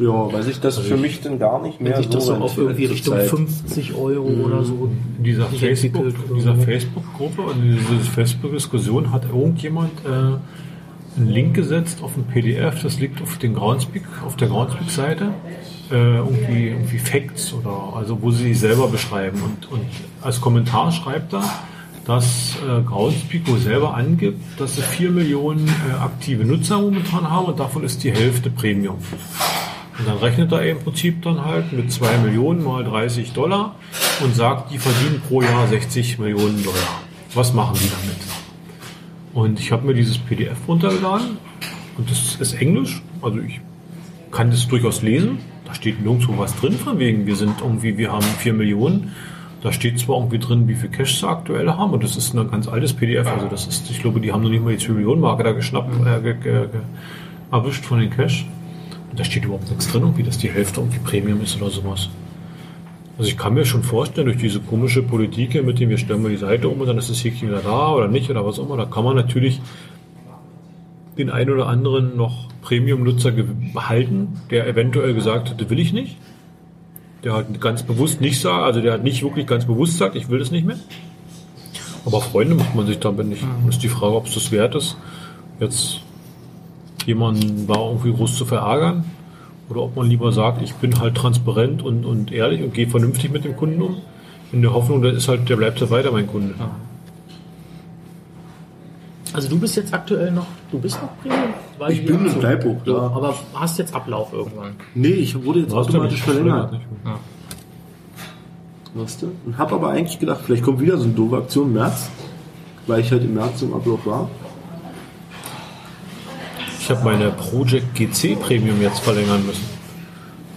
Speaker 5: Ja, weil sich das für mich dann gar nicht
Speaker 2: wenn
Speaker 5: mehr
Speaker 2: sich das so auf
Speaker 5: rentiert
Speaker 2: irgendwie Richtung
Speaker 5: zurzeit.
Speaker 2: 50 Euro
Speaker 5: Mhm.
Speaker 2: oder so
Speaker 1: dieser
Speaker 2: entwickelt
Speaker 1: Facebook,
Speaker 2: oder
Speaker 1: dieser
Speaker 2: so.
Speaker 1: Facebook-Gruppe, also diese Facebook-Diskussion hat irgendjemand äh, einen Link gesetzt auf ein PDF, das liegt auf den Groundspeak, auf der Groundspeak-Seite, äh, irgendwie, irgendwie Facts oder also wo sie sich selber beschreiben und, und als Kommentar schreibt da, dass äh, Groundspeak wohl selber angibt, dass sie 4 Millionen äh, aktive Nutzer momentan haben und davon ist die Hälfte Premium. Und dann rechnet er im Prinzip dann halt mit 2 Millionen mal 30 Dollar und sagt, die verdienen pro Jahr 60 Millionen Dollar. Was machen die damit? Und ich habe mir dieses PDF runtergeladen und das ist Englisch, also ich kann das durchaus lesen. Da steht nirgendwo was drin von wegen, wir sind irgendwie, wir haben 4 Millionen. Da steht zwar irgendwie drin, wie viel Cash sie aktuell haben und das ist ein ganz altes PDF. Also das ist, ich glaube, die haben noch nicht mal die 2 Millionen Marke da geschnappt, äh, ge, ge, ge, erwischt von den Cash. Und da steht überhaupt nichts drin, irgendwie, dass die Hälfte irgendwie Premium ist oder sowas. Also ich kann mir schon vorstellen, durch diese komische Politik hier mit dem, wir stellen mal die Seite um und dann ist das Häkchen wieder da oder nicht oder was auch immer, da kann man natürlich den einen oder anderen noch Premium-Nutzer ge- halten, der eventuell gesagt hätte, will ich nicht. Der hat ganz bewusst nicht sagt, also der hat nicht wirklich ganz bewusst sagt, ich will das nicht mehr. Aber Freunde macht man sich damit nicht. Und ist die Frage, ob es das wert ist, jetzt jemanden da irgendwie groß zu verärgern. Oder ob man lieber sagt, ich bin halt transparent und, und ehrlich und gehe vernünftig mit dem Kunden um. In der Hoffnung, der ist halt, der bleibt halt weiter mein Kunde.
Speaker 2: Also du bist jetzt aktuell noch, du bist noch Premium? Weil
Speaker 5: Ich
Speaker 2: die
Speaker 5: bin und
Speaker 2: Aktion-
Speaker 5: bleib auch,
Speaker 2: Ja,
Speaker 5: ja.
Speaker 2: Aber hast jetzt Ablauf irgendwann.
Speaker 5: Nee, ich wurde jetzt
Speaker 1: Hast du
Speaker 5: automatisch
Speaker 1: nicht.
Speaker 5: verlängert.
Speaker 1: Nicht.
Speaker 5: Weißt du? Und hab aber eigentlich gedacht, vielleicht kommt wieder so eine doofe Aktion im März, weil ich halt im März im Ablauf war.
Speaker 1: Ich habe meine Project GC Premium jetzt verlängern müssen,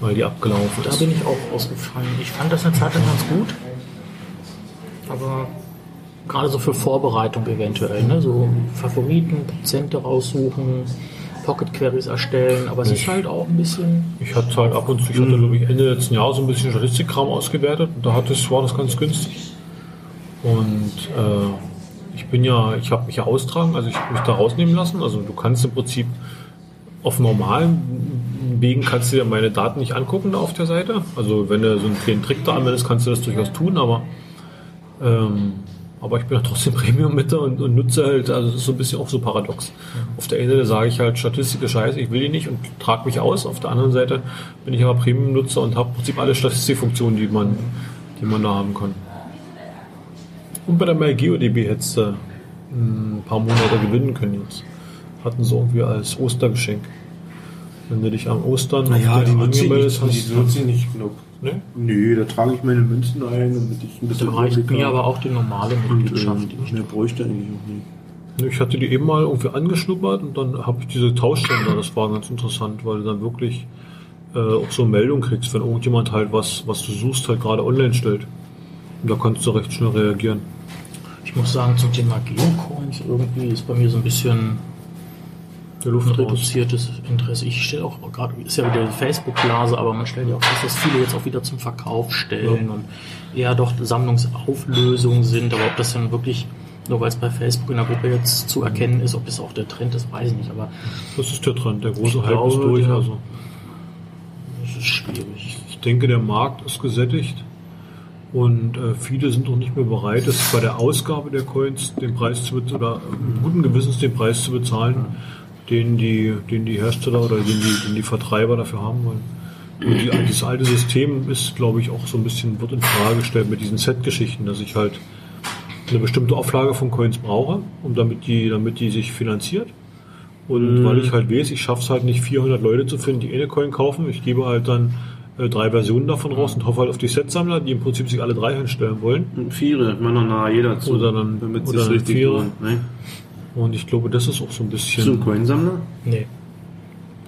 Speaker 1: weil die abgelaufen
Speaker 2: Da
Speaker 1: ist.
Speaker 2: bin ich auch ausgefallen. Ich fand das eine Zeit lang ganz gut. Aber gerade so für Vorbereitung eventuell, ne? So Favoriten, Prozente raussuchen, Pocket Queries erstellen, aber es ist halt auch ein bisschen.
Speaker 1: Ich hatte halt ab und zu, ich hatte glaube ich Ende letzten Jahres so ein bisschen Statistikkram ausgewertet und da hatte es, war das ganz günstig. Und äh, ich bin ja, ich habe mich ja austragen, also ich habe mich da rausnehmen lassen. Also du kannst im Prinzip auf normalen Wegen kannst du dir meine Daten nicht angucken da auf der Seite. Also wenn du so einen kleinen Trick da anwendest, kannst du das durchaus tun, aber ähm, aber ich bin ja trotzdem [LAUGHS] Premium mit da und, und nutze halt, also es ist so ein bisschen auch so paradox. Auf der einen Seite sage ich halt, Statistik ist scheiße, ich will die nicht und trage mich aus. Auf der anderen Seite bin ich aber Premium-Nutzer und habe im Prinzip alle Statistikfunktionen, die man, die man da haben kann. Und bei der MyGeoDB hättest du hm, ein paar Monate gewinnen können jetzt. Hatten sie irgendwie als Ostergeschenk. Wenn du dich am Ostern auf der angemeldet hast.
Speaker 5: nutze ich nicht genug.
Speaker 1: Ne?
Speaker 5: Nee, da trage ich meine Münzen ein, damit ich ein bisschen
Speaker 2: Da reicht
Speaker 5: Überblick
Speaker 2: mir
Speaker 5: habe.
Speaker 2: aber auch die normale
Speaker 5: Und,
Speaker 2: Mitgliedschaft.
Speaker 5: ähm, mehr bräuchte ich eigentlich auch nicht.
Speaker 1: Ich hatte die eben mal irgendwie angeschnuppert und dann habe ich diese Tauschständer, das war ganz interessant, weil du dann wirklich äh, auch so Meldungen kriegst, wenn irgendjemand halt was, was du suchst, halt gerade online stellt. Und da kannst du recht schnell reagieren.
Speaker 2: Ich muss sagen, zum Thema Geocoins irgendwie ist bei mir so ein bisschen
Speaker 1: Der Luft raus.
Speaker 2: reduziertes Interesse. Ich stelle auch gerade, ist ja wieder die Facebook-Blase, aber man stellt ja auch fest, dass viele jetzt auch wieder zum Verkauf stellen und eher doch Sammlungsauflösungen sind. Aber ob das dann wirklich, nur weil es bei Facebook in der Gruppe jetzt zu erkennen ist, ob das auch der Trend ist, weiß ich nicht. Aber
Speaker 1: Das ist der Trend. Der große
Speaker 2: Ich
Speaker 1: Hype ist
Speaker 2: glaube,
Speaker 1: durch.
Speaker 2: der-
Speaker 1: Also
Speaker 2: es ist schwierig.
Speaker 1: ich denke, der Markt ist gesättigt und äh, viele sind noch nicht mehr bereit, es bei der Ausgabe der Coins den Preis zu bezahlen oder äh, guten Gewissens den Preis zu bezahlen, den die, den die Hersteller oder den die, den die Vertreiber dafür haben wollen. Und die, das alte System ist, glaube ich, auch so ein bisschen, wird in Frage gestellt mit diesen Set-Geschichten, dass ich halt eine bestimmte Auflage von Coins brauche, um damit die, damit die sich finanziert.
Speaker 5: Mhm.
Speaker 1: Und weil ich halt weiß, ich schaff's halt nicht 400 Leute zu finden, die eh eine Coin kaufen. Ich gebe halt dann äh, drei Versionen davon raus und hoffe halt auf die Set-Sammler, die im Prinzip sich alle drei hinstellen wollen.
Speaker 5: Ein Vierer, immer noch nahe jeder zu.
Speaker 1: Oder dann-
Speaker 5: damit
Speaker 1: oder
Speaker 5: es
Speaker 1: dann
Speaker 5: richtig
Speaker 1: Vierer. Hm.
Speaker 5: lohnt. Ne?
Speaker 1: Und ich glaube, das ist auch so ein
Speaker 5: Bist du ein
Speaker 1: bisschen
Speaker 5: Coinsammler?
Speaker 2: Nee,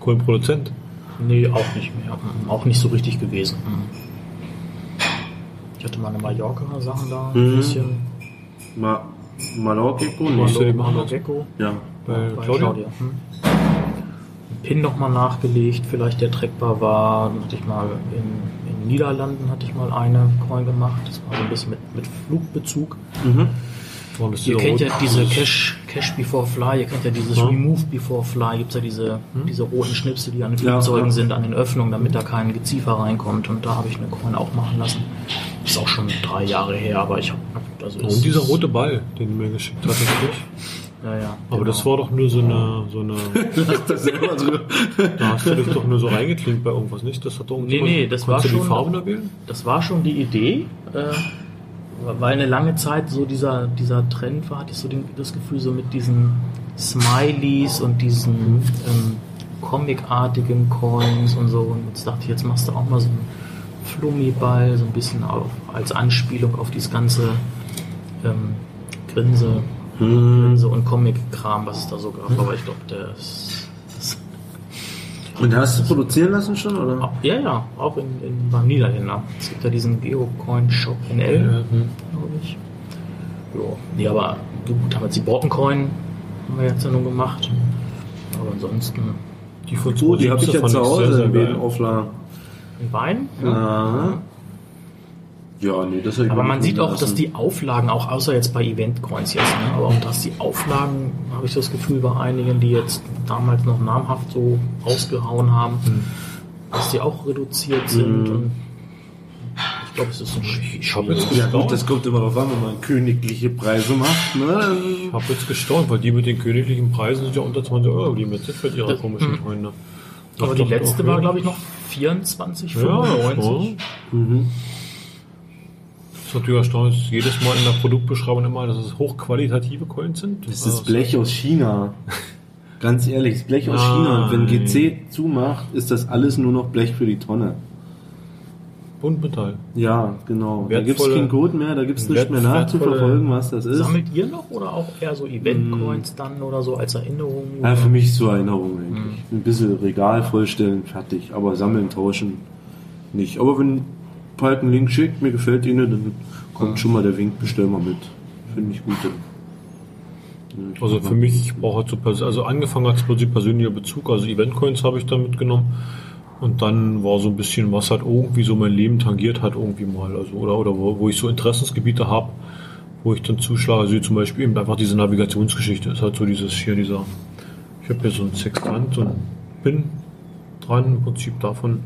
Speaker 1: Coin-Produzent.
Speaker 2: nee, auch nicht mehr. Mhm. Auch nicht so richtig gewesen. Mhm. Ich hatte meine Mallorca-Sachen da, ein
Speaker 5: Mhm.
Speaker 2: bisschen.
Speaker 5: Ma Malorgeko? Nee.
Speaker 1: Warst du eben
Speaker 2: Hallo
Speaker 1: anders?
Speaker 2: Gecko.
Speaker 5: Ja.
Speaker 1: Bei
Speaker 2: bei
Speaker 1: Äh, Claudia?
Speaker 2: Claudia. Hm. Pin nochmal nachgelegt, vielleicht der trackbar war. Dann hatte ich mal in, in Niederlanden hatte ich mal eine Coin gemacht. Das war so ein bisschen mit, mit Flugbezug.
Speaker 5: Mhm.
Speaker 1: Warum ist
Speaker 2: Ihr
Speaker 1: dieser
Speaker 2: kennt
Speaker 1: rote-
Speaker 2: ja diese Cash, Cash Before Fly, ihr kennt ja dieses
Speaker 1: Genau. Ja. Hm.
Speaker 2: Remove Before Fly, gibt es ja diese, diese roten Schnipsel, die an den
Speaker 5: Ja,
Speaker 2: Flugzeugen
Speaker 5: ja.
Speaker 2: sind, an den Öffnungen, damit da kein Geziefer reinkommt. Und da habe ich eine Coin auch machen lassen. Ist auch schon drei Jahre her, aber ich habe. Also es
Speaker 1: Und dieser
Speaker 2: ist-
Speaker 1: rote Ball, den du mir geschickt hattest. nicht?
Speaker 2: Ja, ja.
Speaker 1: Aber
Speaker 2: genau.
Speaker 1: das war doch nur so eine, so eine,
Speaker 5: Lass [LAUGHS] das selber drüber.
Speaker 1: da hast
Speaker 2: [LAUGHS]
Speaker 1: du dich doch nur so reingeklinkt bei irgendwas, nicht? Das hat doch
Speaker 2: Nee, nee, das
Speaker 1: Konntest
Speaker 2: war
Speaker 1: du die
Speaker 2: schon-
Speaker 1: Farben da wählen?
Speaker 2: das war schon die Idee, äh, weil eine lange Zeit so dieser, dieser Trend war, hatte ich so den, das Gefühl, so mit diesen Smileys und diesen ähm, comicartigen Coins und so. Und jetzt dachte ich, jetzt machst du auch mal so einen Flummiball, so ein bisschen auf, als Anspielung auf dieses ganze ähm, Grinse, Grinse und Comic-Kram, was es da so gab. Aber ich glaube, das. das
Speaker 5: Und hast du produzieren lassen schon? Oder?
Speaker 2: ja, ja, auch in, in, beim Niederländer. Es gibt ja diesen Geocoin-Shop in L, glaube ich. Ja, nee, aber gut, damals die Borkencoin haben wir jetzt ja nun gemacht. Aber ansonsten
Speaker 1: Die von
Speaker 5: So, Oh, die habe ich
Speaker 1: 2017
Speaker 5: ja
Speaker 1: fand
Speaker 5: zu
Speaker 1: sehr,
Speaker 5: Hause
Speaker 1: sehr
Speaker 5: in
Speaker 1: geil.
Speaker 5: beiden Auflagen.
Speaker 2: in Wein.
Speaker 5: Ja. ja, nee, das habe ich
Speaker 2: Aber
Speaker 5: mir
Speaker 2: man
Speaker 5: nicht
Speaker 2: sieht auch, dass
Speaker 5: lassen.
Speaker 2: die Auflagen, auch außer jetzt bei Eventcoins jetzt, ne, aber auch dass die Auflagen, habe ich so das Gefühl bei einigen, die jetzt damals noch namhaft so rausgehauen haben, dass die auch reduziert sind. Und ich glaube, es ist ein Sch- schwieriges
Speaker 5: Ja, gut, das kommt immer darauf an, wenn man königliche Preise macht. Ne?
Speaker 1: Ich habe jetzt gestaunt, weil die mit den königlichen Preisen sind ja unter 20 Euro geblieben. Jetzt sind wir ihrer
Speaker 2: Das- hm.
Speaker 1: komischen Freunde.
Speaker 2: Aber die letzte war, glaube ich, noch 24,
Speaker 1: Ja,
Speaker 2: 95.
Speaker 1: ja.
Speaker 5: Mhm.
Speaker 1: Das ist natürlich erstaunlich, dass jedes Mal in der Produktbeschreibung immer, dass es hochqualitative Coins sind. Ah,
Speaker 5: Das ist Blech aus China. [LAUGHS] Ganz ehrlich, das ist Blech aus China. Und wenn GC zumacht, ist das alles nur noch Blech für die Tonne.
Speaker 1: Buntmetall.
Speaker 5: Ja, genau. Da gibt es
Speaker 1: Wertvolle-
Speaker 5: keinen Code mehr, da gibt es nichts mehr
Speaker 1: wertvolle-
Speaker 5: nachzuverfolgen, was das ist.
Speaker 2: Sammelt ihr noch oder auch eher so
Speaker 1: Hm.
Speaker 2: Event-Coins dann oder so als Erinnerung?
Speaker 5: Ja,
Speaker 1: Mhm.
Speaker 5: für mich zur Erinnerung eigentlich. Ein bisschen Regal vollstellen, fertig. Aber sammeln, tauschen nicht. Aber wenn Palk einen Link schickt, mir gefällt Ihnen, dann kommt schon mal der Wink, bestell mal mit. Finde ich gut.
Speaker 1: Also für mich, ich brauche halt so, pers- also angefangen hat es plötzlich persönlicher Bezug, also Eventcoins habe ich da mitgenommen. Und dann war so ein bisschen, was halt irgendwie so mein Leben tangiert hat irgendwie mal. Also, oder, oder wo, wo ich so Interessensgebiete habe, wo ich dann zuschlage. Also wie zum Beispiel eben einfach diese Navigationsgeschichte ist halt so dieses hier, dieser, ich habe hier so ein Sextant, so ein Pin dran, im Prinzip davon.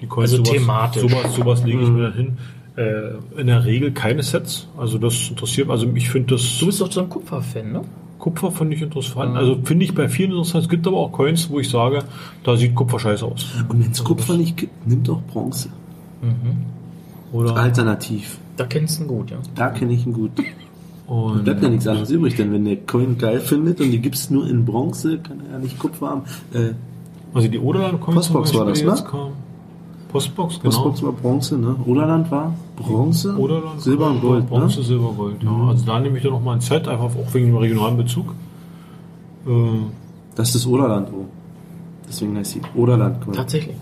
Speaker 1: Die Coins,
Speaker 2: Also
Speaker 1: sowas,
Speaker 2: thematisch. Mhm.
Speaker 1: Sowas, sowas lege ich mir dann hin. Äh, in der Regel keine Sets. Also das interessiert, also ich finde das.
Speaker 2: Du bist doch so ein Kupfer-Fan, ne?
Speaker 1: Kupfer fand ich interessant. Also finde ich bei vielen interessant. Es gibt aber auch Coins, wo ich sage, da sieht Kupfer scheiße aus.
Speaker 5: Und wenn es Kupfer nicht gibt, nimmt auch Bronze.
Speaker 3: Mhm.
Speaker 1: Oder
Speaker 5: Alternativ.
Speaker 2: Da kennst du ihn gut, ja.
Speaker 5: Da kenne ich ihn gut.
Speaker 1: und
Speaker 5: Bleibt ja nichts anderes übrig, denn wenn der Coin geil findet und die gibt es nur in Bronze, kann er ja nicht Kupfer haben. Äh,
Speaker 1: also die Oderland Coins
Speaker 5: Postbox war das, ne?
Speaker 1: kam. Postbox, genau.
Speaker 5: Postbox war Bronze, ne? Oderland war Bronze,
Speaker 1: Oderland
Speaker 5: Silber und Gold,
Speaker 1: Bronze,
Speaker 5: ne?
Speaker 1: Silber, Gold. Ja. Also da nehme ich dann nochmal ein Set, einfach auch wegen dem regionalen Bezug. Äh,
Speaker 3: Das ist das Oderland oben. Deswegen heißt sie Oderland.
Speaker 1: [LAUGHS]
Speaker 2: Tatsächlich.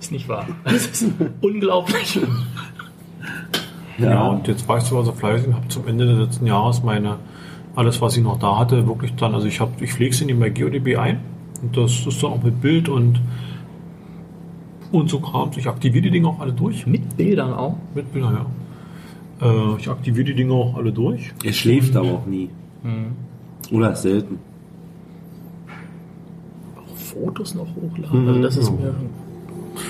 Speaker 2: ist nicht wahr. Das ist unglaublich.
Speaker 3: Ja.
Speaker 1: Ja, und jetzt war ich sogar so fleißig und habe zum Ende des letzten Jahres meine, alles was ich noch da hatte, wirklich dann, also ich habe, ich pflege sie in die bei GeoDB ein und das ist dann auch mit Bild und und so Krams. Ich aktiviere die Dinge auch alle durch.
Speaker 2: Mit Bildern auch.
Speaker 1: Mit Bildern, ja. Äh, ich aktiviere die Dinge auch alle durch.
Speaker 3: Er schläft aber auch nie.
Speaker 1: Mhm.
Speaker 3: Oder selten.
Speaker 2: Auch Fotos noch hochladen. Also das ist
Speaker 1: Mhm.
Speaker 2: mir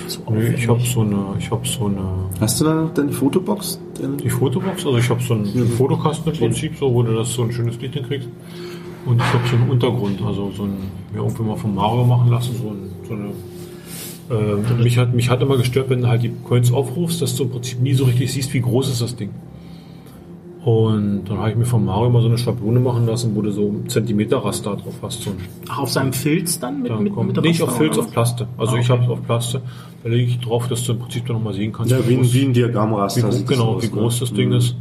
Speaker 2: zu
Speaker 1: Nee,
Speaker 2: aufwendig.
Speaker 1: ich habe so eine, ich habe so eine,
Speaker 3: Hast du da noch deine Fotobox? Deine
Speaker 1: die Fotobox, also ich habe so einen, einen Fotokasten im Prinzip, so, wo du das so ein schönes Licht hinkriegst. Und ich habe so einen Untergrund, also so ein, mir irgendwie mal von Mario machen lassen, so, ein, so eine. Ähm, mich, hat, mich hat immer gestört, wenn du halt die Coins aufrufst, dass du im Prinzip nie so richtig siehst, wie groß ist das Ding. Und dann habe ich mir von Mario mal so eine Schablone machen lassen, wo du so einen Zentimeterraster drauf hast. So ein,
Speaker 2: Ach, auf seinem Filz dann mit,
Speaker 1: dann
Speaker 2: mit,
Speaker 1: kommt,
Speaker 2: mit
Speaker 1: nicht auf
Speaker 2: Rastern
Speaker 1: Filz,
Speaker 2: oder Ah,
Speaker 1: auf Plaste. Also ich habe es auf Plaste. Da lege ich drauf, dass du im Prinzip dann nochmal sehen kannst.
Speaker 3: ja, wie, ein-
Speaker 1: groß-
Speaker 3: wie ein Diagrammraster.
Speaker 1: wie groß,
Speaker 3: sieht das
Speaker 1: genau,
Speaker 3: aus,
Speaker 1: wie
Speaker 3: ne?
Speaker 1: groß das
Speaker 2: Mhm.
Speaker 1: Ding ist.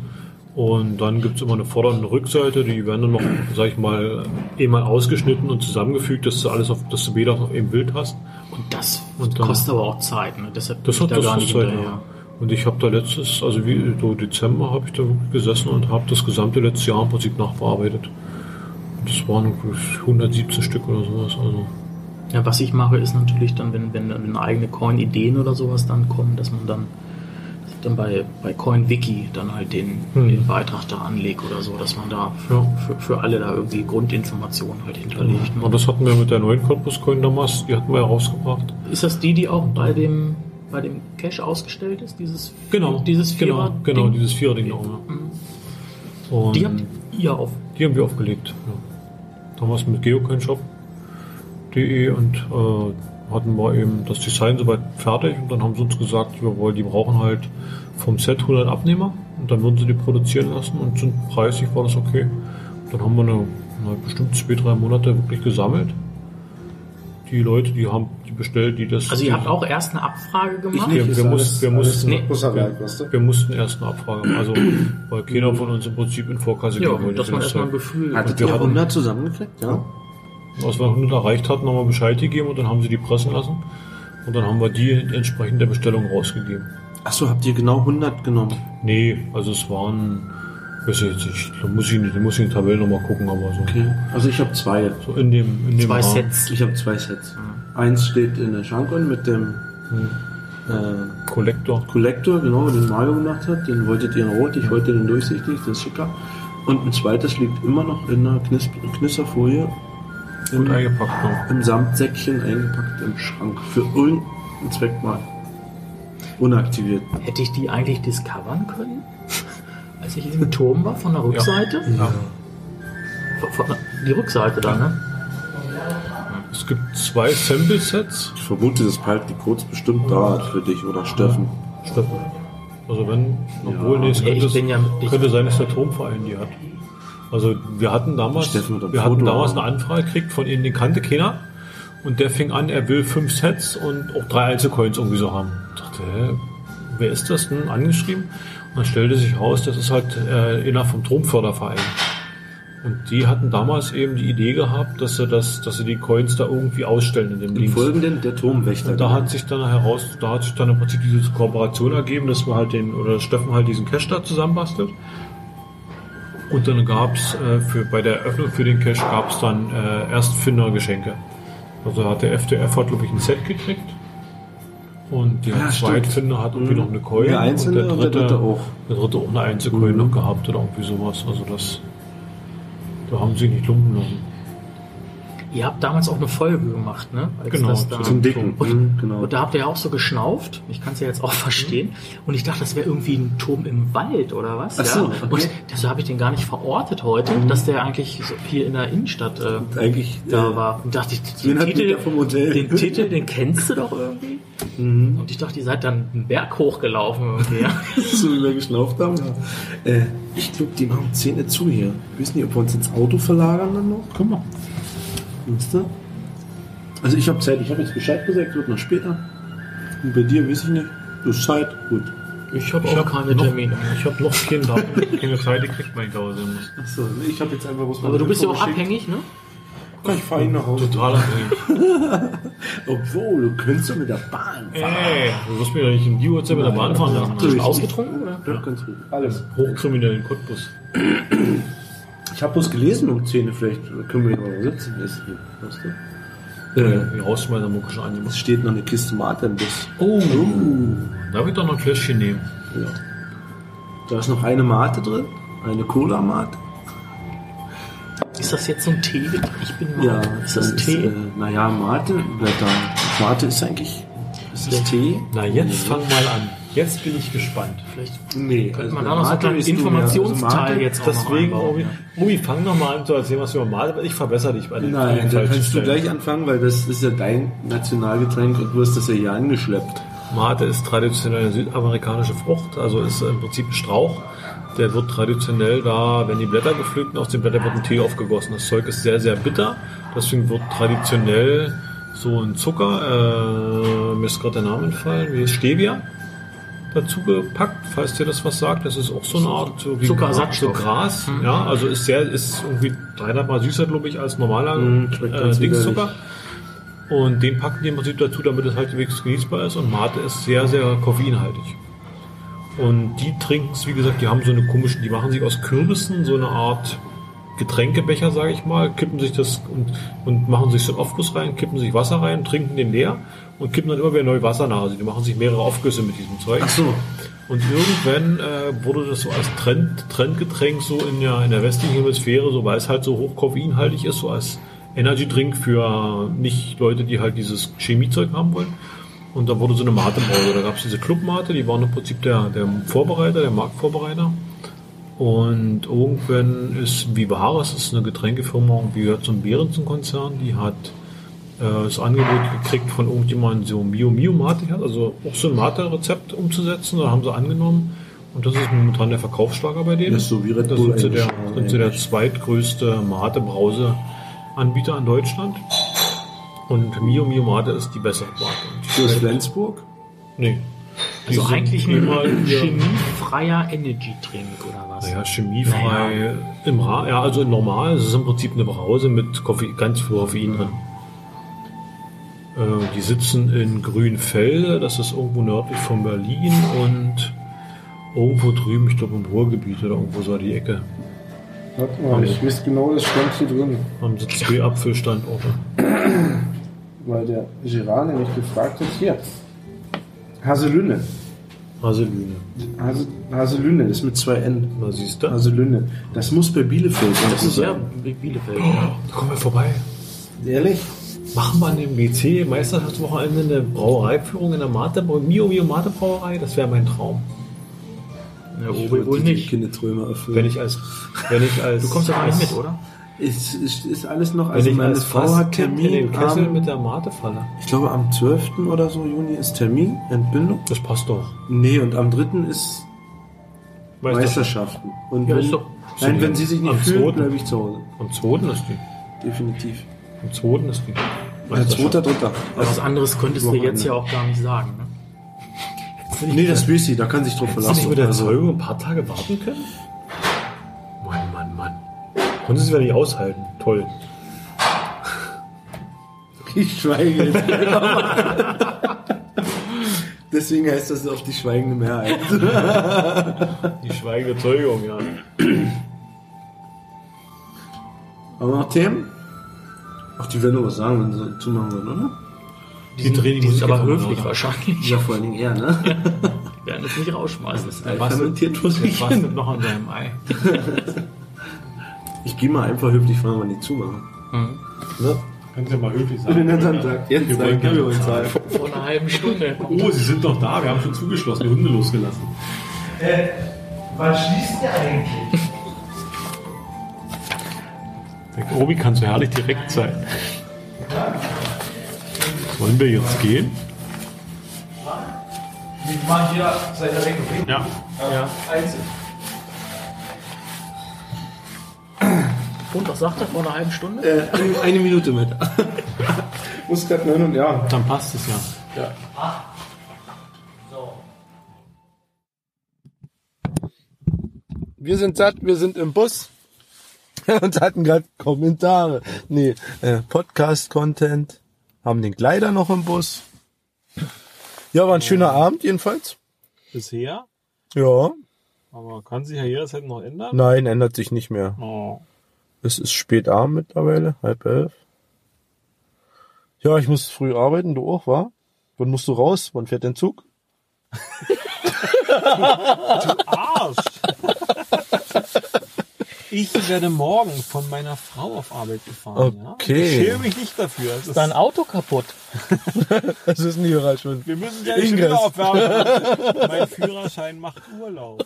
Speaker 1: Und dann gibt es immer eine Vorder- und eine Rückseite, die werden dann noch, sag ich mal, eh mal ausgeschnitten und zusammengefügt, dass du alles auf, dass du Bilder auf einem Bild hast.
Speaker 2: was? Und das
Speaker 1: Und dann-
Speaker 2: kostet aber auch Zeit. Ne? Deshalb bin
Speaker 1: Das
Speaker 2: ich
Speaker 1: hat
Speaker 2: da
Speaker 1: das
Speaker 2: gar
Speaker 1: ist
Speaker 2: nicht
Speaker 1: halt,
Speaker 2: hinterher.
Speaker 1: ja. Und ich habe da letztes, also wie so Dezember habe ich da wirklich gesessen und habe das gesamte letzte Jahr im Prinzip nachbearbeitet. Und Das waren irgendwie 117 Stück oder sowas. Also
Speaker 2: Ja, was ich mache, ist natürlich dann, wenn, wenn, wenn eigene Coin-Ideen oder sowas dann kommen, dass man dann, dass ich dann bei, bei CoinWiki dann halt den,
Speaker 1: Hm.
Speaker 2: den Beitrag da anlegt oder so, dass man da für,
Speaker 1: Ja.
Speaker 2: für, für alle da irgendwie Grundinformationen halt hinterlegt.
Speaker 1: Und das hatten wir mit der neuen Corpus Coin damals, die hatten wir ja rausgebracht.
Speaker 2: Ist das die, die auch bei dem, bei dem Cache ausgestellt ist? Dieses,
Speaker 1: Genau,
Speaker 2: dieses
Speaker 1: genau,
Speaker 2: Vierer-Ding? Mhm.
Speaker 1: genau, dieses Vierer-Ding da oben. ja. Und
Speaker 2: Die habt ihr auf.
Speaker 1: Die haben wir aufgelegt. Ja. Damals mit geocoinshop.de und äh, hatten wir eben das Design soweit fertig und dann haben sie uns gesagt, wir wollen, die brauchen halt vom Set 100 Abnehmer und dann würden sie die produzieren lassen und sind preislich war das okay. Und dann haben wir eine, eine bestimmt zwei, drei Monate wirklich gesammelt. Die Leute, die haben die bestellt, die das.
Speaker 2: Also ihr habt auch erst eine Abfrage gemacht?
Speaker 3: nicht.
Speaker 1: Wir,
Speaker 3: Ist
Speaker 1: wir,
Speaker 3: alles-
Speaker 1: mussten, wir,
Speaker 3: alles
Speaker 1: mussten,
Speaker 2: Nee.
Speaker 3: Busserwerk, weißt du?
Speaker 1: wir mussten erst eine Abfrage machen, also weil keiner von uns im Prinzip in Vorkasse
Speaker 2: Mhm. Ja,
Speaker 1: gehen wollte.
Speaker 2: dass
Speaker 1: zu
Speaker 2: man
Speaker 1: der
Speaker 2: erstmal ein
Speaker 1: Zeit.
Speaker 2: Gefühl
Speaker 3: Hattet
Speaker 1: Wir
Speaker 3: ihr
Speaker 1: hatten-
Speaker 3: 100 zusammengekriegt? Ja.
Speaker 1: Als wir 100 erreicht hatten, haben wir Bescheid gegeben und dann haben sie die pressen lassen. Und dann haben wir die entsprechend der Bestellung rausgegeben.
Speaker 3: Achso, habt ihr genau 100 genommen?
Speaker 1: Nee, also es waren, weiß ich jetzt nicht, da muss ich, nicht- da muss ich in die Tabelle nochmal gucken, aber so,
Speaker 3: Okay. Also ich habe zwei.
Speaker 1: so in dem, in dem
Speaker 2: zwei
Speaker 1: Rahmen.
Speaker 2: Sets.
Speaker 3: Ich habe zwei Sets. Eins steht in der Schankon mit dem äh,
Speaker 1: Collector.
Speaker 3: Collector, genau, den Mario gemacht hat. Den wolltet ihr in Rot, ich wollte den durchsichtig, den ist schicker. Und ein zweites liegt immer noch in einer Knis Knisterfolie
Speaker 1: Gut eingepackt, ne?
Speaker 3: im Samtsäckchen eingepackt im Schrank. Für irgendeinen Zweck mal. Unaktiviert.
Speaker 2: Hätte ich die eigentlich discovern können? Als ich im Turm war, von der Rückseite? Von- Von, die Rückseite da, ne?
Speaker 1: Es gibt zwei Sample-Sets.
Speaker 3: Ich vermute, das bleibt die Codes bestimmt da für dich oder Steffen.
Speaker 1: Steffen. Also wenn, obwohl, nee, es
Speaker 2: Nee,
Speaker 1: könnte,
Speaker 2: ich bin ja mit- ich-
Speaker 1: könnte sein, dass der Turmverein die hat. Also wir hatten damals,
Speaker 3: Steffen mit dem
Speaker 1: wir hatten
Speaker 3: Foto.
Speaker 1: damals eine Anfrage gekriegt von ihnen, den kannte keiner. Und der fing an, er will fünf Sets und auch drei Einzelcoins irgendwie so haben. Ich dachte, hä, wer ist das denn? Angeschrieben. Und dann stellte sich raus, das ist halt äh, innerhalb vom Turmförderverein. Und die hatten damals eben die Idee gehabt, dass sie, das, dass sie die Coins da irgendwie ausstellen in dem
Speaker 3: Im
Speaker 1: Links.
Speaker 3: Folgenden der Turmwächter.
Speaker 1: Und da hat sich dann heraus, da hat sich dann im Prinzip diese Kooperation ergeben, dass wir halt den, oder dass Steffen halt diesen Cash da zusammenbastelt. Und dann gab's äh, für, bei der Eröffnung für den Cash gab's dann äh, Erstfindergeschenke. Also hat der FDF hat, glaube ich, ein Set gekriegt. Und der
Speaker 3: Ah, stimmt.
Speaker 1: Zweitfinder hat irgendwie
Speaker 3: Mhm.
Speaker 1: noch eine Coin.
Speaker 3: Der Einzelne
Speaker 1: und der dritte auch. Mhm. Der dritte auch eine Einzelcoin noch gehabt oder irgendwie sowas. Also das, da haben sie nicht lumpen lassen.
Speaker 2: Ihr habt damals auch eine Folge gemacht, ne? Als
Speaker 1: Genau,
Speaker 2: das da-
Speaker 3: zum Dicken. Mhm, genau.
Speaker 2: Und da habt ihr ja auch so geschnauft. Ich kann es ja jetzt auch [LAUGHS] verstehen. Und ich dachte, das wäre irgendwie ein Turm im Wald oder was.
Speaker 3: Ach so,
Speaker 2: ja?
Speaker 3: okay. Mhm.
Speaker 2: Und deshalb habe ich den gar nicht verortet heute, dass der eigentlich so hier in der Innenstadt äh,
Speaker 3: eigentlich
Speaker 2: da
Speaker 3: äh,
Speaker 2: war. Und dachte ich, den,
Speaker 3: Den hat
Speaker 2: Titel,
Speaker 3: Peter vom Hotel. Mhm.
Speaker 2: den Titel, den kennst du doch irgendwie. Und ich dachte, ihr seid dann einen Berg hochgelaufen irgendwie.
Speaker 3: [LAUGHS]
Speaker 2: ja.
Speaker 3: so wie wir geschnauft haben. Äh, ich glaube, die machen Zähne zu hier. Ich weiß nicht, ob wir uns ins Auto verlagern dann noch. Komm mal. Weißt du? Also ich habe Zeit. Ich habe jetzt Bescheid gesagt, wird noch später. Und bei dir weiß ich nicht. Du hast Zeit. Gut.
Speaker 2: Ich habe auch keine
Speaker 1: noch,
Speaker 2: Termine.
Speaker 1: Ich habe noch kein Datum, keine Zeit, ich krieg mein Gause.
Speaker 3: Achso, ich habe jetzt einfach was
Speaker 2: Aber du bist ja auch abhängig, ne?
Speaker 3: Ich fahre ihn nach Hause.
Speaker 1: Total abhängig.
Speaker 3: Obwohl, du könntest doch mit der Bahn fahren.
Speaker 1: Ey, du wirst mir doch nicht in die Uhrzeit mit der Bahn fahren lassen.
Speaker 3: Natürlich.
Speaker 2: Ausgetrunken? Oder?
Speaker 3: Ja, ganz gut. Alles.
Speaker 1: Hochkriminellen Cottbus.
Speaker 3: Ich habe bloß gelesen um 10 Uhr, vielleicht können wir ihn mal sitzen essen. Weißt du? Äh,
Speaker 1: Die Rausschmeißermucke schon angemacht.
Speaker 3: es steht noch eine Kiste Mate im Bus.
Speaker 1: Oh, da wird doch noch ein Fläschchen nehmen.
Speaker 3: Ja. Da ist noch eine Mate drin, eine Cola-Mate.
Speaker 2: Ist das jetzt so ein Tee? Ich bin mal. ist das
Speaker 3: dann
Speaker 2: Tee?
Speaker 3: Äh, naja, Mate bleibt da. Mate ist eigentlich. Ist das Tee?
Speaker 1: Na, jetzt fang mal an. Jetzt bin ich gespannt.
Speaker 2: Vielleicht
Speaker 3: Nee.
Speaker 2: könnte man da noch so einen kleinen Informationsteil Also jetzt auch
Speaker 1: Deswegen,
Speaker 2: noch einbauen.
Speaker 1: Obi, Obi, fang noch mal an zu erzählen, was du normal bist. Ich verbessere dich bei den
Speaker 3: Nein,
Speaker 1: vielen
Speaker 3: da
Speaker 1: falschen
Speaker 3: kannst du
Speaker 1: Stellen.
Speaker 3: gleich anfangen, weil das ist ja dein Nationalgetränk und du hast das ja hier angeschleppt.
Speaker 1: Mate ist traditionell eine südamerikanische Frucht, also ist im Prinzip ein Strauch. Der wird traditionell da, wenn die Blätter gepflückt und aus den Blättern wird ein Tee aufgegossen. Das Zeug ist sehr, sehr bitter. Deswegen wird traditionell so ein Zucker, äh, mir ist gerade der Name entfallen, wie Stevia, dazu gepackt, falls dir das was sagt. Das ist auch so eine Art so wie
Speaker 2: Zuckerersatzstoff.
Speaker 1: so Gras. Ja, also ist sehr, ist irgendwie dreieinhalbmal süßer, glaube ich, als normaler
Speaker 3: schmeckt
Speaker 1: äh,
Speaker 3: ganz
Speaker 1: Dingszucker. Und den packen die im Prinzip dazu, damit es halbwegs genießbar ist. Und Mate ist sehr, sehr koffeinhaltig. Und die trinken es, wie gesagt, die haben so eine komische, die machen sich aus Kürbissen so eine Art Getränkebecher, sage ich mal, kippen sich das und, und machen sich so einen Aufguss rein, kippen sich Wasser rein, trinken den leer und kippen dann immer wieder neu Wasser nach. Also die machen sich mehrere Aufgüsse mit diesem Zeug. Ach so. Und irgendwann äh, wurde das so als Trend, Trendgetränk so in der, in der westlichen Hemisphäre, so weil es halt so hoch koffeinhaltig ist, so als Energy-Drink für nicht Leute, die halt dieses Chemiezeug haben wollen. Und da wurde so eine Mate-Brause. Da gab es diese Club-Mate, die waren im Prinzip der, der Vorbereiter, der Marktvorbereiter. Und irgendwann ist Vivaris, das ist eine Getränkefirma, und gehört zum Behrensen-Konzern, die hat äh, das Angebot gekriegt von irgendjemandem, so Mio Mio Mate, hat, also auch so ein Mate-Rezept umzusetzen, da haben sie angenommen. Und das ist momentan der Verkaufsschlager bei denen.
Speaker 3: Das ist so wie Red
Speaker 1: Da sind
Speaker 3: Bull
Speaker 1: sie der,
Speaker 3: eigentlich.
Speaker 1: sind sie der zweitgrößte Mate-Brause-Anbieter in Deutschland. Und Mio Mio Mate ist die bessere Mate. Und die
Speaker 3: Du hast Flensburg?
Speaker 1: Nee. Die
Speaker 2: Also
Speaker 1: sind
Speaker 2: eigentlich
Speaker 1: immer
Speaker 2: ein
Speaker 1: hier-
Speaker 2: chemiefreier Energy-Drink oder was?
Speaker 1: Naja, chemiefrei im Ra ja, also normal, es ist im Prinzip eine Brause mit Koffe ganz viel Koffein drin. Äh, die sitzen in Grünfelde, das ist irgendwo nördlich von Berlin und irgendwo drüben, ich glaube im Ruhrgebiet oder irgendwo so die Ecke,
Speaker 8: Warte mal, ich wüsste genau, das stand hier drin,
Speaker 1: haben sie zwei Apfelstandorte.
Speaker 8: weil der Gerard nämlich gefragt hat, hier, Haselünne,
Speaker 1: Haselüne.
Speaker 8: Hase, Haselünne, das
Speaker 3: Das mit zwei N.
Speaker 1: Na siehst du?
Speaker 3: Haselünne. Das muss bei Bielefeld sein.
Speaker 2: Das ist ja Bielefeld.
Speaker 1: Da kommen wir vorbei.
Speaker 3: Ehrlich?
Speaker 1: Machen wir an dem GC Meisterschaftswochenende eine Brauereiführung in der Mate, Mio Mio Mate Brauerei, das wäre mein Traum.
Speaker 2: Ja, Obi wohl nicht.
Speaker 3: Kinderträume erfüllen.
Speaker 1: Wenn ich als, wenn ich als,
Speaker 2: Du kommst ja
Speaker 1: als,
Speaker 2: nicht mit, oder?
Speaker 3: Ist, ist, ist alles noch,
Speaker 1: Wenn
Speaker 3: also
Speaker 1: ich
Speaker 3: meine
Speaker 1: als
Speaker 3: Frau hat
Speaker 1: Termin ähm, in den
Speaker 3: Termin
Speaker 1: Kessel
Speaker 3: am,
Speaker 1: mit der Mate falle.
Speaker 3: ich glaube am 12. oder so Juni ist Termin, Entbindung.
Speaker 1: Das passt doch.
Speaker 3: Nee, und am 3. ist
Speaker 1: Meisterschaft.
Speaker 3: Meisterschaften. Und
Speaker 2: Ja,
Speaker 3: wenn,
Speaker 2: ist doch-
Speaker 3: nein, wenn sie sich nicht
Speaker 1: Am
Speaker 3: fühlt,
Speaker 1: 2..
Speaker 3: bleibe ich zu Hause.
Speaker 1: Am zweiten ist die.
Speaker 3: Definitiv.
Speaker 1: Am zweiten ist die.
Speaker 3: Äh, zweiter, dritter.
Speaker 2: Aber was anderes könntest du
Speaker 3: Wochenende.
Speaker 2: jetzt ja auch gar nicht sagen. Ne?
Speaker 3: Nee, das will sie, da kann sich drauf
Speaker 1: Hast du
Speaker 3: verlassen. Also,
Speaker 1: mit der Zeugung ein paar Tage warten können? Mann, Mann, Mann. Konnten sie es wieder nicht aushalten. Toll.
Speaker 3: ich schweige jetzt. [LAUGHS] Deswegen heißt das auch die schweigende Mehrheit.
Speaker 1: Die schweigende Zeugung, ja.
Speaker 3: Aber noch Themen? Ach, die werden doch was sagen, wenn sie zumachen würden, oder?
Speaker 1: Die drehen
Speaker 2: Die sind aber
Speaker 1: jetzt
Speaker 2: höflich
Speaker 1: an, oder?
Speaker 2: wahrscheinlich.
Speaker 3: Ja, vor allen Dingen er, ne?
Speaker 2: Die [LAUGHS] werden das nicht rausschmeißen.
Speaker 3: Ja, fermentiert muss
Speaker 1: Der
Speaker 3: ich.
Speaker 1: bastelt noch an seinem Ei.
Speaker 3: [LAUGHS] Ich gehe mal einfach höflich fragen, wann die zumachen. Ne?
Speaker 9: Kannst ja mal höflich
Speaker 3: Und den
Speaker 9: sagen.
Speaker 3: ganzen Tag. Jetzt
Speaker 9: Wir
Speaker 3: sagen,
Speaker 9: wollen
Speaker 3: können wir
Speaker 9: gerne
Speaker 3: uns sagen.
Speaker 2: Vor einer halben Stunde.
Speaker 9: Oh, sie sind doch da. Wir haben schon zugeschlossen, die Hunde losgelassen.
Speaker 1: Der Obi kann so herrlich direkt sein. Wollen wir jetzt gehen? Ja.
Speaker 2: Und was sagt er vor einer halben Stunde?
Speaker 3: Äh, eine, eine Minute mit.
Speaker 8: muss gerade neun und ja.
Speaker 1: Dann passt es ja.
Speaker 10: wir sind satt, wir sind im Bus [LAUGHS] und hatten gerade Kommentare. Nee, äh, Podcast-Content, haben den Kleider noch im Bus. Ja, war ein schöner Abend jedenfalls.
Speaker 1: Bisher,
Speaker 10: Ja,
Speaker 1: aber kann sich ja jederzeit noch ändern.
Speaker 10: nein, ändert sich nicht
Speaker 2: Hm.
Speaker 10: mehr.
Speaker 1: Oh.
Speaker 10: Es ist spät Abend mittlerweile, halb elf. Ja, ich muss früh arbeiten, du auch, wa? Wann musst du raus? Wann fährt dein Zug?
Speaker 1: Arsch! Ich werde morgen von meiner Frau auf Arbeit gefahren. Ja? Ich schäme
Speaker 10: Okay.
Speaker 1: mich nicht dafür. Es ist
Speaker 2: Dein Auto kaputt.
Speaker 10: [LAUGHS] Das ist nie gerade schon.
Speaker 1: wir müssen ja nicht
Speaker 10: Ingress.
Speaker 1: wieder
Speaker 10: [LAUGHS]
Speaker 1: aufwärmen. mein Führerschein macht Urlaub.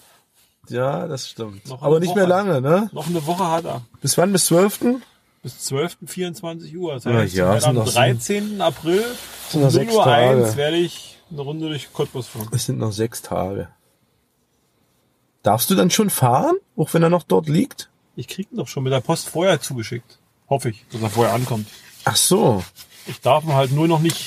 Speaker 10: Ja, das stimmt.
Speaker 1: Noch
Speaker 10: Aber
Speaker 1: eine
Speaker 10: nicht mehr
Speaker 1: Woche.
Speaker 10: lange, ne?
Speaker 1: Noch eine Woche hat er.
Speaker 10: Bis wann? Bis 12.
Speaker 1: Bis 12. 24 Uhr. Das
Speaker 10: Na
Speaker 1: heißt,
Speaker 10: ja,
Speaker 1: wenn
Speaker 10: sind
Speaker 1: am
Speaker 10: noch-
Speaker 1: 13. April
Speaker 10: sind noch
Speaker 1: 0
Speaker 10: sechs
Speaker 1: Uhr
Speaker 10: Tage.
Speaker 1: 1 werde ich eine Runde durch Cottbus fahren.
Speaker 10: Es sind noch sechs Tage. Darfst du dann schon fahren, auch wenn er noch dort liegt?
Speaker 1: Ich krieg ihn doch schon mit der Post vorher zugeschickt. Hoffe ich, dass er vorher ankommt.
Speaker 10: Ach so.
Speaker 1: Ich darf ihn halt nur noch nicht.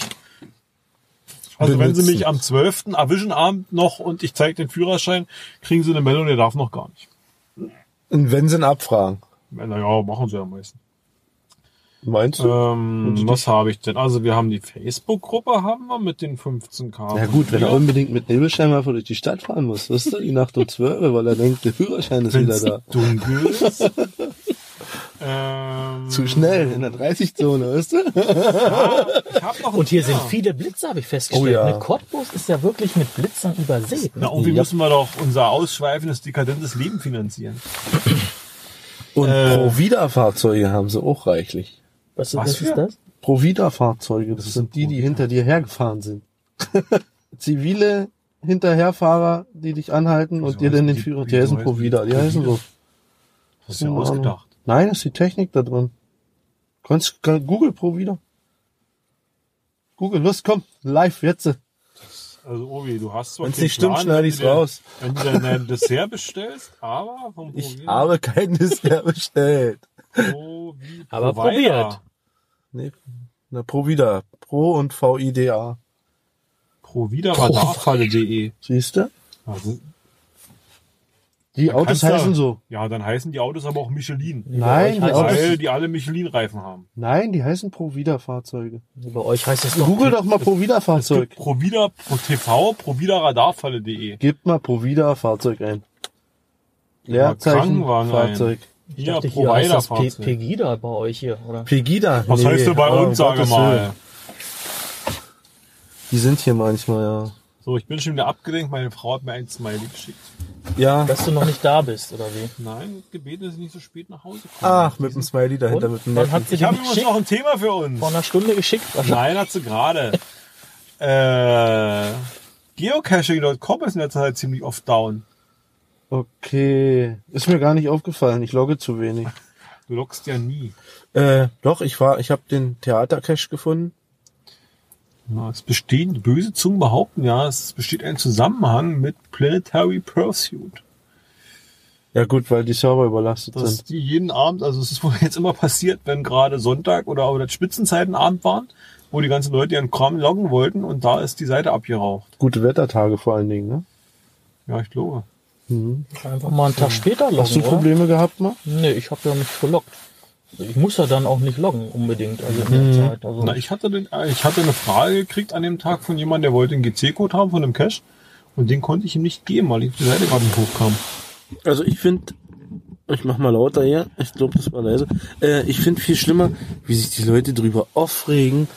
Speaker 1: Also wenn sie
Speaker 10: Benutzen.
Speaker 1: mich am 12. erwischen Abend noch und ich zeige den Führerschein, kriegen sie eine Meldung, der darf noch gar nicht.
Speaker 10: Und wenn sie ihn abfragen.
Speaker 1: Naja, machen sie ja am meisten.
Speaker 10: Meinst du?
Speaker 1: Ähm, was habe ich denn? Also wir haben die Facebook-Gruppe, haben wir mit den 15k.
Speaker 10: Ja gut, wenn er
Speaker 1: Ja.
Speaker 10: unbedingt mit Nebelstein mal durch die Stadt fahren muss, wirst du, die Nacht um 12, weil er denkt, der Führerschein ist wieder
Speaker 1: Wenn's
Speaker 10: da.
Speaker 1: dunkel
Speaker 10: [LAUGHS]
Speaker 1: ist. ähm,
Speaker 10: Zu schnell, in der 30-Zone, weißt du?
Speaker 1: ich hab noch
Speaker 2: Und hier sind
Speaker 1: Ja.
Speaker 2: viele Blitze, habe ich festgestellt.
Speaker 10: Oh ja.
Speaker 2: Eine Cottbus ist ja wirklich mit Blitzern übersät.
Speaker 1: Na, irgendwie
Speaker 10: Ja.
Speaker 1: müssen wir doch unser ausschweifendes, dekadentes Leben finanzieren.
Speaker 10: Und Provida-Fahrzeuge haben sie auch reichlich.
Speaker 2: Was,
Speaker 1: was
Speaker 2: was
Speaker 1: für-
Speaker 2: ist das?
Speaker 10: Provida-Fahrzeuge, das sind die, die hinter dir hergefahren sind. [LAUGHS] Zivile Hinterherfahrer, die dich anhalten und dir dann den Führer, die heißen Provida, die heißen so.
Speaker 1: Das ist ja ausgedacht.
Speaker 10: Nein, das ist die Technik da drin. Kannst, kann, Google Provida. Google, los, komm, live, jetzt.
Speaker 1: Also Obi, du hast zwar
Speaker 10: Wenn's
Speaker 1: keinen
Speaker 10: nicht stimmt,
Speaker 1: Plan,
Speaker 10: schneid
Speaker 1: wenn du
Speaker 10: ich's
Speaker 1: dir-
Speaker 10: raus.
Speaker 1: Wenn du dann ein Dessert bestellst, aber vom
Speaker 10: Ich
Speaker 1: Provider-
Speaker 10: habe kein [LAUGHS] Dessert bestellt.
Speaker 1: Oh, wie
Speaker 2: Aber
Speaker 1: Provider.
Speaker 2: probiert.
Speaker 10: Nee, na, Provida. Pro und VIDA.
Speaker 1: Providerradarfalle.de.
Speaker 10: Siehst du?
Speaker 1: Also,
Speaker 10: Die Autos
Speaker 1: kannst du-
Speaker 10: heißen so.
Speaker 1: ja, dann heißen die Autos aber auch Michelin.
Speaker 10: Nein, die
Speaker 1: Weil
Speaker 10: Autos,
Speaker 1: die alle Michelin-Reifen haben.
Speaker 10: nein, die heißen Provida-Fahrzeuge.
Speaker 2: Bei euch heißt das doch.
Speaker 10: Google doch mal Provida-Fahrzeug.
Speaker 1: Provida Pro TV, Providerradarfalle.de.
Speaker 10: Gib mal Provida-Fahrzeug ein. Leerzeichen
Speaker 1: Krankenwagen ein.
Speaker 10: Fahrzeug.
Speaker 1: Hier,
Speaker 2: dachte, hier heißt das Pe-
Speaker 1: Providerfahrzeug.
Speaker 2: Pegida bei euch hier, oder?
Speaker 10: Pegida.
Speaker 1: Was heißt du bei
Speaker 10: oh,
Speaker 1: uns, sage
Speaker 10: Gottes
Speaker 1: mal?
Speaker 10: Willen. Die sind hier manchmal,
Speaker 1: So, ich bin schon wieder abgelenkt. Meine Frau hat mir ein Smiley geschickt.
Speaker 10: ja. Ja.
Speaker 2: Dass du noch nicht da bist, oder wie?
Speaker 1: Nein, gebeten, dass ich nicht so spät nach Hause komme.
Speaker 10: Ach, mit dem Smiley dahinter, mit dem
Speaker 2: Und man hat
Speaker 10: Neffen.
Speaker 2: sich
Speaker 1: ich habe übrigens
Speaker 2: geschickt,
Speaker 1: noch ein Thema für uns.
Speaker 2: vor einer Stunde geschickt.
Speaker 1: Nein, hat sie
Speaker 10: [LAUGHS]
Speaker 1: gerade. äh, Geocaching.com ist in letzter Zeit ziemlich oft down.
Speaker 10: Okay. Ist mir gar nicht aufgefallen. Ich logge zu wenig.
Speaker 1: Du loggst ja nie.
Speaker 10: Äh, doch, ich war, ich habe den Theatercache gefunden.
Speaker 1: Na, es bestehen, böse Zungen behaupten ja, es besteht ein Zusammenhang mit Planetary Pursuit.
Speaker 10: Ja gut, weil die Server überlastet
Speaker 1: Dass
Speaker 10: sind.
Speaker 1: die jeden Abend, also es ist wohl [LAUGHS] jetzt immer passiert, wenn gerade Sonntag oder aber das Spitzenzeitenabend waren, wo die ganzen Leute ihren Kram loggen wollten und da ist die Seite abgeraucht.
Speaker 10: Gute Wettertage vor allen Dingen, ne?
Speaker 1: Ja, ich glaube.
Speaker 2: Einfach mal einen Tag später loggen.
Speaker 10: Hast du
Speaker 2: oder?
Speaker 10: Probleme gehabt mal?
Speaker 2: Nee, ich habe ja nicht geloggt. Ich muss ja dann auch nicht loggen unbedingt, also in der Zeit. Also
Speaker 1: Na, ich hatte, den, äh, ich hatte eine Frage gekriegt an dem Tag von jemandem, der wollte einen GC-Code haben von einem Cache. Und den konnte ich ihm nicht geben, weil ich auf die Seite gerade nicht hochkam.
Speaker 11: Also ich finde, ich mach mal lauter hier, ich glaube, das war leise. Äh, ich finde viel schlimmer, wie sich die Leute drüber aufregen.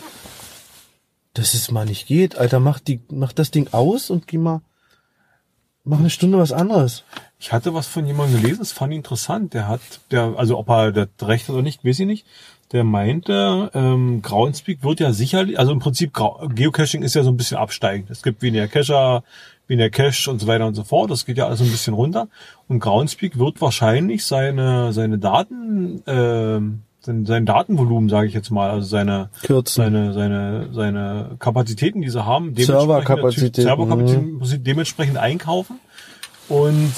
Speaker 10: dass es mal nicht geht. Alter, mach, die, mach das Ding aus und geh mal. Mach eine Stunde was anderes.
Speaker 1: Ich hatte was von jemandem gelesen, das fand ich interessant. Der hat, der, also ob er das recht hat oder nicht, weiß ich nicht. Der meinte, ähm, Groundspeak wird ja sicherlich, also im Prinzip Grau- Geocaching ist ja so ein bisschen absteigend. Es gibt weniger Cacher, weniger Cache und so weiter und so fort. Das geht ja alles so ein bisschen runter. Und Groundspeak wird wahrscheinlich seine seine Daten, ähm, sein, sein Datenvolumen, sage ich jetzt mal, also seine
Speaker 10: Kürzen.
Speaker 1: seine, seine, seine Kapazitäten, die sie haben,
Speaker 10: Serverkapazitäten, mhm.
Speaker 1: natürlich- Serverkapazitäten muss sie dementsprechend einkaufen. Und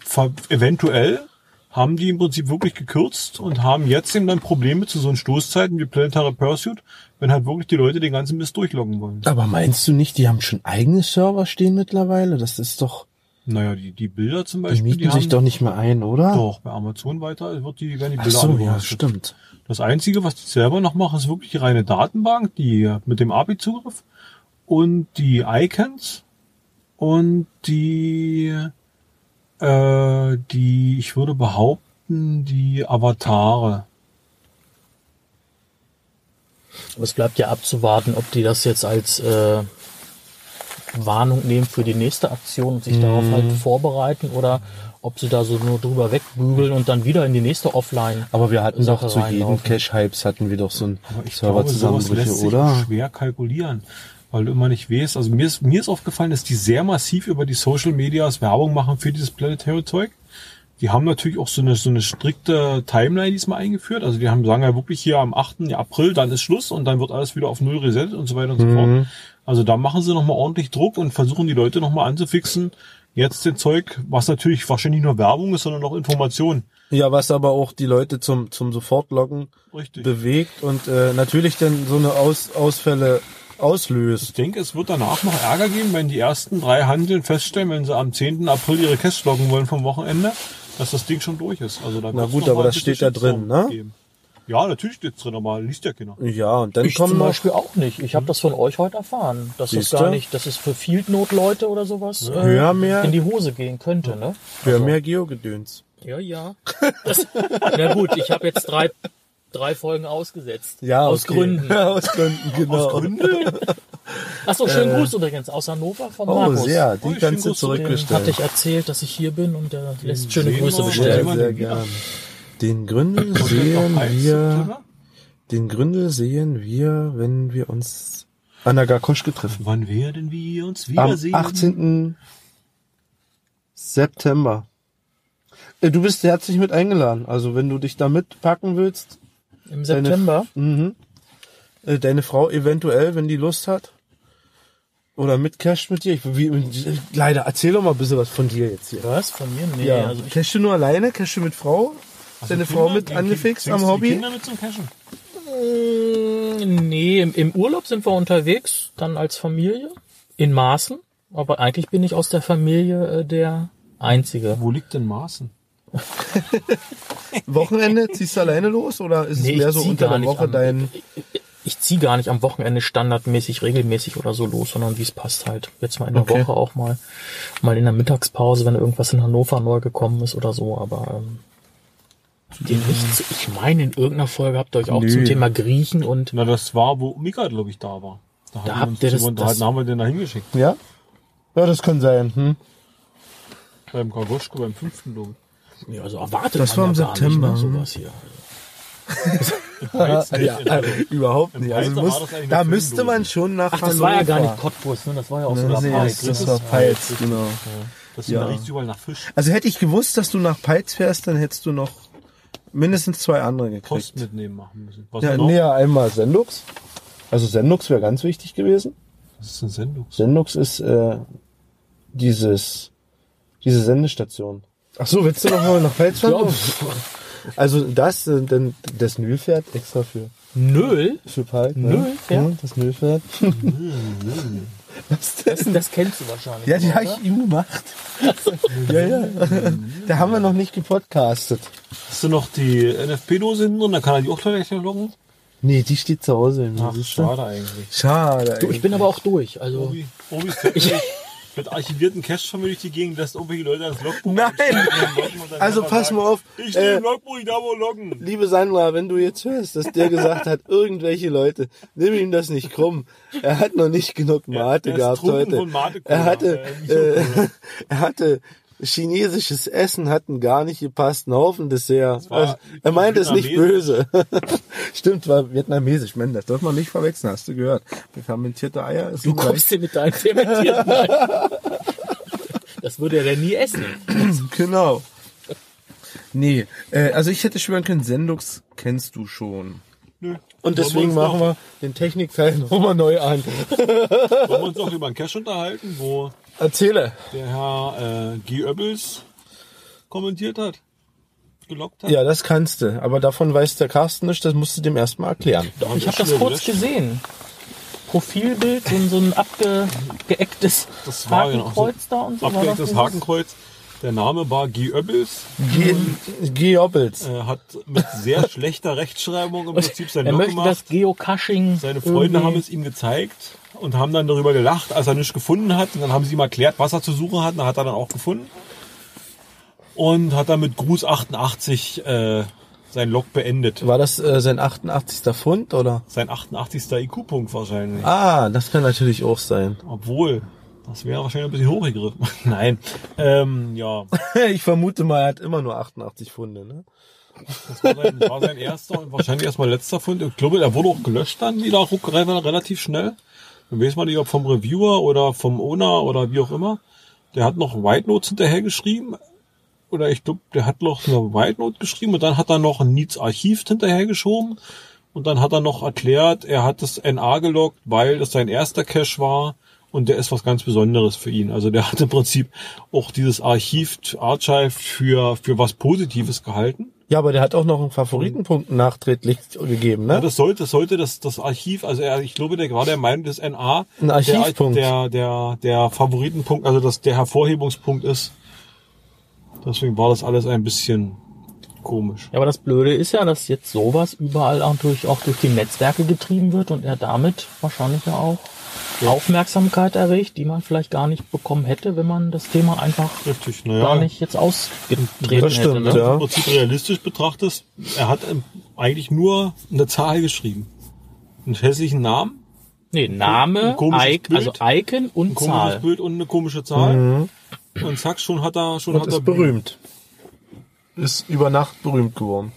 Speaker 1: ver- eventuell haben die im Prinzip wirklich gekürzt und haben jetzt eben dann Probleme zu so einen Stoßzeiten wie Planetary Pursuit, wenn halt wirklich die Leute den ganzen Mist durchloggen wollen.
Speaker 10: Aber meinst du nicht, die haben schon eigene Server stehen mittlerweile? Das ist doch.
Speaker 1: Naja, die, die Bilder zum
Speaker 10: Die
Speaker 1: Beispiel.
Speaker 10: mieten
Speaker 1: haben-
Speaker 10: sich doch nicht mehr ein, oder?
Speaker 1: Doch, bei Amazon weiter wird die, werden die
Speaker 10: Ach
Speaker 1: Bilder
Speaker 10: so, ja,
Speaker 1: angeheftet.
Speaker 10: stimmt.
Speaker 1: Das Einzige, was die selber noch machen, ist wirklich die reine Datenbank, die äh, mit dem API-Zugriff und die Icons und die, äh, die, ich würde behaupten, die Avatare.
Speaker 12: Aber es bleibt ja abzuwarten, ob die das jetzt als äh, Warnung nehmen für die nächste Aktion und sich darauf
Speaker 10: Mhm.
Speaker 12: halt vorbereiten oder ob sie da so nur drüber wegbügeln und dann wieder in die nächste Offline.
Speaker 10: Aber wir hatten
Speaker 12: Sache
Speaker 10: doch zu jedem
Speaker 12: reinlaufen.
Speaker 10: Cache-Hypes hatten wir doch so einen
Speaker 1: Aber ich glaube, sowas
Speaker 10: Serverzusammenbrüche,
Speaker 1: lässt sich
Speaker 10: oder?
Speaker 1: schwer kalkulieren, weil du immer nicht weißt. Also mir ist, mir ist aufgefallen, dass die sehr massiv über die Social Medias Werbung machen für dieses Planetary-Zeug. Die haben natürlich auch so eine, so eine strikte Timeline diesmal eingeführt. Also die haben, sagen ja wirklich hier am 8. April, dann ist Schluss und dann wird alles wieder auf Null resettet und so weiter und so fort. Also da machen sie nochmal ordentlich Druck und versuchen die Leute nochmal anzufixen. Jetzt den Zeug, was natürlich wahrscheinlich nicht nur Werbung ist, sondern auch Information.
Speaker 10: Ja, was aber auch die Leute zum, zum Sofortloggen
Speaker 1: Richtig.
Speaker 10: bewegt und äh, natürlich dann so eine Aus, Ausfälle
Speaker 1: Ich
Speaker 10: auslöst.
Speaker 1: denke, es wird danach noch Ärger geben, wenn die ersten drei Handeln feststellen, wenn sie am 10. April ihre Cash loggen wollen vom Wochenende, dass das Ding schon durch ist. Also da
Speaker 10: Na
Speaker 1: wird's
Speaker 10: gut,
Speaker 1: noch mal
Speaker 10: aber
Speaker 1: ein
Speaker 10: das
Speaker 1: bisschen
Speaker 10: steht ja drin,
Speaker 1: Shitstorm
Speaker 10: ne?
Speaker 1: geben. Ja, natürlich steht's drin, aber liest ja keiner.
Speaker 10: Ja, und dann
Speaker 12: Ich
Speaker 10: kommen
Speaker 12: zum
Speaker 10: noch Mhm.
Speaker 12: Beispiel auch nicht. Ich habe das von euch heute erfahren, dass es
Speaker 10: Siehste?
Speaker 12: gar nicht, dass es für Field-Not-Leute oder sowas äh,
Speaker 10: höher mehr,
Speaker 12: in die Hose gehen könnte. Ne?
Speaker 10: höher mehr Geogedöns.
Speaker 12: Ja, ja. Das, [LAUGHS] na gut, ich habe jetzt drei, drei Folgen ausgesetzt.
Speaker 10: Ja,
Speaker 12: Aus
Speaker 10: okay. [LAUGHS]
Speaker 12: Gründen.
Speaker 10: Aus Gründen, genau. [LAUGHS]
Speaker 12: Achso, schönen Gruß übrigens aus Hannover von
Speaker 10: Äh. Oh,
Speaker 12: Markus.
Speaker 10: sehr, die
Speaker 1: Oh, ich
Speaker 10: kannst du
Speaker 1: bin kurz zu dem
Speaker 12: Dem Äh, hatte
Speaker 10: zurückgestellt.
Speaker 12: ich erzählt, dass ich hier bin und er lässt schöne
Speaker 1: Hm. sehen
Speaker 12: Grüße
Speaker 1: wir.
Speaker 12: bestellen.
Speaker 1: Ja,
Speaker 10: sehr
Speaker 1: den wieder.
Speaker 10: gern. Den Gründel
Speaker 1: Und dann noch
Speaker 10: sehen
Speaker 1: eins,
Speaker 10: wir,
Speaker 1: September?
Speaker 10: den Gründel sehen wir, wenn wir uns an der Garkoschke treffen.
Speaker 1: Wann werden wir uns
Speaker 10: Am
Speaker 1: wiedersehen?
Speaker 10: 18. September. Äh, Du bist herzlich mit eingeladen. Also wenn du dich da mitpacken willst, deine-
Speaker 12: Im September.
Speaker 10: Mhm. Äh, Deine Frau eventuell, wenn die Lust hat. Oder mitcasht mit dir. Ich, wie, leider, erzähl doch mal ein bisschen was von dir jetzt hier.
Speaker 12: Was? Von mir? Nee,
Speaker 10: Ja,
Speaker 12: also ich,
Speaker 10: cashst du nur alleine? Cashst du mit Frau?
Speaker 1: Also
Speaker 10: Deine
Speaker 1: Kinder,
Speaker 10: Frau mit
Speaker 1: die
Speaker 10: angefixt
Speaker 1: Kinder-
Speaker 10: am
Speaker 1: zwingst du die
Speaker 10: Hobby?
Speaker 1: Kinder mit zum Cashen.
Speaker 12: Mm, nee, im, im Urlaub sind wir unterwegs, dann als Familie, in Maßen. Aber eigentlich bin ich aus der Familie äh, der Einzige.
Speaker 1: Wo liegt denn Maßen?
Speaker 10: Wochenende ziehst du alleine los oder ist es mehr so
Speaker 12: zieh
Speaker 10: unter
Speaker 12: gar
Speaker 10: der
Speaker 12: nicht
Speaker 10: Woche
Speaker 12: am-
Speaker 10: dein
Speaker 12: ich- ich- Ich ziehe gar nicht am Wochenende standardmäßig, regelmäßig oder so los, sondern wie es passt halt. Jetzt mal in der
Speaker 10: Okay.
Speaker 12: Woche auch mal, mal in der Mittagspause, wenn irgendwas in Hannover neu gekommen ist oder so, aber ähm, den ich, ich meine, in irgendeiner Folge habt ihr euch auch
Speaker 10: Mhm. Nö.
Speaker 12: zum Thema Griechen und
Speaker 1: Na, das war, wo Mika, glaube ich, da war. Da, hatten wir
Speaker 12: habt
Speaker 1: uns
Speaker 12: ihr das-
Speaker 1: drüber unterhalten,
Speaker 12: das-
Speaker 1: haben wir den da hingeschickt.
Speaker 10: Ja? Ja, das kann sein. Hm?
Speaker 1: Beim Kargoschko, beim fünften, glaube ich.
Speaker 12: ja, also erwartet
Speaker 10: Das war
Speaker 12: man
Speaker 10: im
Speaker 12: ja gar
Speaker 10: September,
Speaker 12: nicht,
Speaker 10: hm?
Speaker 12: ne, sowas hier.
Speaker 1: Weizen-
Speaker 10: Ja, überhaupt
Speaker 1: Im
Speaker 10: nicht. Also
Speaker 1: Preis
Speaker 10: muss,
Speaker 1: war das eigentlich
Speaker 10: da
Speaker 1: eine
Speaker 10: müsste man
Speaker 1: Filmdose.
Speaker 10: schon nach
Speaker 12: Ach, das war ja gar nicht Cottbus, ne? Das war ja auch so
Speaker 10: Nee, das,
Speaker 12: Pfalz,
Speaker 10: das
Speaker 12: ne?
Speaker 10: war Peitz, genau.
Speaker 1: Das ja. riecht überall nach Fisch.
Speaker 10: Also hätte ich gewusst, dass du nach Peitz fährst, dann hättest du noch mindestens zwei andere gekriegt.
Speaker 1: Post mitnehmen machen müssen. Was
Speaker 10: Ja,
Speaker 1: noch?
Speaker 10: nee, ja, einmal Sendux. Also Sendux wäre ganz wichtig gewesen.
Speaker 1: Das ist ein Sendungs.
Speaker 10: Sendux ist äh, dieses diese Sendestation. Ach so, willst du noch mal nach Peitz fahren? Also das, äh, denn das Nilpferd extra für
Speaker 12: Nöl?
Speaker 10: für Palk.
Speaker 12: Nilpferd?
Speaker 10: Ja, halt, ne? das Nilpferd. Was denn?
Speaker 12: Das, das kennst du wahrscheinlich.
Speaker 10: Ja, die
Speaker 12: oder?
Speaker 10: habe ich ihm gemacht. ja, ja. Da haben wir noch nicht gepodcastet.
Speaker 1: Hast du noch die NFP-Dose hinten drin? Da kann er die auch gleich loggen.
Speaker 10: Nee, die steht zu Hause. im
Speaker 1: Ach,
Speaker 10: Siehst du?
Speaker 1: schade eigentlich.
Speaker 10: Schade.
Speaker 12: Du, ich bin aber auch durch. Also
Speaker 1: Obi, Obi ist fertig. Mit archivierten Cash schon durch die Gegend, lässt irgendwelche Leute das Logbuch.
Speaker 10: Nein! [LAUGHS] Also pass mal auf.
Speaker 1: Ich nehme
Speaker 10: Äh,
Speaker 1: Logbuch, ich darf wohl loggen.
Speaker 10: liebe Sandra, wenn du jetzt hörst, dass der gesagt hat, irgendwelche Leute, nimm ihm das nicht krumm. Er hat noch nicht genug Mate
Speaker 1: er ist
Speaker 10: gehabt
Speaker 1: trunken
Speaker 10: heute.
Speaker 1: von Mate-Cola,
Speaker 10: er hatte,
Speaker 1: äh,
Speaker 10: äh, [LAUGHS] er hatte chinesisches Essen, hatten gar nicht gepasst, einen Haufen Dessert.
Speaker 1: war
Speaker 10: Also, er meinte es nicht
Speaker 1: vietnamesisch.
Speaker 10: böse. [LAUGHS] Stimmt, war vietnamesisch. Man, das darf man nicht verwechseln, hast du gehört. Fermentierte Eier ist
Speaker 12: du
Speaker 10: ein
Speaker 12: kommst hier mit deinen Fermentierten. rein. [LAUGHS] Das würde er denn nie essen.
Speaker 10: Genau. Nee, äh, also ich hätte schwören können, Sendux kennst du schon.
Speaker 1: Nö.
Speaker 10: Und
Speaker 1: Wollen
Speaker 10: deswegen
Speaker 1: wir uns
Speaker 10: machen wir den Technikteil [LAUGHS] nochmal neu an.
Speaker 1: noch- Wollen wir uns noch über einen Cash unterhalten, wo
Speaker 10: Erzähle.
Speaker 1: der Herr äh, G. Oebbels kommentiert hat? Gelockt hat?
Speaker 10: Ja, das kannst du. Aber davon weiß der Carsten nicht, das musst du dem erstmal erklären.
Speaker 12: Ich habe das kurz gesehen.
Speaker 2: Profilbild, so ein, so ein abgeecktes
Speaker 1: Das war genau so.
Speaker 2: Hakenkreuz da und so. war das
Speaker 1: Abgelegtes
Speaker 2: dieses-
Speaker 1: Hakenkreuz. Der Name war Guy Oebbels,
Speaker 10: Geh- Geh Oppels.
Speaker 1: äh, hat mit
Speaker 10: [LAUGHS]
Speaker 1: sehr schlechter Rechtschreibung im Prinzip sein
Speaker 2: Er
Speaker 1: Loch
Speaker 2: möchte das
Speaker 1: gemacht.
Speaker 2: Geocaching.
Speaker 1: Seine Freunde
Speaker 2: irgendwie-
Speaker 1: haben es ihm gezeigt und haben dann darüber gelacht, als er nichts gefunden hat. Und dann haben sie ihm erklärt, was er zu suchen hat. Und hat er dann auch gefunden. Und hat dann mit Gruß 88 äh, sein Log beendet.
Speaker 10: War das äh, sein 88. Pfund oder?
Speaker 1: Sein 88. IQ-Punkt wahrscheinlich.
Speaker 10: Ah, das kann natürlich auch sein.
Speaker 1: Obwohl, das wäre wahrscheinlich ein bisschen hochgegriffen. [LAUGHS] Nein. Ähm, ja,
Speaker 10: [LAUGHS] Ich vermute mal, er hat immer nur 88 Pfunde, ne?
Speaker 1: das war sein, war sein erster und wahrscheinlich erstmal letzter Fund. Ich glaube, er wurde auch gelöscht dann wieder ruck- relativ schnell. Dann weiß man nicht, ob vom Reviewer oder vom Owner oder wie auch immer. Der hat noch White Notes hinterher geschrieben. Oder ich glaube, der hat noch eine White Note geschrieben und dann hat er noch ein Needs Archiv hinterher geschoben. Und dann hat er noch erklärt, er hat das NA gelockt, weil das sein erster Cache war und der ist was ganz Besonderes für ihn. Also der hat im Prinzip auch dieses Archiv, Archive für, für was Positives gehalten.
Speaker 10: Ja, aber der hat auch noch einen Favoritenpunkt nachträglich gegeben,
Speaker 1: Ja,
Speaker 10: ne?
Speaker 1: das sollte, das sollte das, das Archiv, also er, ich glaube, der gerade der Meinung des NA,
Speaker 10: Ein Archivpunkt.
Speaker 1: Der, der, der Favoritenpunkt, also das, der Hervorhebungspunkt ist. Deswegen war das alles ein bisschen komisch.
Speaker 2: Ja, aber das Blöde ist ja, dass jetzt sowas überall auch durch, auch durch die Netzwerke getrieben wird und er damit wahrscheinlich ja auch Aufmerksamkeit erregt, die man vielleicht gar nicht bekommen hätte, wenn man das Thema einfach
Speaker 1: Richtig,
Speaker 2: gar
Speaker 1: naja.
Speaker 2: nicht jetzt ausgetreten
Speaker 10: Das stimmt,
Speaker 1: Im
Speaker 2: hätte. Ne?
Speaker 10: ja.
Speaker 1: Prinzip realistisch betrachtest, er hat ähm, eigentlich nur eine Zahl geschrieben. Einen hässlichen Namen,
Speaker 2: Nee, Name,
Speaker 1: Ein komisches
Speaker 2: Ike,
Speaker 1: Bild.
Speaker 2: also Icon
Speaker 1: ein
Speaker 2: und
Speaker 1: komisches
Speaker 2: Zahl.
Speaker 1: Bild und eine komische Zahl. Und zack, schon hat er, schon
Speaker 10: Und
Speaker 1: hat er
Speaker 10: ist berühmt. Ist über Nacht berühmt geworden.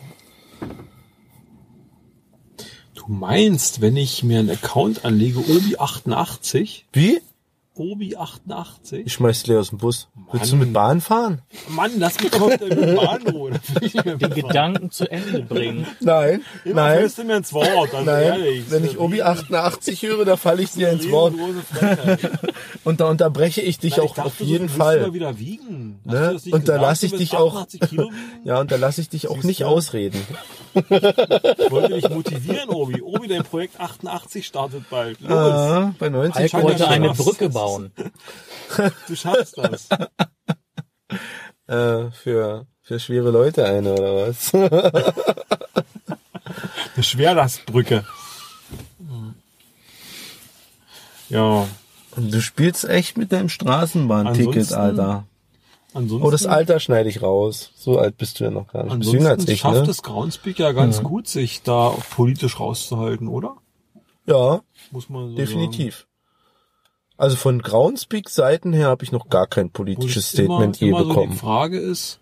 Speaker 1: Du meinst, wenn ich mir einen Account anlege, Obi88,
Speaker 10: Wie?
Speaker 1: Obi88,
Speaker 10: Ich schmeiß dich leer aus dem Bus. Willst du mit Bahn fahren?
Speaker 1: Mann, lass mich doch mal mit der Bahn holen.
Speaker 2: Die Gedanken zu
Speaker 1: [LAUGHS]
Speaker 2: Ende bringen.
Speaker 10: Nein,
Speaker 1: Nein.
Speaker 10: nein,
Speaker 1: du mir ins Wort, also
Speaker 10: nein.
Speaker 1: ehrlich.
Speaker 10: Wenn ich Obi 88 höre, da falle ich dir ins Wort.
Speaker 1: Ich
Speaker 10: [LAUGHS] Und da unterbreche ich dich auch auf jeden Fall.
Speaker 1: Mal wieder wiegen. Hast du
Speaker 10: Ne?
Speaker 1: das nicht
Speaker 10: Und da
Speaker 1: gesagt,
Speaker 10: lasse ich
Speaker 1: du
Speaker 10: dich
Speaker 1: willst
Speaker 10: auch.
Speaker 1: 88 Kilo wiegen?
Speaker 10: [LAUGHS] Ja, und da lasse ich dich auch
Speaker 1: Siehst
Speaker 10: nicht
Speaker 1: du?
Speaker 10: ausreden.
Speaker 1: Ich wollte dich motivieren, Obi. Obi, dein Projekt 88 startet bald. Los,
Speaker 10: Ah, bei 90
Speaker 2: Ich
Speaker 1: Schalke
Speaker 2: wollte
Speaker 1: hat
Speaker 2: eine
Speaker 1: schon was.
Speaker 2: Brücke bauen.
Speaker 1: [LAUGHS] du schaffst das.
Speaker 10: äh, für, für schwere Leute eine oder was? [LAUGHS]
Speaker 1: Eine Schwerlastbrücke. Ja,
Speaker 10: Du spielst echt mit deinem Straßenbahnticket,
Speaker 1: Ansonsten-
Speaker 10: Alter.
Speaker 1: ansonsten...
Speaker 10: Oh, das Alter schneide ich raus. So alt bist du ja noch gar nicht. Du bist jünger als
Speaker 1: Ansonsten
Speaker 10: ich,
Speaker 1: schafft
Speaker 10: ne?
Speaker 1: es Groundspeak ja ganz gut, sich da politisch rauszuhalten, oder?
Speaker 10: Ja,
Speaker 1: Muss man so Sagen.
Speaker 10: definitiv. Also von Groundspeak Seiten her habe ich noch gar kein politisches
Speaker 1: Wo es
Speaker 10: Statement je
Speaker 1: immer, immer So die
Speaker 10: bekommen.
Speaker 1: Frage ist,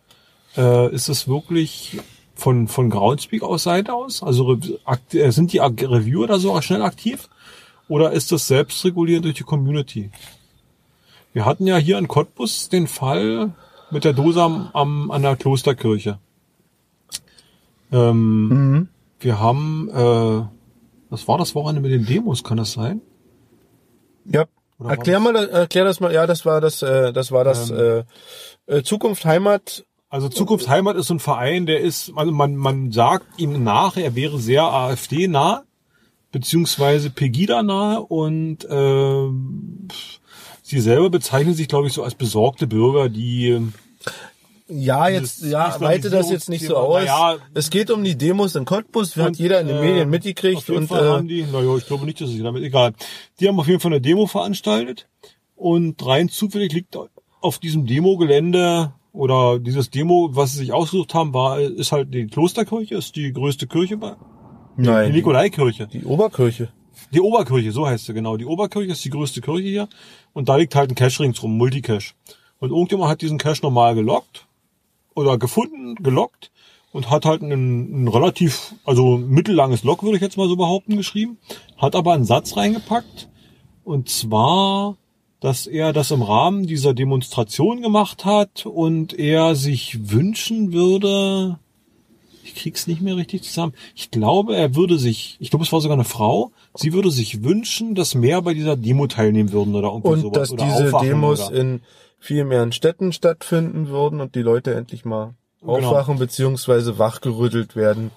Speaker 1: äh, ist es wirklich von, von Groundspeak aus Seite aus? Also Re- akt- äh, sind die Ag- Reviewer da so schnell aktiv? Oder ist das selbstregulierend durch die Community? Wir hatten ja hier in Cottbus den Fall mit der Dose am, am, an der Klosterkirche. Ähm, Wir haben, äh, das war das Wochenende mit den Demos, kann das sein?
Speaker 10: Ja.
Speaker 1: Oder war
Speaker 10: Erklär
Speaker 1: das-
Speaker 10: mal, erklär das mal. Ja, das war das, äh, das war das
Speaker 1: Ähm,
Speaker 10: äh, äh, Zukunft Heimat.
Speaker 1: Also Zukunft Heimat ist so ein Verein, der ist, also man, man sagt ihm nach, er wäre sehr AfD-nah, beziehungsweise Pegida-nah und ähm, pff, sie selber bezeichnen sich, glaube ich, so als besorgte Bürger, die ähm,
Speaker 10: Ja, jetzt,
Speaker 1: Dieses
Speaker 10: ja, weite das jetzt nicht so aus.
Speaker 1: Islamisierungsthema, na ja.
Speaker 10: es geht um die Demos in Cottbus. Wird
Speaker 1: Und,
Speaker 10: jeder in den
Speaker 1: äh,
Speaker 10: Medien
Speaker 1: Auf
Speaker 10: mitgekriegt
Speaker 1: jeden
Speaker 10: und
Speaker 1: Fall
Speaker 10: äh,
Speaker 1: haben die, naja, ich glaube nicht, dass es damit egal. Die haben auf jeden Fall eine Demo veranstaltet und rein zufällig liegt auf diesem Demo-Gelände oder dieses Demo, was sie sich ausgesucht haben, war, ist halt die Klosterkirche, ist die größte Kirche, bei-
Speaker 10: Mhm.
Speaker 1: die
Speaker 10: nein,
Speaker 1: Nikolaikirche.
Speaker 10: die Oberkirche.
Speaker 1: Die Oberkirche, so heißt sie genau. Die Oberkirche ist die größte Kirche hier und da liegt halt ein Cache ringsrum, Multicache. Und irgendjemand hat diesen Cache normal gelockt oder gefunden, gelockt und hat halt ein, ein relativ, also mittellanges Log, würde ich jetzt mal so behaupten, geschrieben, hat aber einen Satz reingepackt und zwar, dass er das im Rahmen dieser Demonstration gemacht hat und er sich wünschen würde, ich krieg's nicht mehr richtig zusammen. Ich glaube, er würde sich, ich glaube, es war sogar eine Frau, sie würde sich wünschen, dass mehr bei dieser Demo teilnehmen würden oder irgendwie
Speaker 10: Und
Speaker 1: sowas.
Speaker 10: dass
Speaker 1: oder
Speaker 10: diese
Speaker 1: aufwachen
Speaker 10: Demos
Speaker 1: oder,
Speaker 10: in viel mehr Städten stattfinden würden und die Leute endlich mal
Speaker 1: Genau.
Speaker 10: aufwachen beziehungsweise wachgerüttelt werden,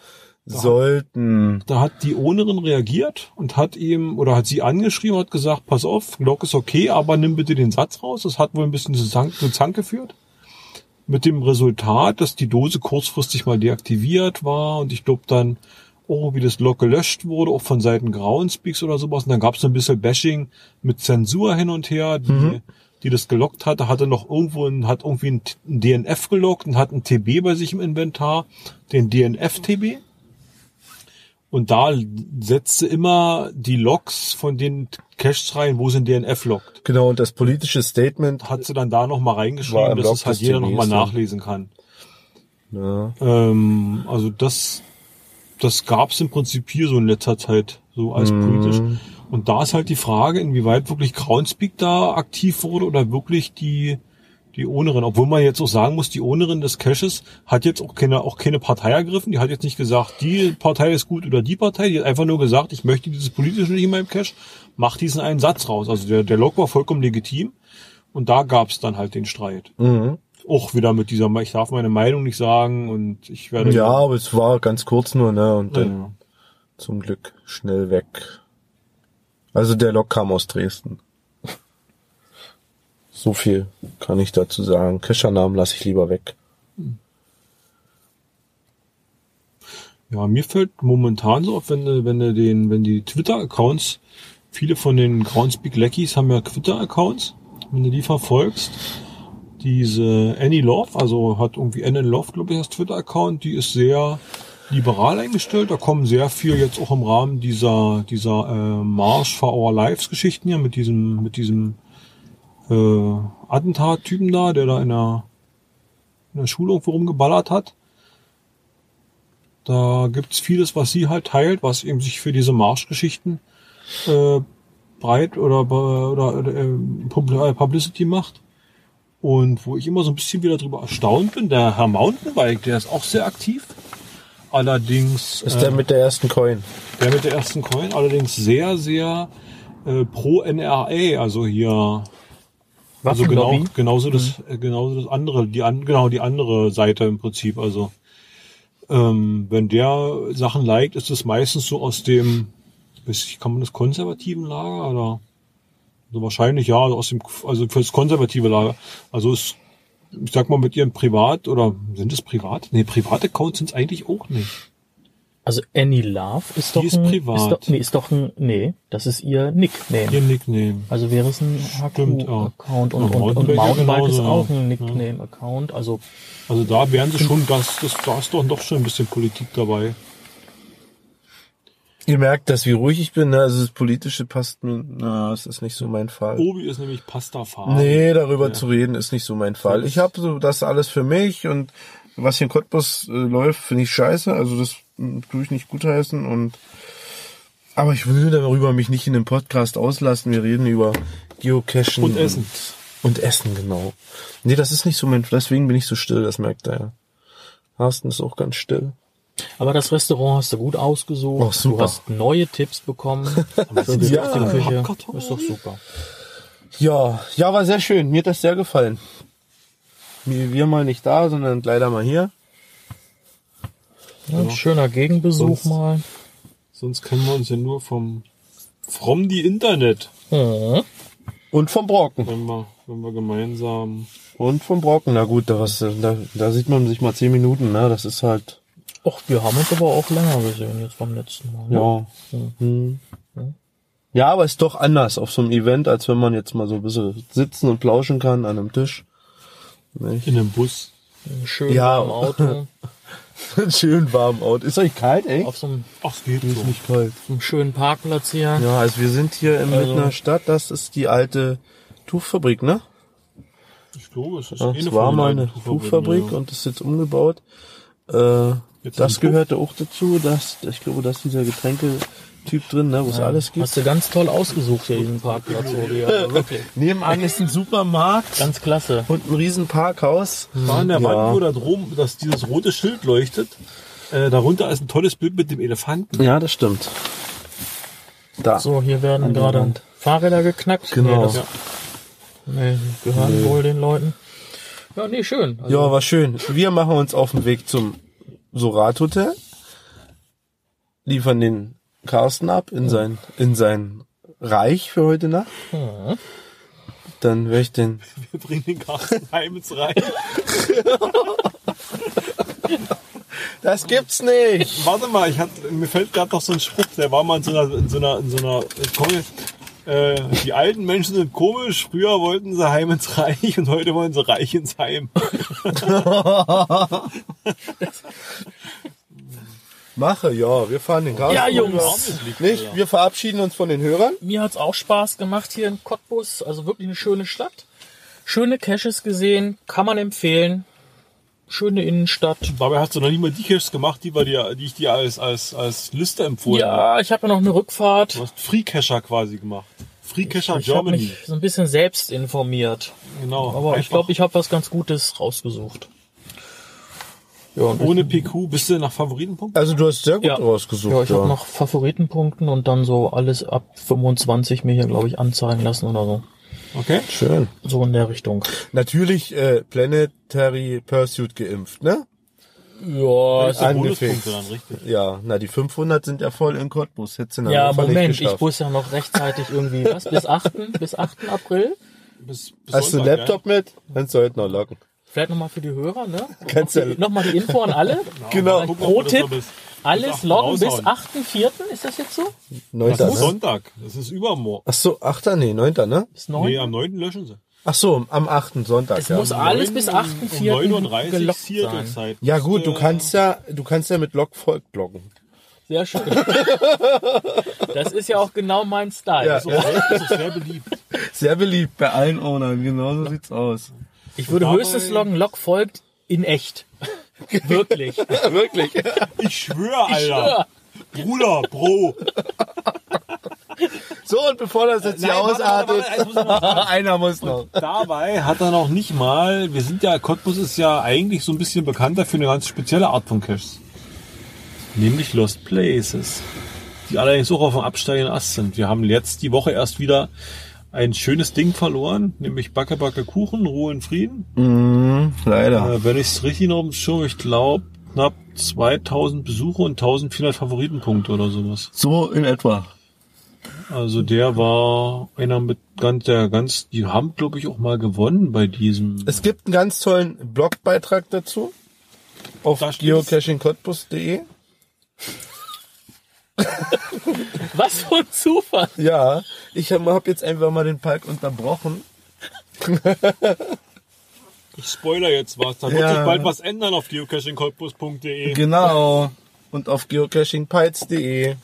Speaker 10: sollten.
Speaker 1: Da Also hat die Ownerin reagiert und hat ihm oder hat sie angeschrieben, hat gesagt, pass auf, Glock ist okay, aber nimm bitte den Satz raus. Das hat wohl ein bisschen zu Zank, zu Zank geführt. Mit dem Resultat, dass die Dose kurzfristig mal deaktiviert war und ich glaube dann, oh, wie das Glock gelöscht wurde, auch von Seiten Groundspeaks oder sowas. Und dann gab es ein bisschen Bashing mit Zensur hin und her, die, die das gelockt hatte, hatte noch irgendwo ein, hat irgendwie ein, T- ein DNF gelockt und hat ein TB bei sich im Inventar, den DNF-TB. Und da setzte immer die Logs von den Caches rein, wo es in DNF lockt.
Speaker 10: Genau, und das politische Statement.
Speaker 1: Hat sie dann da nochmal
Speaker 10: War
Speaker 1: reingeschrieben,
Speaker 10: im
Speaker 1: dass es
Speaker 10: Log
Speaker 1: halt
Speaker 10: des
Speaker 1: jeder
Speaker 10: TBs
Speaker 1: nochmal
Speaker 10: dann.
Speaker 1: nachlesen kann.
Speaker 10: Ja.
Speaker 1: Ähm, also das, das gab's im Prinzip hier so in letzter Zeit, so als
Speaker 10: Mhm.
Speaker 1: politisch. Und da ist halt die Frage, inwieweit wirklich Groundspeak da aktiv wurde oder wirklich die, die Ownerin. Obwohl man jetzt auch sagen muss, die Ownerin des Caches hat jetzt auch keine, auch keine Partei ergriffen. Die hat jetzt nicht gesagt, die Partei ist gut oder die Partei. Die hat einfach nur gesagt, ich möchte dieses Politische nicht in meinem Cache. Mach diesen einen Satz raus. Also der, der Log war vollkommen legitim. Und da gab's dann halt den Streit
Speaker 10: mhm.
Speaker 1: auch wieder mit dieser, ich darf meine Meinung nicht sagen und ich werde.
Speaker 10: ja, aber es war ganz kurz nur, ne? Und dann
Speaker 1: Ja.
Speaker 10: zum Glück schnell weg. Also der Lok kam aus Dresden. So viel kann ich dazu sagen. Keschernamen lasse ich lieber weg.
Speaker 1: ja, mir fällt momentan so auf, wenn, du- wenn du den, wenn die Twitter-Accounts, viele von den Groundspeak Lackies haben ja Twitter-Accounts, wenn du die verfolgst. Diese Annie Love, also hat irgendwie Annie Love, glaube ich, als Twitter-Account, die ist sehr liberal eingestellt. Da kommen sehr viel jetzt auch im Rahmen dieser, dieser äh, March for Our Lives Geschichten hier mit diesem, mit diesem äh, Attentat-Typen da, der da in der, in der Schule irgendwo rumgeballert hat. Da gibt's vieles, was sie halt teilt, was eben sich für diese Marschgeschichten äh, breit oder, be- oder, oder äh, Pub- äh, Publicity macht. Und wo ich immer so ein bisschen wieder drüber erstaunt bin, der Herr Mountainbike, der ist auch sehr aktiv. Allerdings
Speaker 10: Ist der mit der ersten Coin?
Speaker 1: der mit der ersten Coin allerdings sehr, sehr äh, pro NRA, also hier. Also genau, genauso das, äh, genauso das andere, die an, genau die andere Seite im Prinzip. Also ähm, wenn der Sachen liked, ist es meistens so aus dem, weiß ich, kann man das konservativen Lager oder so wahrscheinlich ja, also aus dem, also für das konservative Lager. Also es, ich sag mal mit ihrem Privat oder sind es privat? Nee, private Accounts sind es eigentlich auch nicht.
Speaker 12: Also Annie Love ist doch
Speaker 1: Die ist
Speaker 12: ein,
Speaker 1: privat.
Speaker 12: Ist doch, nee, ist doch ein, nee, das ist ihr Nickname.
Speaker 1: Ihr Nickname.
Speaker 12: Also wäre es ein
Speaker 1: Stimmt, ja.
Speaker 12: HQ-Account
Speaker 1: Ja,
Speaker 12: und, und,
Speaker 1: Mountainbike
Speaker 12: und Mountainbike ist
Speaker 1: genauso,
Speaker 12: auch
Speaker 1: ja.
Speaker 12: ein Nickname-Account. Also
Speaker 1: Also da wären sie schon ganz, das, da ist doch doch schon ein bisschen Politik dabei.
Speaker 10: Ihr merkt das, wie ruhig ich bin. Ne? Also das Politische passt mir. Na, es ist nicht so mein Fall.
Speaker 1: Obi ist nämlich Pastafari.
Speaker 10: Nee, darüber zu reden ist nicht so mein Fall. Ich habe so das alles für mich und was hier in Cottbus äh, läuft, finde ich scheiße. Also das mm, tue ich nicht gutheißen und aber ich will darüber mich nicht in dem Podcast auslassen. Wir reden über Geocachen
Speaker 1: Und Essen.
Speaker 10: Und, und Essen, genau. Nee, das ist nicht so mein Deswegen bin ich so still, das merkt er ja. Carsten ist auch ganz still.
Speaker 12: Aber das Restaurant hast du gut ausgesucht.
Speaker 10: Ach, super.
Speaker 12: Du hast neue
Speaker 1: [LAUGHS]
Speaker 12: Tipps bekommen. für die
Speaker 10: Ja.
Speaker 12: Küche. Ist doch super.
Speaker 10: Ja, ja, war sehr schön. Mir hat das sehr gefallen. Wir wir mal nicht da, sondern leider mal hier.
Speaker 12: Ja, ein schöner Gegenbesuch
Speaker 1: Sonst-
Speaker 12: mal.
Speaker 1: Sonst kennen wir uns ja nur vom From the Internet,
Speaker 12: Mhm.
Speaker 10: Und vom Brocken.
Speaker 1: wenn wir, wenn wir gemeinsam.
Speaker 10: Und vom Brocken, na gut, da, was, da, da sieht man sich mal zehn Minuten, ne? Das ist halt,
Speaker 12: Och, wir haben uns aber auch länger gesehen jetzt beim letzten Mal. ne?
Speaker 10: ja. Hm. Ja, aber ist doch anders auf so einem Event, als wenn man jetzt mal so ein bisschen sitzen und plauschen kann an einem Tisch. Nicht?
Speaker 1: In einem Bus.
Speaker 12: Schön
Speaker 10: Ja.
Speaker 12: ja. im Auto.
Speaker 10: [LAUGHS] Schön warm out. Ist euch kalt, ey?
Speaker 12: auf so einem,
Speaker 1: Ach, es geht so.
Speaker 10: Nicht kalt.
Speaker 12: so einem schönen Parkplatz hier.
Speaker 10: Ja, also wir sind hier in also. einer Stadt, das ist die alte Tuchfabrik, ne?
Speaker 1: Ich glaube, es ist
Speaker 10: Ja,
Speaker 1: eh
Speaker 10: es
Speaker 1: eine
Speaker 10: war
Speaker 1: von den
Speaker 10: mal
Speaker 1: alten
Speaker 10: eine
Speaker 1: Tuchfabriken,
Speaker 10: Tuchfabrik
Speaker 1: ja.
Speaker 10: und ist jetzt umgebaut. Äh,
Speaker 1: Jetzt
Speaker 10: das
Speaker 1: ein Puff.
Speaker 10: gehörte auch dazu, dass, ich glaube, dass dieser Getränketyp drin, ne, wo es alles gibt.
Speaker 12: Hast du ganz toll ausgesucht hier diesen Parkplatz, Obi. Also wirklich.
Speaker 10: Nebenan ist ein Supermarkt
Speaker 12: Ganz klasse.
Speaker 10: und ein riesen Parkhaus.
Speaker 1: Da an der
Speaker 10: Ja.
Speaker 1: Wand, wo da drum, dass dieses rote Schild leuchtet. Äh, darunter ist ein tolles Bild mit dem Elefanten.
Speaker 10: Ja, das stimmt. Da.
Speaker 12: So, hier werden
Speaker 10: der
Speaker 12: gerade
Speaker 10: Wand.
Speaker 12: Fahrräder geknackt.
Speaker 10: Genau.
Speaker 12: Nee, das, nee, gehören wohl den Leuten. Ja, nee, schön. Also,
Speaker 10: Ja, war schön. Wir machen uns auf den Weg zum Sorat Hotel. liefern den Carsten ab in sein, in sein Reich für heute Nacht. Dann werde ich den
Speaker 1: [LAUGHS] Wir bringen den Carsten heim ins Reich.
Speaker 10: [LAUGHS] Das gibt's nicht.
Speaker 1: Warte mal, ich hatte, mir fällt gerade noch so ein Spruch, der war mal in so einer, in so einer, in so einer Comic. Äh, die alten Menschen sind komisch. Früher wollten sie heim ins Reich und heute wollen sie reich ins Heim.
Speaker 10: [LAUGHS] Mache, ja, wir fahren den Carsten.
Speaker 12: Ja, Jungs.
Speaker 10: Nicht? Wir verabschieden uns von den Hörern.
Speaker 12: Mir hat's auch Spaß gemacht hier in Cottbus. Also wirklich eine schöne Stadt. Schöne Caches gesehen, kann man empfehlen. Schöne Innenstadt.
Speaker 1: Dabei hast du noch nicht mal die Caches gemacht, die, wir dir, die ich dir als, als, als Liste empfohlen habe.
Speaker 12: Ja, ich habe ja noch eine Rückfahrt.
Speaker 1: Du hast Free Cacher quasi gemacht. Free Cacher
Speaker 12: Ich habe
Speaker 1: Germany.
Speaker 12: mich so ein bisschen selbst informiert.
Speaker 1: Genau.
Speaker 12: Aber ich
Speaker 1: Einfach
Speaker 12: glaube, ich habe was ganz Gutes rausgesucht.
Speaker 1: ohne PQ bist du nach Favoritenpunkt?
Speaker 10: Also du hast sehr gut rausgesucht.
Speaker 12: Ja, ich habe nach Favoritenpunkten und dann so alles ab 25 mir hier, glaube ich, anzeigen lassen oder so.
Speaker 1: Okay.
Speaker 10: Schön.
Speaker 12: So in der Richtung.
Speaker 10: Natürlich äh, Planetary Pursuit geimpft, ne?
Speaker 12: Ja,
Speaker 1: ist der
Speaker 10: Angefixt.
Speaker 1: Bonuspunkte dann, richtig.
Speaker 10: Ja, na die 500 sind ja voll in Cottbus. Hättest du in
Speaker 12: ja
Speaker 10: Hannover nicht
Speaker 12: Moment, ich
Speaker 10: geschafft.
Speaker 12: muss ja noch rechtzeitig irgendwie, was, bis 8. bis 8. April?
Speaker 1: Bis, bis
Speaker 10: Hast du einen
Speaker 1: Sonntag,
Speaker 10: Laptop mit? Kannst du heute noch locken.
Speaker 12: Vielleicht nochmal für die Hörer, ne?
Speaker 10: Kannst du-
Speaker 12: Nochmal die Info an alle.
Speaker 10: Genau.
Speaker 1: Ja? Guck mal,
Speaker 12: Pro
Speaker 1: ob du das
Speaker 12: Tipp,
Speaker 1: noch bist.
Speaker 12: alles
Speaker 1: Bis 8.
Speaker 12: loggen bis
Speaker 1: raushauen.
Speaker 12: 8.4. Ist das jetzt so?
Speaker 1: Das
Speaker 10: Neunter,
Speaker 1: ist
Speaker 10: ne?
Speaker 1: Sonntag. Das ist übermorgen.
Speaker 10: Ach so, achter, nee, neunter, ne?
Speaker 12: Bis 9.
Speaker 1: Nee, am 9. löschen sie.
Speaker 10: Ach so, am achten Sonntag.
Speaker 12: es
Speaker 10: ja.
Speaker 12: muss alles bis 8.4.
Speaker 1: Um 9.30 Uhr
Speaker 12: gelockt sein.
Speaker 1: Zirkelzeit.
Speaker 10: ja gut, du kannst ja, du kannst ja mit Log Volk loggen.
Speaker 12: Sehr schön. Das ist ja auch genau mein Style.
Speaker 10: Ja, ja.
Speaker 1: Das ist sehr beliebt.
Speaker 10: Sehr beliebt bei allen Ownern, genau so sieht's aus.
Speaker 12: Ich würde
Speaker 1: Dabei-
Speaker 12: höchstens loggen, Log folgt in echt. Wirklich.
Speaker 10: Wirklich?
Speaker 1: Ich schwöre, Alter.
Speaker 12: Ja.
Speaker 1: Bruder, Bro.
Speaker 10: So, und bevor das jetzt hier
Speaker 1: Nein, warte, warte,
Speaker 10: ausartet,
Speaker 1: warte, jetzt muss ich noch
Speaker 10: einer muss noch.
Speaker 1: Dabei hat er noch nicht mal, wir sind ja, Cottbus ist ja eigentlich so ein bisschen bekannter für eine ganz spezielle Art von Caches. Nämlich Lost Places. Die allerdings auch auf dem absteigenden Ast sind. Wir haben jetzt die Woche erst wieder ein schönes Ding verloren, nämlich Backe Backe Kuchen, Ruhe in Frieden.
Speaker 10: Leider.
Speaker 1: Äh, wenn ich es richtig noch im Schirm, ich glaube knapp 2000 Besuche und 1400 Favoritenpunkte oder sowas.
Speaker 10: So in etwa.
Speaker 1: Also der war einer mit ganz, der ganz, die haben glaube ich auch mal gewonnen bei diesem.
Speaker 10: Es gibt einen ganz tollen Blogbeitrag dazu auf
Speaker 1: Da steht's.
Speaker 10: geocachingcottbus.de.
Speaker 12: Was für ein Zufall.
Speaker 10: Ja, ich habe jetzt einfach mal den Park unterbrochen.
Speaker 1: Ich spoiler jetzt was, da
Speaker 10: Ja.
Speaker 1: wird sich bald was ändern auf geocachingcottbus.de.
Speaker 10: Genau. Und auf geocachingpites.de.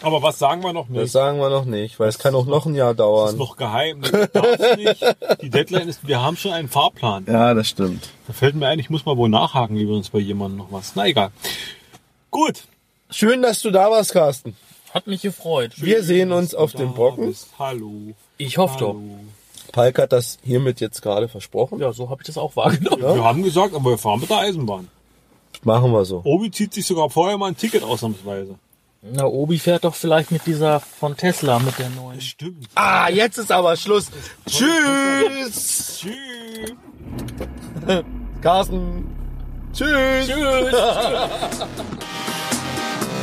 Speaker 1: Aber was sagen wir noch
Speaker 10: Das
Speaker 1: nicht?
Speaker 10: sagen wir noch nicht, weil es kann auch noch ein
Speaker 1: Das
Speaker 10: Jahr
Speaker 1: ist
Speaker 10: dauern.
Speaker 1: noch geheim. Das darf's nicht. Die Deadline ist, wir haben schon einen Fahrplan.
Speaker 10: Ja, das stimmt.
Speaker 1: Da fällt mir ein, ich muss mal wohl nachhaken, lieber uns bei jemandem noch was. Na egal. Gut.
Speaker 10: Schön, dass du da warst, Carsten.
Speaker 12: Hat mich gefreut.
Speaker 10: Wir sehen uns auf
Speaker 1: Da
Speaker 10: dem Brocken.
Speaker 1: bist. Hallo.
Speaker 12: Ich hoffe doch.
Speaker 1: Hallo.
Speaker 10: Palk hat das hiermit jetzt gerade versprochen.
Speaker 12: Ja, so habe ich das auch wahrgenommen.
Speaker 1: Wir haben gesagt, aber wir fahren mit der Eisenbahn.
Speaker 10: Machen wir so.
Speaker 1: Obi zieht sich sogar vorher mal ein Ticket ausnahmsweise.
Speaker 12: Na, Obi fährt doch vielleicht mit dieser von Tesla, mit der neuen.
Speaker 1: Stimmt.
Speaker 10: Ah, jetzt ist aber Schluss. Tschüss.
Speaker 1: Tschüss.
Speaker 10: [LAUGHS] Carsten. Tschüss.
Speaker 12: Tschüss.